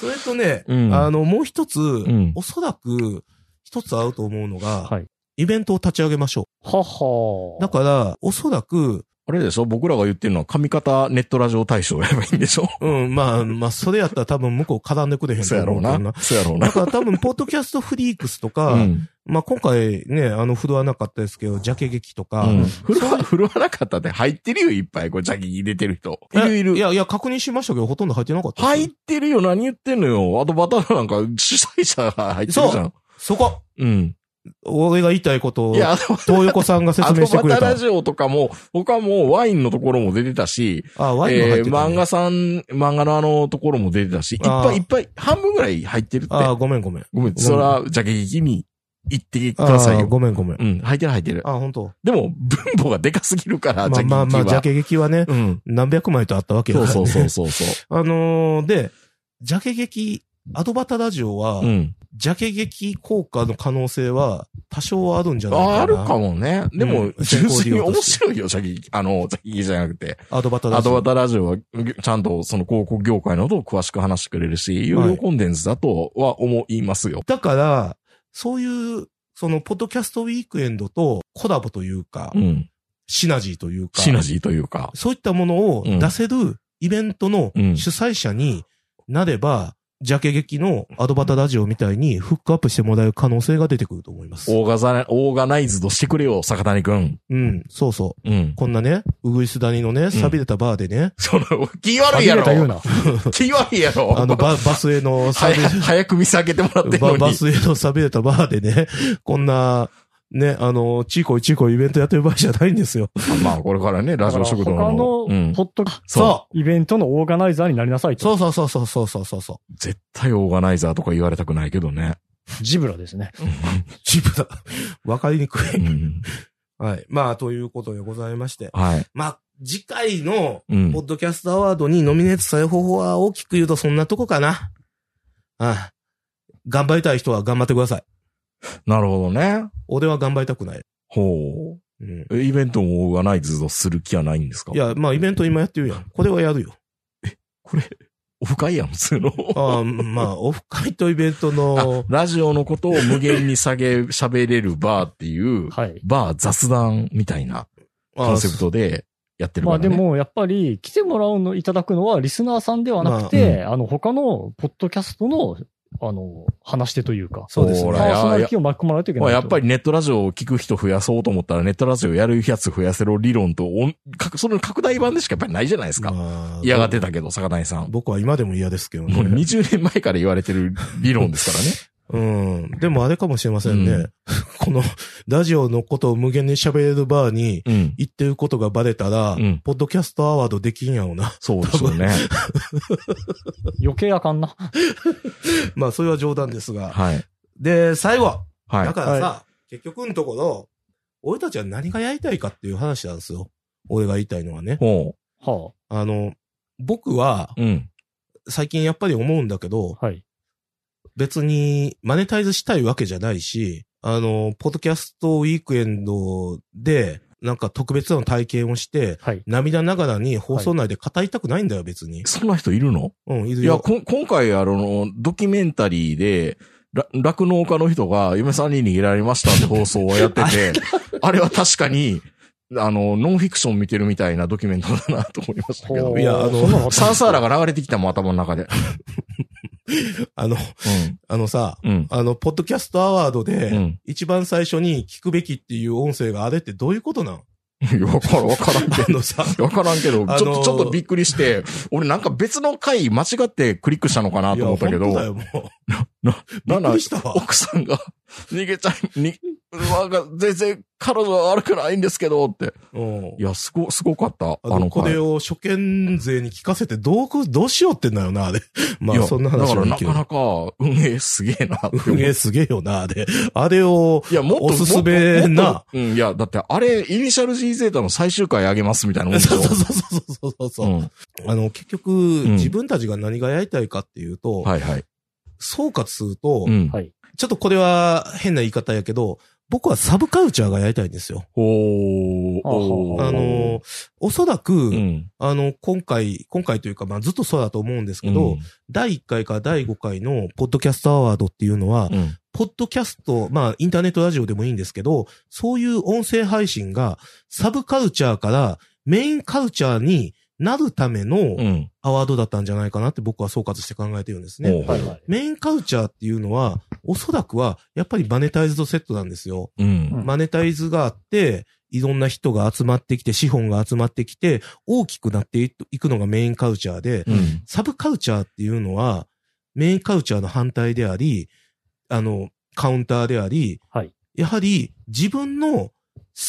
Speaker 3: それとね、
Speaker 2: うん
Speaker 3: あの、もう一つ、
Speaker 2: ん
Speaker 3: おそらく、一つ合うと思うのが、
Speaker 4: はい
Speaker 3: イベントを立ち上げましょ
Speaker 4: はは
Speaker 3: う。だから、おそらく、
Speaker 2: あれでしょ僕らが言ってるのは、上方ネットラジオ大賞をやればいいんでしょ
Speaker 3: うん、まあ、まあ、それやったら多分向こう絡んでくれへん
Speaker 2: そ
Speaker 3: と
Speaker 2: うやろ
Speaker 3: 思
Speaker 2: う
Speaker 3: うけど
Speaker 2: な。。そうやろう
Speaker 3: だ
Speaker 2: な。
Speaker 3: から多分、ポッドキャストフリークスとか、
Speaker 2: うん。
Speaker 3: まあ今回ね、あの、振るわなかったですけど、ジャケ劇とか、
Speaker 2: うん。振る わ、振るわなかったって入ってるよ、いっぱい。これ、ジャギ入れてる人。い
Speaker 3: え
Speaker 2: るいる
Speaker 3: い。やいや、確認しましたけど、ほとんど入ってなかったです
Speaker 2: 入
Speaker 3: よ。
Speaker 2: ってるよ、何言ってんのよ。アドバターなんか主催者が入ってるじゃん。
Speaker 3: そこ
Speaker 2: うん。
Speaker 3: 俺が言いたいことを
Speaker 2: い、や、アドバ
Speaker 3: 東横さんが
Speaker 2: ア
Speaker 3: 説
Speaker 2: ド
Speaker 3: 明してく
Speaker 2: バ
Speaker 3: れ
Speaker 2: タ
Speaker 3: た
Speaker 2: ラ。ジオとかも、他もワインのところも出てたし、
Speaker 3: あ、ワインが入
Speaker 2: え
Speaker 3: っ
Speaker 2: ー
Speaker 3: てた、
Speaker 2: 漫画さん、漫画のあのところも出てたし、いっ
Speaker 3: あ
Speaker 2: ぱ
Speaker 3: ー
Speaker 2: いいっぱい、半分ぐらい入ってるって。
Speaker 3: あ、ごめんごめん。
Speaker 2: ごめん、そら、ジャケ劇に行ってください
Speaker 3: あ、
Speaker 2: よ。
Speaker 3: ごめんごめん
Speaker 2: う。ん、入ってる入ってる。
Speaker 3: あ、本当。
Speaker 2: でも、分母がでかすぎるから、
Speaker 3: ま
Speaker 2: ジャ
Speaker 3: あ
Speaker 2: ケ劇
Speaker 3: ま
Speaker 2: は。
Speaker 3: あまあ、ジャケ劇はね、
Speaker 2: うん。
Speaker 3: 何百枚とあったわけ
Speaker 2: そ
Speaker 3: よ。
Speaker 2: うそうそうそうそう。
Speaker 3: あのー、で、ジャケ劇、アドバタラジオは、
Speaker 2: うん。
Speaker 3: ジャケ劇効果の可能性は多少はあるんじゃないかな。
Speaker 2: ああるかもね。で
Speaker 3: う
Speaker 2: も
Speaker 3: ん、
Speaker 2: 純粋に面白いよ、ジャケ劇。 あの、ジャケ劇じゃなくて。
Speaker 3: アドバタラ
Speaker 2: ア
Speaker 3: ジ
Speaker 2: ド
Speaker 3: オ。
Speaker 2: バタラジオは、ちゃんとその広告業界のことを詳しく話してくれるし、有料コンテンツだとは思いますよ。
Speaker 3: だから、そういう、その、ポッドキャストウィークエンドとコラボというか、
Speaker 2: うん。
Speaker 3: シナジーというか、
Speaker 2: シナジーというか。
Speaker 3: そういったものを出せるイベントの
Speaker 2: うん
Speaker 3: 主催者になれば、ジャケ劇のアドバタラジオみたいにフックアップしてもらえる可能性が出てくると思います。
Speaker 2: オーガザ、オーガナイズドしてくれよ、坂谷くん。
Speaker 3: うん、そうそう。
Speaker 2: うん。
Speaker 3: こんなね、うぐいす谷のね、錆びれたバーでね、
Speaker 2: その、気悪いや
Speaker 4: れた言う
Speaker 2: ろ。
Speaker 4: な。
Speaker 2: 気悪いやろ。
Speaker 3: あの、バ、バスへの
Speaker 2: は
Speaker 3: 錆
Speaker 2: や
Speaker 3: び
Speaker 2: 早く見せ上げてもらってんの
Speaker 3: バ
Speaker 2: に。
Speaker 3: バスへの錆びれたバーでね、こんな、ね、あの、ちいこいちいこいイベントやってる場合じゃないんですよ。
Speaker 2: まあ、これからね、ラジオ食堂
Speaker 4: だから他
Speaker 2: の。うん
Speaker 4: の、ポッドキャス
Speaker 2: そ。
Speaker 4: ト、イベントのオーガナイザーになりなさいと。
Speaker 3: そうそうそうそうそうそうそうそう
Speaker 2: 絶対オーガナイザーとか言われたくないけどね。
Speaker 4: ジブラですね。
Speaker 3: う。自分だ。わかりにく
Speaker 2: う
Speaker 3: い。
Speaker 2: ん
Speaker 3: はい。まあ、ということでございまして。
Speaker 2: はい。
Speaker 3: まあ、次回の、
Speaker 2: うん
Speaker 3: ポ。ッドキャストアワードにノミネートされる方法は大きく言うとそんなとこかな。ああ頑張りたい人は頑張ってください。
Speaker 2: なるほどね。
Speaker 3: 俺は頑張りたくない。
Speaker 2: ほ
Speaker 3: うん。
Speaker 2: う。えイベントもオーガナイズドする気はないんですか
Speaker 3: い、や、まあイベント今やってるやん。これはやるよ。
Speaker 2: これ、オフ会やん、普通の。
Speaker 3: ああ、まあ、オフ会とイベントの
Speaker 2: あ、ラジオのことを無限に下げ、喋れるバーっていう、
Speaker 4: はい。
Speaker 2: バー雑談みたいなコンセプトでやってるか
Speaker 4: まあ
Speaker 2: らね。
Speaker 4: でも、やっぱり、来てもらうの、いただくのは、リスナーさんではなくて、あの、他の、ポッドキャストの、あの、話し手というか、
Speaker 3: そうです
Speaker 2: ほ
Speaker 3: ね。
Speaker 2: ら
Speaker 4: パーソナ
Speaker 2: や
Speaker 4: リティを巻き込まないといけ
Speaker 2: ま
Speaker 4: な
Speaker 2: あ
Speaker 4: い。
Speaker 2: やっぱり、ネットラジオを聞く人増やそうと思ったら、ネットラジオやるやつ増やせろ理論とおん、かその拡大版でしかやっぱりないじゃないですか。
Speaker 3: まあ
Speaker 2: 嫌がってたけど、坂谷さん。
Speaker 3: 僕は今でも嫌ですけど
Speaker 2: もう
Speaker 3: ね。
Speaker 2: 20年前から言われてる理論ですからね。
Speaker 3: うん。でもあれかもしれませんね。
Speaker 2: うん
Speaker 3: この、ラジオのことを無限に喋れるバーに
Speaker 2: うん。
Speaker 3: 行ってることがバレたら、
Speaker 2: うん
Speaker 3: ポッドキャストアワードできんやろうな。
Speaker 2: そうですよね。
Speaker 4: 余計あかんな。
Speaker 3: まあ、それは冗談ですが。
Speaker 2: はい。
Speaker 3: で、最後。
Speaker 2: はい
Speaker 3: だ。からさ、結局のところ、俺たちは何がやりたいかっていう話なんですよ。俺が言いたいのはね。
Speaker 2: ほ
Speaker 4: は
Speaker 3: あの、僕は
Speaker 2: う。うん。
Speaker 3: 最近やっぱり思うんだけど、
Speaker 4: あ、はい。
Speaker 3: 別にマネタイズしたいわけじゃないし、あの、ポッドキャストウィークエンドで、なんか特別な体験をして、
Speaker 4: はい。
Speaker 3: 涙ながらに放送内で語りたくないんだよ、別に。
Speaker 2: そんな人いるの
Speaker 3: うん、いる
Speaker 2: いや、
Speaker 3: よ。
Speaker 2: こん今回、あの、ドキュメンタリーで、ら酪農家の人が嫁さんに逃げられましたって放送をやってて、あれは確かに、あの、ノンフィクション見てるみたいなドキュメントだなと思いましたけ
Speaker 4: ほ
Speaker 2: ど
Speaker 4: う。
Speaker 3: いやあの
Speaker 4: そんなのあったんですか
Speaker 2: サンサーラが流れてきたもん、頭の中で。
Speaker 3: あの、あのさ、
Speaker 2: うん。うん。
Speaker 3: あの、ポッドキャストアワードで、
Speaker 2: うん。
Speaker 3: 一番最初に聞くべきっていう音声があれってどういうことなん
Speaker 2: いやわからん、わからんけ
Speaker 3: あの さ、
Speaker 2: ど。わからんけど、ちょっ
Speaker 3: あの
Speaker 2: と、ちょっとびっくりして、俺なんか別の回間違ってクリックしたのかないと
Speaker 3: や
Speaker 2: 思ったけど
Speaker 3: 本当、だよ、もう。び
Speaker 2: な
Speaker 3: っ
Speaker 2: んな
Speaker 3: く
Speaker 2: ん
Speaker 3: りしたわ。
Speaker 2: 奥さんが逃げちゃい、に、わが、全然彼女は悪くないんですけどって。
Speaker 3: うん
Speaker 2: い。や、すご、すごかった。
Speaker 3: あ
Speaker 2: あ
Speaker 3: の、
Speaker 2: の
Speaker 3: これ
Speaker 2: 回。
Speaker 3: を初見勢に聞かせて、どうこ、どうしようってんだよな、あれ。 ま
Speaker 2: い
Speaker 3: あ、
Speaker 2: や
Speaker 3: そんな話
Speaker 2: だから
Speaker 3: はいい
Speaker 2: な
Speaker 3: けど
Speaker 2: かなか運営すげえなって思う。
Speaker 3: 運営 すげえよな、あれ。あれを、
Speaker 2: いや、もっと。
Speaker 3: おすすめな
Speaker 2: もっともっとうん、いや、だってあれ、イニシャル G ゼータの最終回あげますみたいなも
Speaker 3: そ
Speaker 2: ん
Speaker 3: う
Speaker 2: でしょ
Speaker 3: そうそうそうそうそう。
Speaker 2: うん。
Speaker 3: あの、結局、自分たちが何がやりたいかっていうと、
Speaker 2: はいはい。
Speaker 3: 総括すると、
Speaker 2: うん
Speaker 4: はい。
Speaker 3: ちょっとこれは変な言い方やけど、僕はサブカルチャーがやりたいんですよ。
Speaker 2: おー。
Speaker 4: あは
Speaker 2: おー
Speaker 4: は
Speaker 3: あの、おそらく、
Speaker 2: うん。
Speaker 3: あの、今回、今回というか、まあずっとそうだと思うんですけど、
Speaker 2: うん
Speaker 3: 第1回から第5回のポッドキャストアワードっていうのは、
Speaker 2: うん。
Speaker 3: ポッドキャスト、まあ、インターネットラジオでもいいんですけど、そういう音声配信が、サブカルチャーからメインカルチャーになるため
Speaker 2: う
Speaker 3: の
Speaker 2: ん。
Speaker 3: アワードだったんじゃないかなって僕は総括して考えてるんです
Speaker 2: お
Speaker 3: ね。
Speaker 2: ー
Speaker 4: はいはい。
Speaker 3: メインカルチャーっていうのは、おそらくは、やっぱりマネタイズドセットなんですよ。
Speaker 2: うん。
Speaker 4: うん
Speaker 3: マネタイズがあって、いろんな人が集まってきて、資本が集まってきて、大きくなっていくのがメインカルチャーで、
Speaker 2: うん。
Speaker 3: サブカルチャーっていうのは、メインカルチャーの反対であり、あの、カウンターであり、
Speaker 4: はい
Speaker 3: やはり自分の好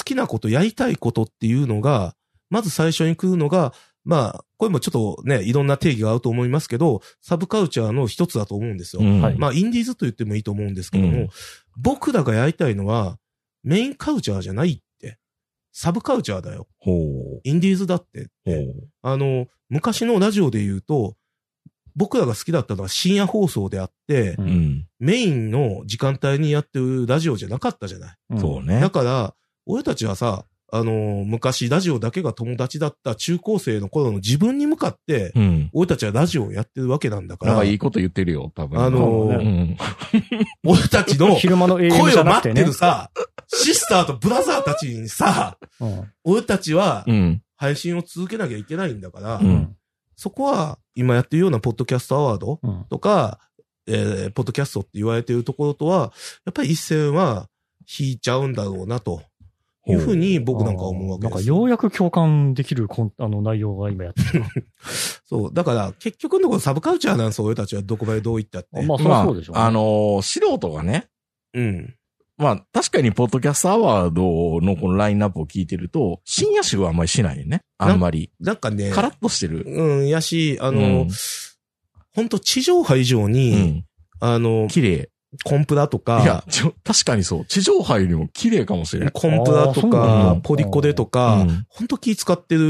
Speaker 3: きなこと、やりたいことっていうのが、まず最初に来るのが、まあ、これもちょっとね、いろんな定義があると思いますけど、サブカルチャーの一つだと思うんですよ。
Speaker 2: うん
Speaker 4: はい
Speaker 3: まあ、インディーズと言ってもいいと思うんですけども、
Speaker 2: うん
Speaker 3: 僕らがやりたいのは、メインカルチャーじゃないって。サブカルチャーだよ。
Speaker 2: ほう。
Speaker 3: インディーズだって。
Speaker 2: ほう。
Speaker 3: あの、昔のラジオで言うと、僕らが好きだったのは深夜放送であって、
Speaker 4: うん
Speaker 2: うん。
Speaker 3: メインの時間帯にやってるラジオじゃなかったじゃない。
Speaker 4: ん
Speaker 2: そうね
Speaker 3: だ。から、俺たちはさ、あの昔ラジオだけが友達だった中高生の頃の自分に向かって、
Speaker 2: うん。
Speaker 3: 俺たちはラジオをやってるわけなんだか
Speaker 2: なん
Speaker 3: ら、
Speaker 2: かいいこと言ってるよ、多分。
Speaker 3: あの
Speaker 2: うんうん。
Speaker 3: 俺たち の
Speaker 4: 昼間の AM
Speaker 3: 声
Speaker 4: じゃ
Speaker 3: を
Speaker 4: なく
Speaker 3: 待
Speaker 4: て
Speaker 3: って
Speaker 4: ね
Speaker 3: る。さ、シスターとブラザーたちにさ、
Speaker 4: うん
Speaker 3: 俺たちは
Speaker 2: うん。
Speaker 3: 配信を続けなきゃいけないんだから、
Speaker 2: うん
Speaker 3: そこは、今やってるようなポッドキャストアワード
Speaker 4: うん
Speaker 3: とか、えーポッドキャストって言われてるところとは、やっぱり一線は引いちゃうんだろうな、というふうに僕なんかは思うわけ
Speaker 4: なん
Speaker 3: で
Speaker 4: か
Speaker 3: す。
Speaker 4: ようやく共感できるコンあの内容が今やってる。
Speaker 3: そう。だから、結局のところサブカルチャーなんですよ、俺たちはどこまでどういったって。
Speaker 4: まあ、そり
Speaker 2: ま
Speaker 4: ゃ
Speaker 2: あ
Speaker 4: そうでしょう、ね。
Speaker 2: あのー素人がね、
Speaker 3: うん。
Speaker 2: まあ確かにポッドキャストアワードのこのラインナップを聞いてると、深夜集はあんまりしないよね。あんまり。
Speaker 3: なんかね、
Speaker 2: カラッとしてる。
Speaker 3: うん、やし、あ
Speaker 2: あ
Speaker 3: の、ほんと地上波以上
Speaker 2: う
Speaker 3: に、
Speaker 2: ん。
Speaker 3: あの、
Speaker 2: 綺麗。
Speaker 3: コンプラと
Speaker 2: いや
Speaker 3: か、、
Speaker 2: ちょ確かにそう。地上波よりも綺麗かもしれない。
Speaker 3: コンプラ
Speaker 4: あー
Speaker 3: と
Speaker 4: そうなん
Speaker 3: か
Speaker 4: だ、
Speaker 3: ポリコデとか、
Speaker 2: うん
Speaker 3: ほんと気使ってる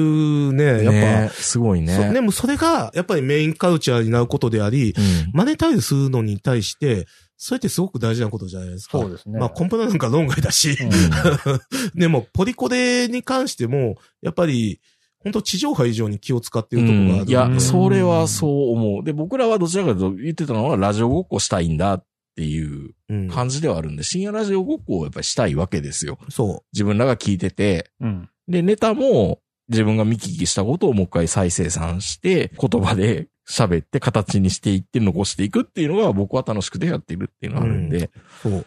Speaker 3: ね、やっぱ。
Speaker 2: ねすごいね。
Speaker 3: そうでもそれが、やっぱりメインカルチャーになることであり、
Speaker 2: うん
Speaker 3: マネタイズするのに対して、それってすごく大事なことじゃないですか。
Speaker 4: そうですね。
Speaker 3: まあ、コンプラなんか論外だし、
Speaker 4: うん
Speaker 3: でも、ポリコデに関しても、やっぱり、本当地上波以上に気を使ってるところがあるんで、
Speaker 2: いや、
Speaker 4: うん
Speaker 2: それはそう思う。で、僕らはどちらかというと言ってたのは、ラジオごっこしたいんだっていう
Speaker 3: うん
Speaker 2: 感じではあるんで、深夜ラジオごっこをやっぱりしたいわけですよ。
Speaker 3: そ
Speaker 2: 自分らが聞いてて、
Speaker 4: うん。
Speaker 2: で、ネタも自分が見聞きしたことをもう一回再生産して、言葉で喋って形にしていって残していくっていうのが僕は楽しくてやっているっていうのがあるんで。
Speaker 3: う、そう。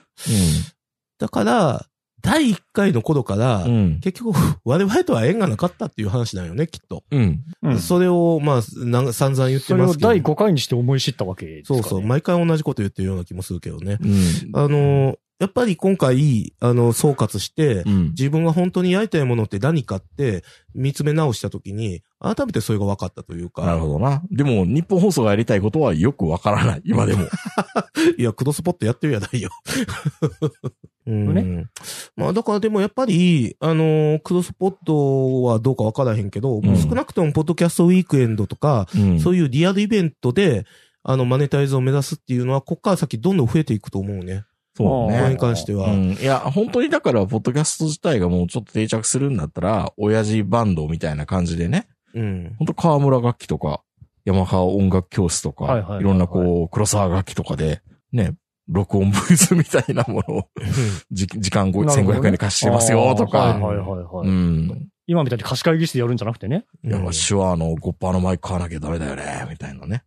Speaker 3: だから、第1回の頃から、
Speaker 2: うん。うん。
Speaker 3: 結局、 我々とは縁がなかったっていう話なんよね、きっと。
Speaker 2: うん。
Speaker 4: うん
Speaker 3: それを、まあ、なん散々言って
Speaker 4: それ
Speaker 3: ま
Speaker 4: を
Speaker 3: すけど。
Speaker 4: 第5回にして思い知ったわけですか、
Speaker 3: そ
Speaker 4: ね。
Speaker 3: うそう、毎回同じこと言ってるような気もするけどね。
Speaker 2: うん。
Speaker 3: あの、やっぱり今回、あの、総括して、
Speaker 2: うん。
Speaker 3: 自分が本当にやりたいものって何かって見つめ直したときに、改めてそれが分かったというか。
Speaker 2: なるほどな。でも、日本放送がやりたいことはよくわからない。今 でも。
Speaker 3: いや、クロスポットやってるやない よ。うん
Speaker 4: ね
Speaker 3: まあ、だからでもやっぱり、あのークロスポットはどうかわからへんけど、
Speaker 2: うん
Speaker 3: 少なくともポッドキャストウィークエンドとか、
Speaker 2: うん
Speaker 3: そういうリアルイベントで、あの、マネタイズを目指すっていうのは、こっから先どんどん増えていくと思うね。
Speaker 2: そう
Speaker 3: こ
Speaker 2: ね
Speaker 3: れ。に関しては。
Speaker 2: うん、いや、本当にだから、ポッドキャスト自体がもうちょっと定着するんだったら、親父バンドみたいな感じでね、
Speaker 3: うん。
Speaker 2: 本当河村楽器とか、ヤマハ音楽教室とか、
Speaker 4: は
Speaker 2: い
Speaker 4: いはいはいはい
Speaker 2: ろんなこう、黒沢楽器とかで、ね、録音ブースみたいなもの を、 じ時間ご
Speaker 4: なるほどね
Speaker 2: 1500円で貸してますよと
Speaker 4: あ
Speaker 2: か
Speaker 4: ー、はいはいはいはい。
Speaker 2: うん。
Speaker 4: 今みたいに貸し会議室でやるんじゃなくてね。
Speaker 2: いや、まあ、手話のゴッパーのマイク買わなきゃダメだよね、みたいなね。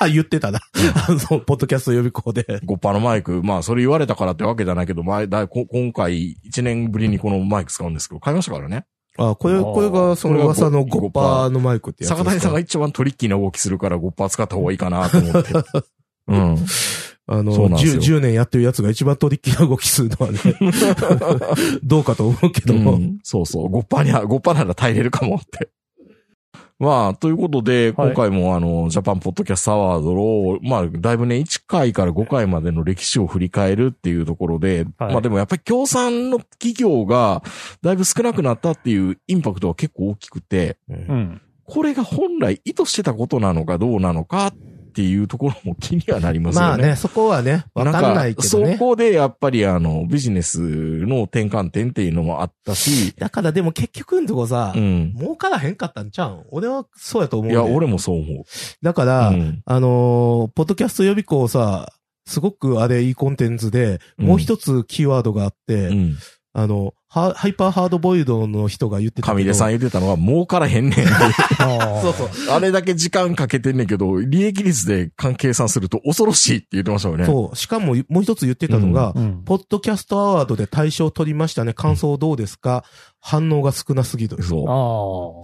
Speaker 3: あ、 言ってたな。あの、ポッドキャスト予備校で。
Speaker 2: ゴッパーのマイク、まあ、それ言われたからってわけじゃないけど、前、だいこ今回、1年ぶりにこのマイク使うんですけど、買いましたからね。
Speaker 3: あ、これ、
Speaker 4: あー
Speaker 3: これがその噂のゴッパーのマイクってやつで
Speaker 2: 坂
Speaker 3: すか。
Speaker 2: 谷さんが一番トリッキーな動きするからゴッパー使った方がいいかなと思って。 うん。
Speaker 3: あの、
Speaker 2: そうなんですよ
Speaker 3: 10, 10年やってるやつが一番トリッキーな動きするのはね、 どうかと思うけども。
Speaker 2: うんそうそう。ゴッパーには、ゴッパーなら耐えれるかもって。 まあ、ということで、
Speaker 4: はい
Speaker 2: 今回もあの、ジャパンポッドキャストアワードを、まあ、だいぶね、1回から5回までの歴史を振り返るっていうところで、
Speaker 4: はい
Speaker 2: まあでもやっぱり協賛の企業が、だいぶ少なくなったっていうインパクトは結構大きくて、
Speaker 4: うん。
Speaker 2: これが本来意図してたことなのかどうなのかっていうところも気にはなりますよね。
Speaker 3: まあね、そこはね、わかんないけど
Speaker 2: んかそ。
Speaker 3: ね
Speaker 2: こでやっぱりあの、ビジネスの転換点っていうのもあったし、
Speaker 3: だからでも結局んとこさ、
Speaker 2: うん。
Speaker 3: 儲からへんかったんちゃうん俺はそうやと思う、
Speaker 2: い
Speaker 3: ね。
Speaker 2: や、俺もそう思う。
Speaker 3: だから、
Speaker 2: うん
Speaker 3: あのーポッドキャスト予備校さ、すごくあれいいコンテンツで、
Speaker 2: うん
Speaker 3: もう一つキーワードがあって、
Speaker 2: うん。
Speaker 3: あの、ハハイパーハードボイルドの人が言ってたけど。
Speaker 2: 上出さん言ってたのは、儲からへ んねん。
Speaker 4: あ
Speaker 3: そうそう。
Speaker 2: あれだけ時間かけてんねんけど、利益率で関計算すると恐ろしいって言ってましたよね。
Speaker 3: そう。しかももう一つ言ってたのが、
Speaker 4: あ。うん。
Speaker 3: ポッドキャストアワードで大賞取りましたね。感想どうですか、反応が少なすぎる。
Speaker 2: そう。
Speaker 4: ああ。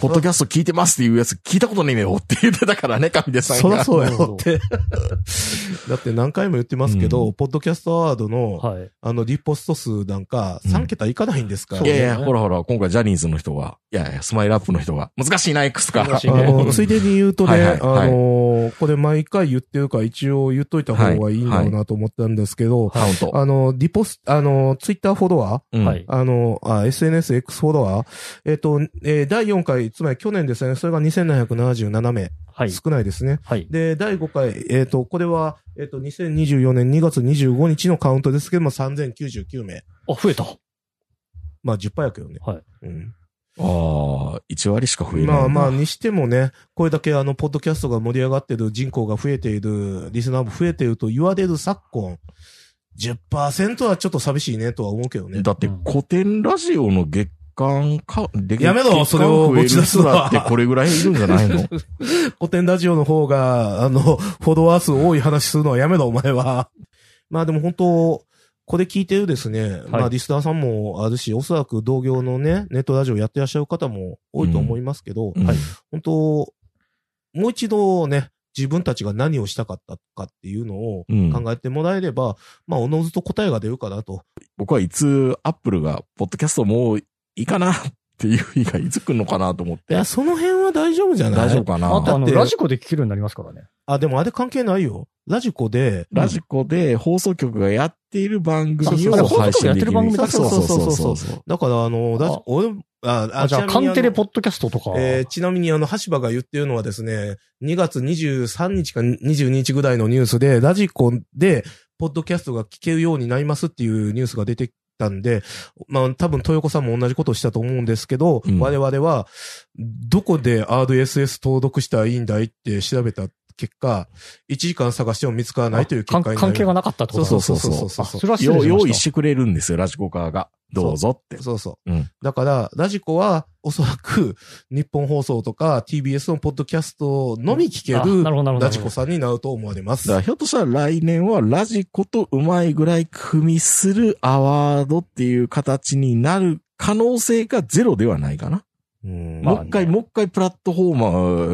Speaker 2: ポッドキャスト聞いてますっていうやつ聞いたことねえよって言ってたから ね、上出さんが。
Speaker 3: そらそうやろって。 だって何回も言ってますけど、
Speaker 2: う
Speaker 3: ポッドキャストアワードの、
Speaker 4: はい。
Speaker 3: あの、リポスト数なんか
Speaker 2: うん
Speaker 3: 3桁いかないんですから。
Speaker 2: いやいや、
Speaker 4: そうね
Speaker 2: ほらほら、今回ジャニーズの人が、いやいや、スマイルアップの人が、難しいな、X か。
Speaker 4: 難しい
Speaker 3: あ
Speaker 4: ね
Speaker 3: の、ついでに言うとね、
Speaker 2: はいはいはい
Speaker 3: あのーこれ毎回言ってるから一応言っといた方がいいんだろうなと思ったんですけど、
Speaker 2: カウント。
Speaker 3: あの、リポス、あの、ツイッターフォロワー
Speaker 2: うん
Speaker 4: はい。
Speaker 3: あの、あ SNSX フォロワーえっ、と、えー第4回、つまり去年ですね、それが2777名。
Speaker 4: はい。
Speaker 3: 少ないですね。
Speaker 4: はい。
Speaker 3: で、第5回、えっ、と、これは、えっ、と、2024年2月25日のカウントですけども、3099名。
Speaker 4: あ、増えた。
Speaker 3: まあ、10パーやけどね。
Speaker 4: はい
Speaker 3: うん
Speaker 2: ああ、1割しか増えない。
Speaker 3: まあまあ、にしてもね、これだけあの、ポッドキャストが盛り上がってる、人口が増えている、リスナーも増えていると言われる昨今、10%はちょっと寂しいねとは思うけどね。
Speaker 2: だって古典ラジオの月間か、で
Speaker 3: やめろ
Speaker 2: 月間
Speaker 3: それを
Speaker 2: 増え
Speaker 3: 持
Speaker 2: る
Speaker 3: ち出
Speaker 2: 人
Speaker 3: すの
Speaker 2: だ
Speaker 3: は
Speaker 2: ってこれぐらいいるんじゃ ないの
Speaker 3: 古典ラジオの方が、あの、フォロワー数多い話するのはやめろ、お前は。まあでも本当、これ聞いてるですね。まあリスターさんもあるし、おそらく同業のね、ネットラジオやってらっしゃる方も多いと思いますけど、
Speaker 4: はい
Speaker 3: 本当、もう一度ね、自分たちが何をしたかったかっていうのを
Speaker 2: うん
Speaker 3: 考えてもらえれば、まあ、おのずと答えが出るかなと。
Speaker 2: 僕はいつアップルが、ポッドキャストもういいかなっていう日がいつ来るのかなと思っ
Speaker 3: い
Speaker 2: て
Speaker 3: や、。その辺は大丈夫じゃない
Speaker 2: 大丈夫かな
Speaker 4: あとあ
Speaker 3: だっ
Speaker 4: の、
Speaker 3: て
Speaker 4: ラジコで聞けるようになりますからね。
Speaker 3: あ、でもあれ関係ないよ。ラジコで、
Speaker 2: ラジコで放送局がやっている番
Speaker 4: そう
Speaker 2: 組
Speaker 4: そう
Speaker 2: を
Speaker 4: あれ放
Speaker 2: 配
Speaker 4: 送局
Speaker 2: 信
Speaker 4: やっ
Speaker 2: で
Speaker 4: て
Speaker 2: き
Speaker 4: る
Speaker 2: る。
Speaker 4: 番組だ
Speaker 2: そうそうそう
Speaker 3: そ
Speaker 2: そうう
Speaker 3: だから、あの、ラジ
Speaker 4: あ
Speaker 3: 俺、あ、
Speaker 4: あじゃあ、カンテレポ
Speaker 3: ッ
Speaker 4: ッドキャストとか。
Speaker 3: えーちなみにあの、橋場が言ってるのはですね、2月23日か22日ぐらいのニュースで、ラジコで、ポッドキャストが聞けるようになりますっていうニュースが出てきたんで、まあ多分豊子さんも同じことをしたと思うんですけど、
Speaker 2: うん
Speaker 3: 我々は、どこで RSS 登録したらいいんだいって調べた結果、1時間探しても見つからないという結
Speaker 4: か
Speaker 3: 果にな
Speaker 4: ん
Speaker 3: り
Speaker 4: 関係がなかったってこと
Speaker 3: そうそう
Speaker 2: う
Speaker 3: そう
Speaker 2: そ
Speaker 3: そうう
Speaker 4: あ、
Speaker 3: そう。
Speaker 4: それは失礼
Speaker 2: 用
Speaker 4: しま
Speaker 2: 用意
Speaker 4: し
Speaker 2: してくれるんですよ、ラジコ側が。どうぞって。
Speaker 3: そうそう。
Speaker 2: うん
Speaker 3: だから、ラジコは、おそらく、日本放送とか TBS のポッドキャストのみ聞け
Speaker 4: た。あなるほど、な
Speaker 3: る、
Speaker 4: るほど。なるほど
Speaker 3: ラジコさんになると思われます
Speaker 2: だか。らひょっとしたら来年はラジコとうまいぐらい組みするアワードっていう形になる可能性がゼロではないかな。
Speaker 3: うん
Speaker 4: まあ
Speaker 2: もう一回、もう一回プラットフォーマ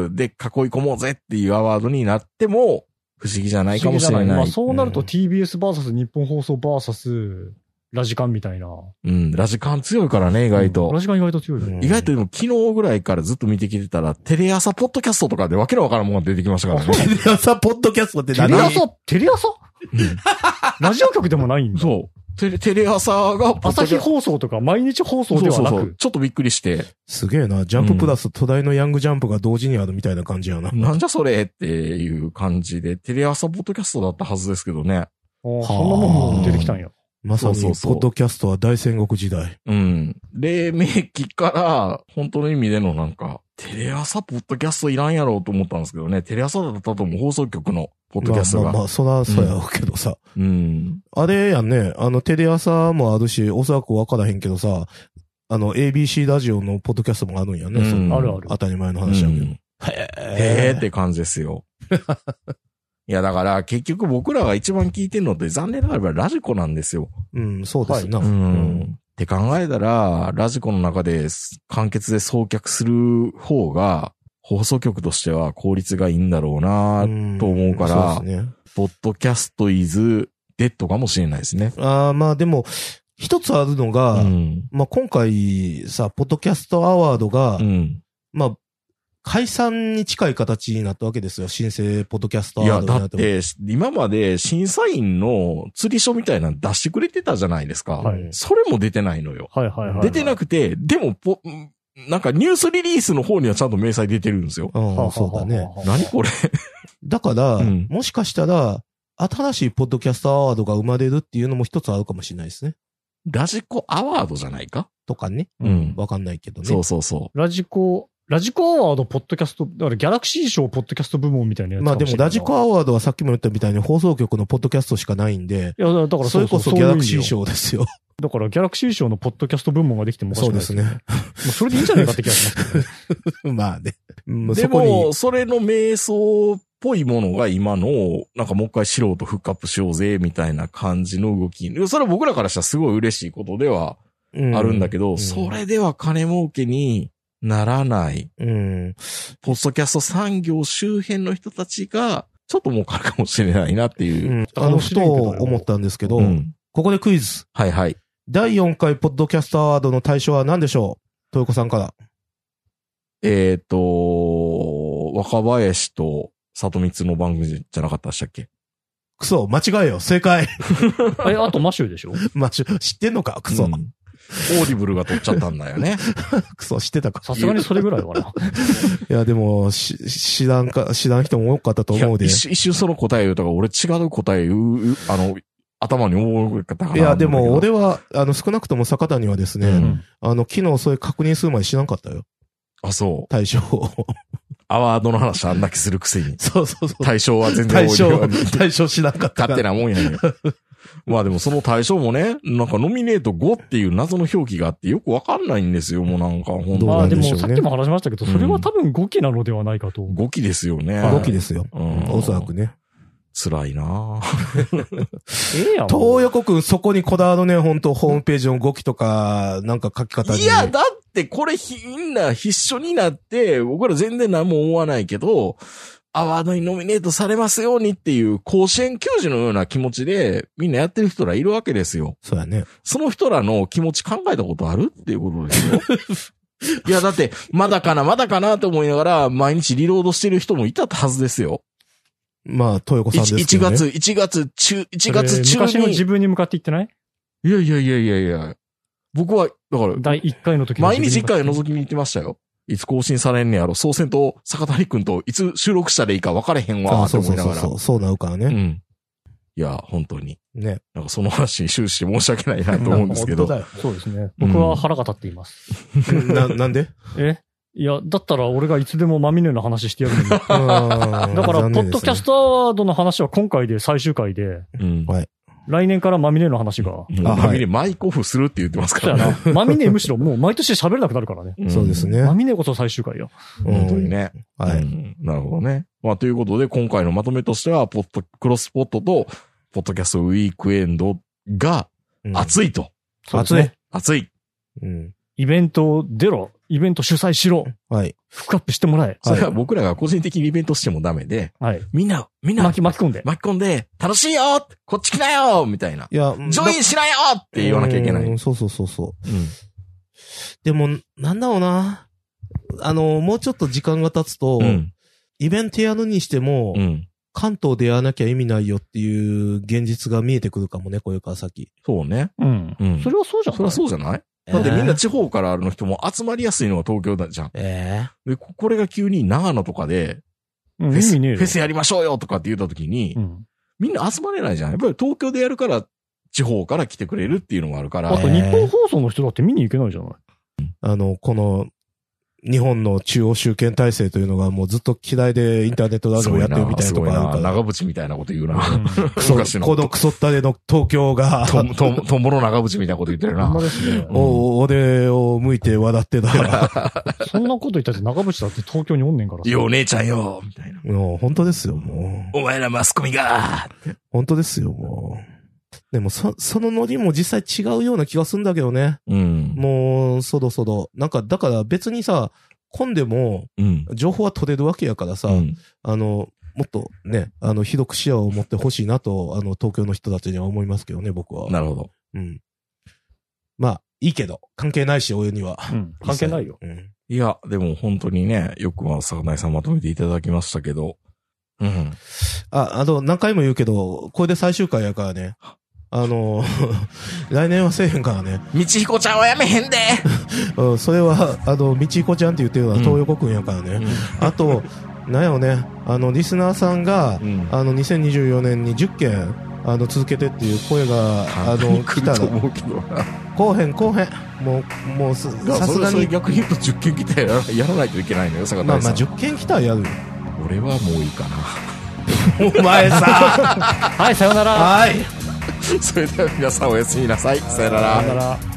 Speaker 2: ーで囲い込もうぜっていうアワードになっても不思議じゃないかもしれない。
Speaker 4: まあ、そうなると
Speaker 3: うん
Speaker 4: TBS vs 日本放送 vs ラジカンみたいな。
Speaker 2: うん、ラジカン強いからね、意外と。
Speaker 4: ラジカン意外と強いよね。
Speaker 3: うん
Speaker 2: 意外とでも昨日ぐらいからずっと見てきてたら、テレ朝ポッドキャストとかでわけのわからんものが出てきましたから
Speaker 4: あそう
Speaker 2: ね。
Speaker 3: テレ朝ポッドキャストって
Speaker 4: テレ
Speaker 3: 何
Speaker 4: 朝テレ朝ラジオ局でもないんだ。
Speaker 2: そう。テレ、テレ朝がポッ
Speaker 4: 朝
Speaker 2: ドキ
Speaker 4: 日
Speaker 2: ャスト、
Speaker 4: 放送とか毎日放送では
Speaker 2: そう
Speaker 4: な
Speaker 2: そうそ
Speaker 4: く
Speaker 2: う。ちょっとびっくりして、
Speaker 3: すげえな、ジャンププラス巨大のヤングジャンプが同時にあるみたいな感じや な。
Speaker 2: なんじゃそれっていう感じで、テレ朝ポッドキャストだったはずですけどね。
Speaker 4: あーそんなもんも出てきたんや。
Speaker 3: まさに、
Speaker 2: そうそうそう
Speaker 3: ポッドキャストは大戦国時代。
Speaker 2: うん。黎明期から、本当の意味でのなんか、テレ朝ポッドキャストいらんやろうと思ったんですけどね。テレ朝だったとも放送局のポッドキャスト
Speaker 3: ま
Speaker 2: が。
Speaker 3: あまあ、そらそうやろうけどさ。
Speaker 2: うん。
Speaker 3: あれやんね、あの、テレ朝もあるし、おそらくわからへんけどさ、あの、ABC ラジオのポッドキャストもあるんやね。
Speaker 2: うん
Speaker 3: そ
Speaker 4: あるある
Speaker 3: 当たり前の話やけど。
Speaker 2: うん
Speaker 3: へ
Speaker 2: へーって感じです よ。いや、だから、結局僕らが一番聞いてるのって残念ながらラジコなんですよ。
Speaker 3: うん、そうですな。
Speaker 2: う
Speaker 3: うん
Speaker 2: ん。って考えたら、ラジコの中で簡潔で送客する方が、放送局としては効率がいいんだろうな、
Speaker 3: ん
Speaker 2: と思うから
Speaker 3: そうですね。
Speaker 2: ポッドキャストイズデッドかもしれないですね。
Speaker 3: ああ、まあでも、一つあるの
Speaker 2: う
Speaker 3: が、
Speaker 2: ん。
Speaker 3: まあ今回さ、ポッドキャストアワードが、
Speaker 2: うん。
Speaker 3: まあ、解散に近い形になったわけですよ。新生ポッドキャストア
Speaker 2: い
Speaker 3: ワー
Speaker 2: や、
Speaker 3: ドにな
Speaker 2: だって、今まで審査員の釣り書みたいなの出してくれてたじゃないですか。
Speaker 4: はい
Speaker 3: うん
Speaker 2: それも出てないのよ。
Speaker 4: はいはいはいはい。
Speaker 2: 出てなくて、でもポ、んなんかニュースリリースの方にはちゃんと明細出てるんですよ。
Speaker 3: うん
Speaker 4: はあはあはあはあ。
Speaker 3: そうだね。
Speaker 2: 何これ
Speaker 3: だから、
Speaker 2: うん
Speaker 3: もしかしたら、新しいポッドキャストアワードが生まれるっていうのも一つあるかもしれないですね。
Speaker 2: ラジコアワードじゃないか
Speaker 3: とかね。
Speaker 2: うん。
Speaker 3: わかんないけどね。
Speaker 2: そうそうそ
Speaker 4: ラジコ、ラジコアワード、ポッドキャスト、だからギャラクシー賞、ポッドキャスト部門みたいなやつ
Speaker 3: まあでも、ラジコ
Speaker 4: ア
Speaker 3: アワードはさっきも言ったみたいに放送局のポッドキャストしかないんで、
Speaker 4: いや、だから
Speaker 3: それこそ
Speaker 4: そう
Speaker 3: ギ
Speaker 4: いう
Speaker 3: ャ
Speaker 4: 意
Speaker 3: ラ
Speaker 4: 味
Speaker 3: クシー
Speaker 4: よ
Speaker 3: 賞ですよ。
Speaker 4: だからギャラクシー賞のポッドキャスト部門ができてもおかし
Speaker 3: そう
Speaker 4: くな
Speaker 3: で
Speaker 4: い
Speaker 3: す。ね。
Speaker 4: もうそれでいいんじゃないかって気がしますけどね。
Speaker 3: まあね。
Speaker 2: う。
Speaker 3: も
Speaker 2: で
Speaker 3: そこに
Speaker 2: も、それの瞑想っぽいものが今の、なんかもう一回素人フックアップしようぜ、みたいな感じの動き。それは僕らからしたらすごい嬉しいことでは
Speaker 3: う
Speaker 2: あるんだけど、
Speaker 3: うん
Speaker 2: それでは金儲けにならない。
Speaker 3: うん。
Speaker 2: ポッドキャスト産業周辺の人たちが、ちょっと儲かるかもしれないなっていうう。
Speaker 3: ん。あの、ふと思ったんですけど、
Speaker 2: うん
Speaker 3: ここでクイズ。
Speaker 2: はいはい。
Speaker 3: 第4回ポッドキャストアワードの対象は何でしょう豊子さんから。
Speaker 2: えっ、と、若林と里光の番組じゃなかったでしたっけ
Speaker 3: クソ、間違えよ。正解。
Speaker 4: え、あとマシューでしょ
Speaker 3: まあ、ちょ知ってんのかクソ、
Speaker 2: んオーディブルが取っちゃったんだよね。
Speaker 3: クソ、知ってたか。
Speaker 4: さすがにそれぐらいはな。
Speaker 3: いや、でも、し知らんか、知らん人も多かったと思うで。
Speaker 2: いや一
Speaker 3: い
Speaker 2: 瞬一瞬その答え言うとか、俺違う答え言う、うあの、頭に思い浮かったから。
Speaker 3: や、でも、俺は、あの、少なくとも坂谷はですね、
Speaker 2: うん
Speaker 3: あの、昨日それ確認するまで知らんかったよ。
Speaker 2: あ、そう。
Speaker 3: 対象を
Speaker 2: アワードの話あんだけするくせに。
Speaker 3: そうそうそう。
Speaker 2: 対象は全然
Speaker 3: 対象
Speaker 2: 俺は、
Speaker 3: 対象知らんかった
Speaker 2: 勝
Speaker 3: か
Speaker 2: 手
Speaker 3: ら。
Speaker 2: なもんやね。まあでもその対象もね、なんかノミネート5っていう謎の表記があってよくわかんないんですよ、もうなんか、本
Speaker 3: どう
Speaker 4: ま
Speaker 3: な
Speaker 4: あ
Speaker 3: ん
Speaker 4: で
Speaker 3: でしょうね
Speaker 4: もさっきも話しましたけど、それは多分5期なのではないかと。
Speaker 2: 5期ですよね。
Speaker 3: 動きですよ。
Speaker 2: うん
Speaker 3: おそらくね。
Speaker 2: 辛いなぁ
Speaker 4: ええやん。
Speaker 3: 東横くん、そこにこだわるね、本当ホームページの動きとか、なんか書き方に。
Speaker 2: いや、だってこれみんな必勝になって、僕ら全然何も思わないけど、アワードにノミネートされますようにっていう甲子園球児のような気持ちでみんなやってる人らいるわけですよ。
Speaker 3: そうやね。
Speaker 2: その人らの気持ち考えたことあるっていうことですよ。 いや、だって、まだかな、まだかなと思いながら、毎日リロードしてる人もいたはずですよ。
Speaker 3: まあ、東横さん
Speaker 2: 一
Speaker 3: ですけ
Speaker 2: 1
Speaker 3: どね。
Speaker 2: 月、1月中、1月
Speaker 4: それ昔
Speaker 2: 中
Speaker 4: の
Speaker 2: に。
Speaker 4: 自分に向かって言ってない
Speaker 2: いやいやいやいやいや。僕は、だから、
Speaker 4: 第1回の時の
Speaker 2: 毎日
Speaker 4: 自
Speaker 2: 一
Speaker 4: 分
Speaker 2: 回
Speaker 4: に向かって
Speaker 2: 覗きに行ってましたよ。いつ更新されんねやろ。総選と坂谷くんといつ収録したらいいか分かれへん
Speaker 3: あ
Speaker 2: わ、
Speaker 3: あ、
Speaker 2: と
Speaker 3: そう
Speaker 2: 思
Speaker 3: そ
Speaker 2: いうな
Speaker 3: そう
Speaker 2: がら。
Speaker 3: そう。そうなるから
Speaker 2: う
Speaker 3: ね。
Speaker 2: ん。いや、本当に。
Speaker 3: ね。
Speaker 2: なんかその話に終始申し訳ないなと思うんですけど。
Speaker 3: 本
Speaker 4: そうですね。
Speaker 2: うん
Speaker 4: 僕は腹が立っています。
Speaker 3: 当だよ。な、 なんで
Speaker 4: えいや、だったら俺がいつでもまみれの話してや るのに。 だ
Speaker 3: だ
Speaker 4: か
Speaker 3: から
Speaker 4: ら、ポッドキャストアワードの話は今回で最終回で、
Speaker 2: うん。
Speaker 4: 来年からまみれの話が。
Speaker 2: うん
Speaker 3: あはい
Speaker 2: まみれマイクオフするって言ってますか
Speaker 4: そ
Speaker 2: ら
Speaker 4: うや
Speaker 2: ね。
Speaker 4: な。まみれむしろもう毎年喋れなくなるからね。
Speaker 3: そうですね。
Speaker 4: まみれこそ最終回よ。
Speaker 2: うん。本当にね。
Speaker 3: うん。は
Speaker 2: う
Speaker 3: い。
Speaker 2: んなるほどね。まあ、ということで、今回のまとめとしては、ポッド、クロスポットと、ポッドキャストウィークエンドが
Speaker 3: うん
Speaker 2: 熱いと。
Speaker 4: そうですね
Speaker 3: 熱い。
Speaker 2: 熱い。
Speaker 3: うん。
Speaker 4: イベントを出ろ。イベント主催しろ。
Speaker 3: はい。
Speaker 4: フックアップしてもらえ。
Speaker 2: それは僕らが個人的にイベントしてもダメで、
Speaker 4: はい。
Speaker 2: みんな、みんな
Speaker 4: 巻、き、巻き込んで。
Speaker 2: 巻き込んで、楽しいよこっち来なよみたいな。
Speaker 3: いや、
Speaker 2: ジョインしなよって言わなきゃいけない。
Speaker 3: うんそうそうそうそう。でも、なんだろうな。あの、もうちょっと時間が経つと、
Speaker 2: うん。
Speaker 3: イベントやるにしても、
Speaker 2: うん。
Speaker 3: 関東でやらなきゃ意味ないよっていう現実が見えてくるかもね、これから先。
Speaker 2: そうね。
Speaker 4: うん。
Speaker 2: うん。
Speaker 4: それはそうじゃん。
Speaker 2: そりゃそうじゃないだってみんな地方からの人も集まりやすいのが東京だじゃん。
Speaker 3: え
Speaker 2: で、ここれが急に長野とかで、
Speaker 4: うん
Speaker 2: フ
Speaker 4: 意
Speaker 2: ェス、
Speaker 4: 味ねえよ
Speaker 2: フェスやりましょうよとかって言った時に、
Speaker 4: うん。
Speaker 2: みんな集まれないじゃん。やっぱり東京でやるから、地方から来てくれるっていうのもあるか
Speaker 4: あ
Speaker 2: ら。
Speaker 4: と日本放送の人だって見に行けないじゃない。
Speaker 3: えあの、この、日本の中央集権体制というのがもうずっと嫌いでインターネットラジオやってるみたいなとこあ
Speaker 2: すごい
Speaker 3: る
Speaker 2: な
Speaker 3: か
Speaker 2: 長渕みたいなこと言うな。
Speaker 3: ら。
Speaker 2: 長渕
Speaker 3: そう
Speaker 2: 昔の
Speaker 3: このクソったれの東京が、
Speaker 2: とん、とん、とんぼの長渕みたいなこと言ってる
Speaker 4: ほんま
Speaker 2: な。
Speaker 4: ですね。
Speaker 3: お、俺を向いて笑ってた。
Speaker 4: そんなこと言ったって長渕だって東京におんねんからさ。
Speaker 2: よ、お姉ちゃんよみたいな。
Speaker 3: もう本当ですよ、もう。
Speaker 2: お前らマスコミが
Speaker 3: 本当ですよ、もう。でも、そ、そのノリも実際違うような気がするんだけどね。
Speaker 2: うん。
Speaker 3: もう、そろそろ。なんか、だから別にさ、混んでも、
Speaker 2: うん。
Speaker 3: 情報は取れるわけやからさ、
Speaker 2: うん
Speaker 3: あの、もっとね、あの、広く視野を持ってほしいなと、あの、東京の人たちには思いますけどね、僕は。
Speaker 2: なるほど。
Speaker 3: うん。まあ、いいけど、関係ないし、俺には。
Speaker 4: うん。関係ないよ。
Speaker 3: うん。
Speaker 2: いや、でも本当にね、よくまあ、坂内さんまとめていただきましたけど。うん。
Speaker 3: あ、あと、何回も言うけど、これで最終回やからね。あの、 来年はせえへんからね。
Speaker 2: 道彦ちゃんはやめへんで
Speaker 3: うん、それは、あの、道彦ちゃんって言ってるのは
Speaker 2: うん
Speaker 3: 東横くんやからね。あと、なんやろね、あの、リスナーさんが、
Speaker 2: うん。
Speaker 3: あの、2024年に10件、あの、続けてっていう声が、 あの、来た
Speaker 2: と
Speaker 3: ら、
Speaker 2: 思うけどな。
Speaker 3: 後編後編もう、もうす、さ
Speaker 2: さ
Speaker 3: す
Speaker 2: す
Speaker 3: が
Speaker 2: が
Speaker 3: に
Speaker 2: に。逆に言うと10件来たらやらやらないといけないのよ、坂
Speaker 3: まあ
Speaker 2: 内
Speaker 3: ま
Speaker 2: さ
Speaker 3: あ、
Speaker 2: ん。
Speaker 3: 10件来たらやるよ。
Speaker 2: 俺はもういいかな。
Speaker 3: お前さ
Speaker 4: はい、さよなら。
Speaker 3: はい
Speaker 2: それでは皆さんおやすみなさい。さよなら
Speaker 4: さよ。なら。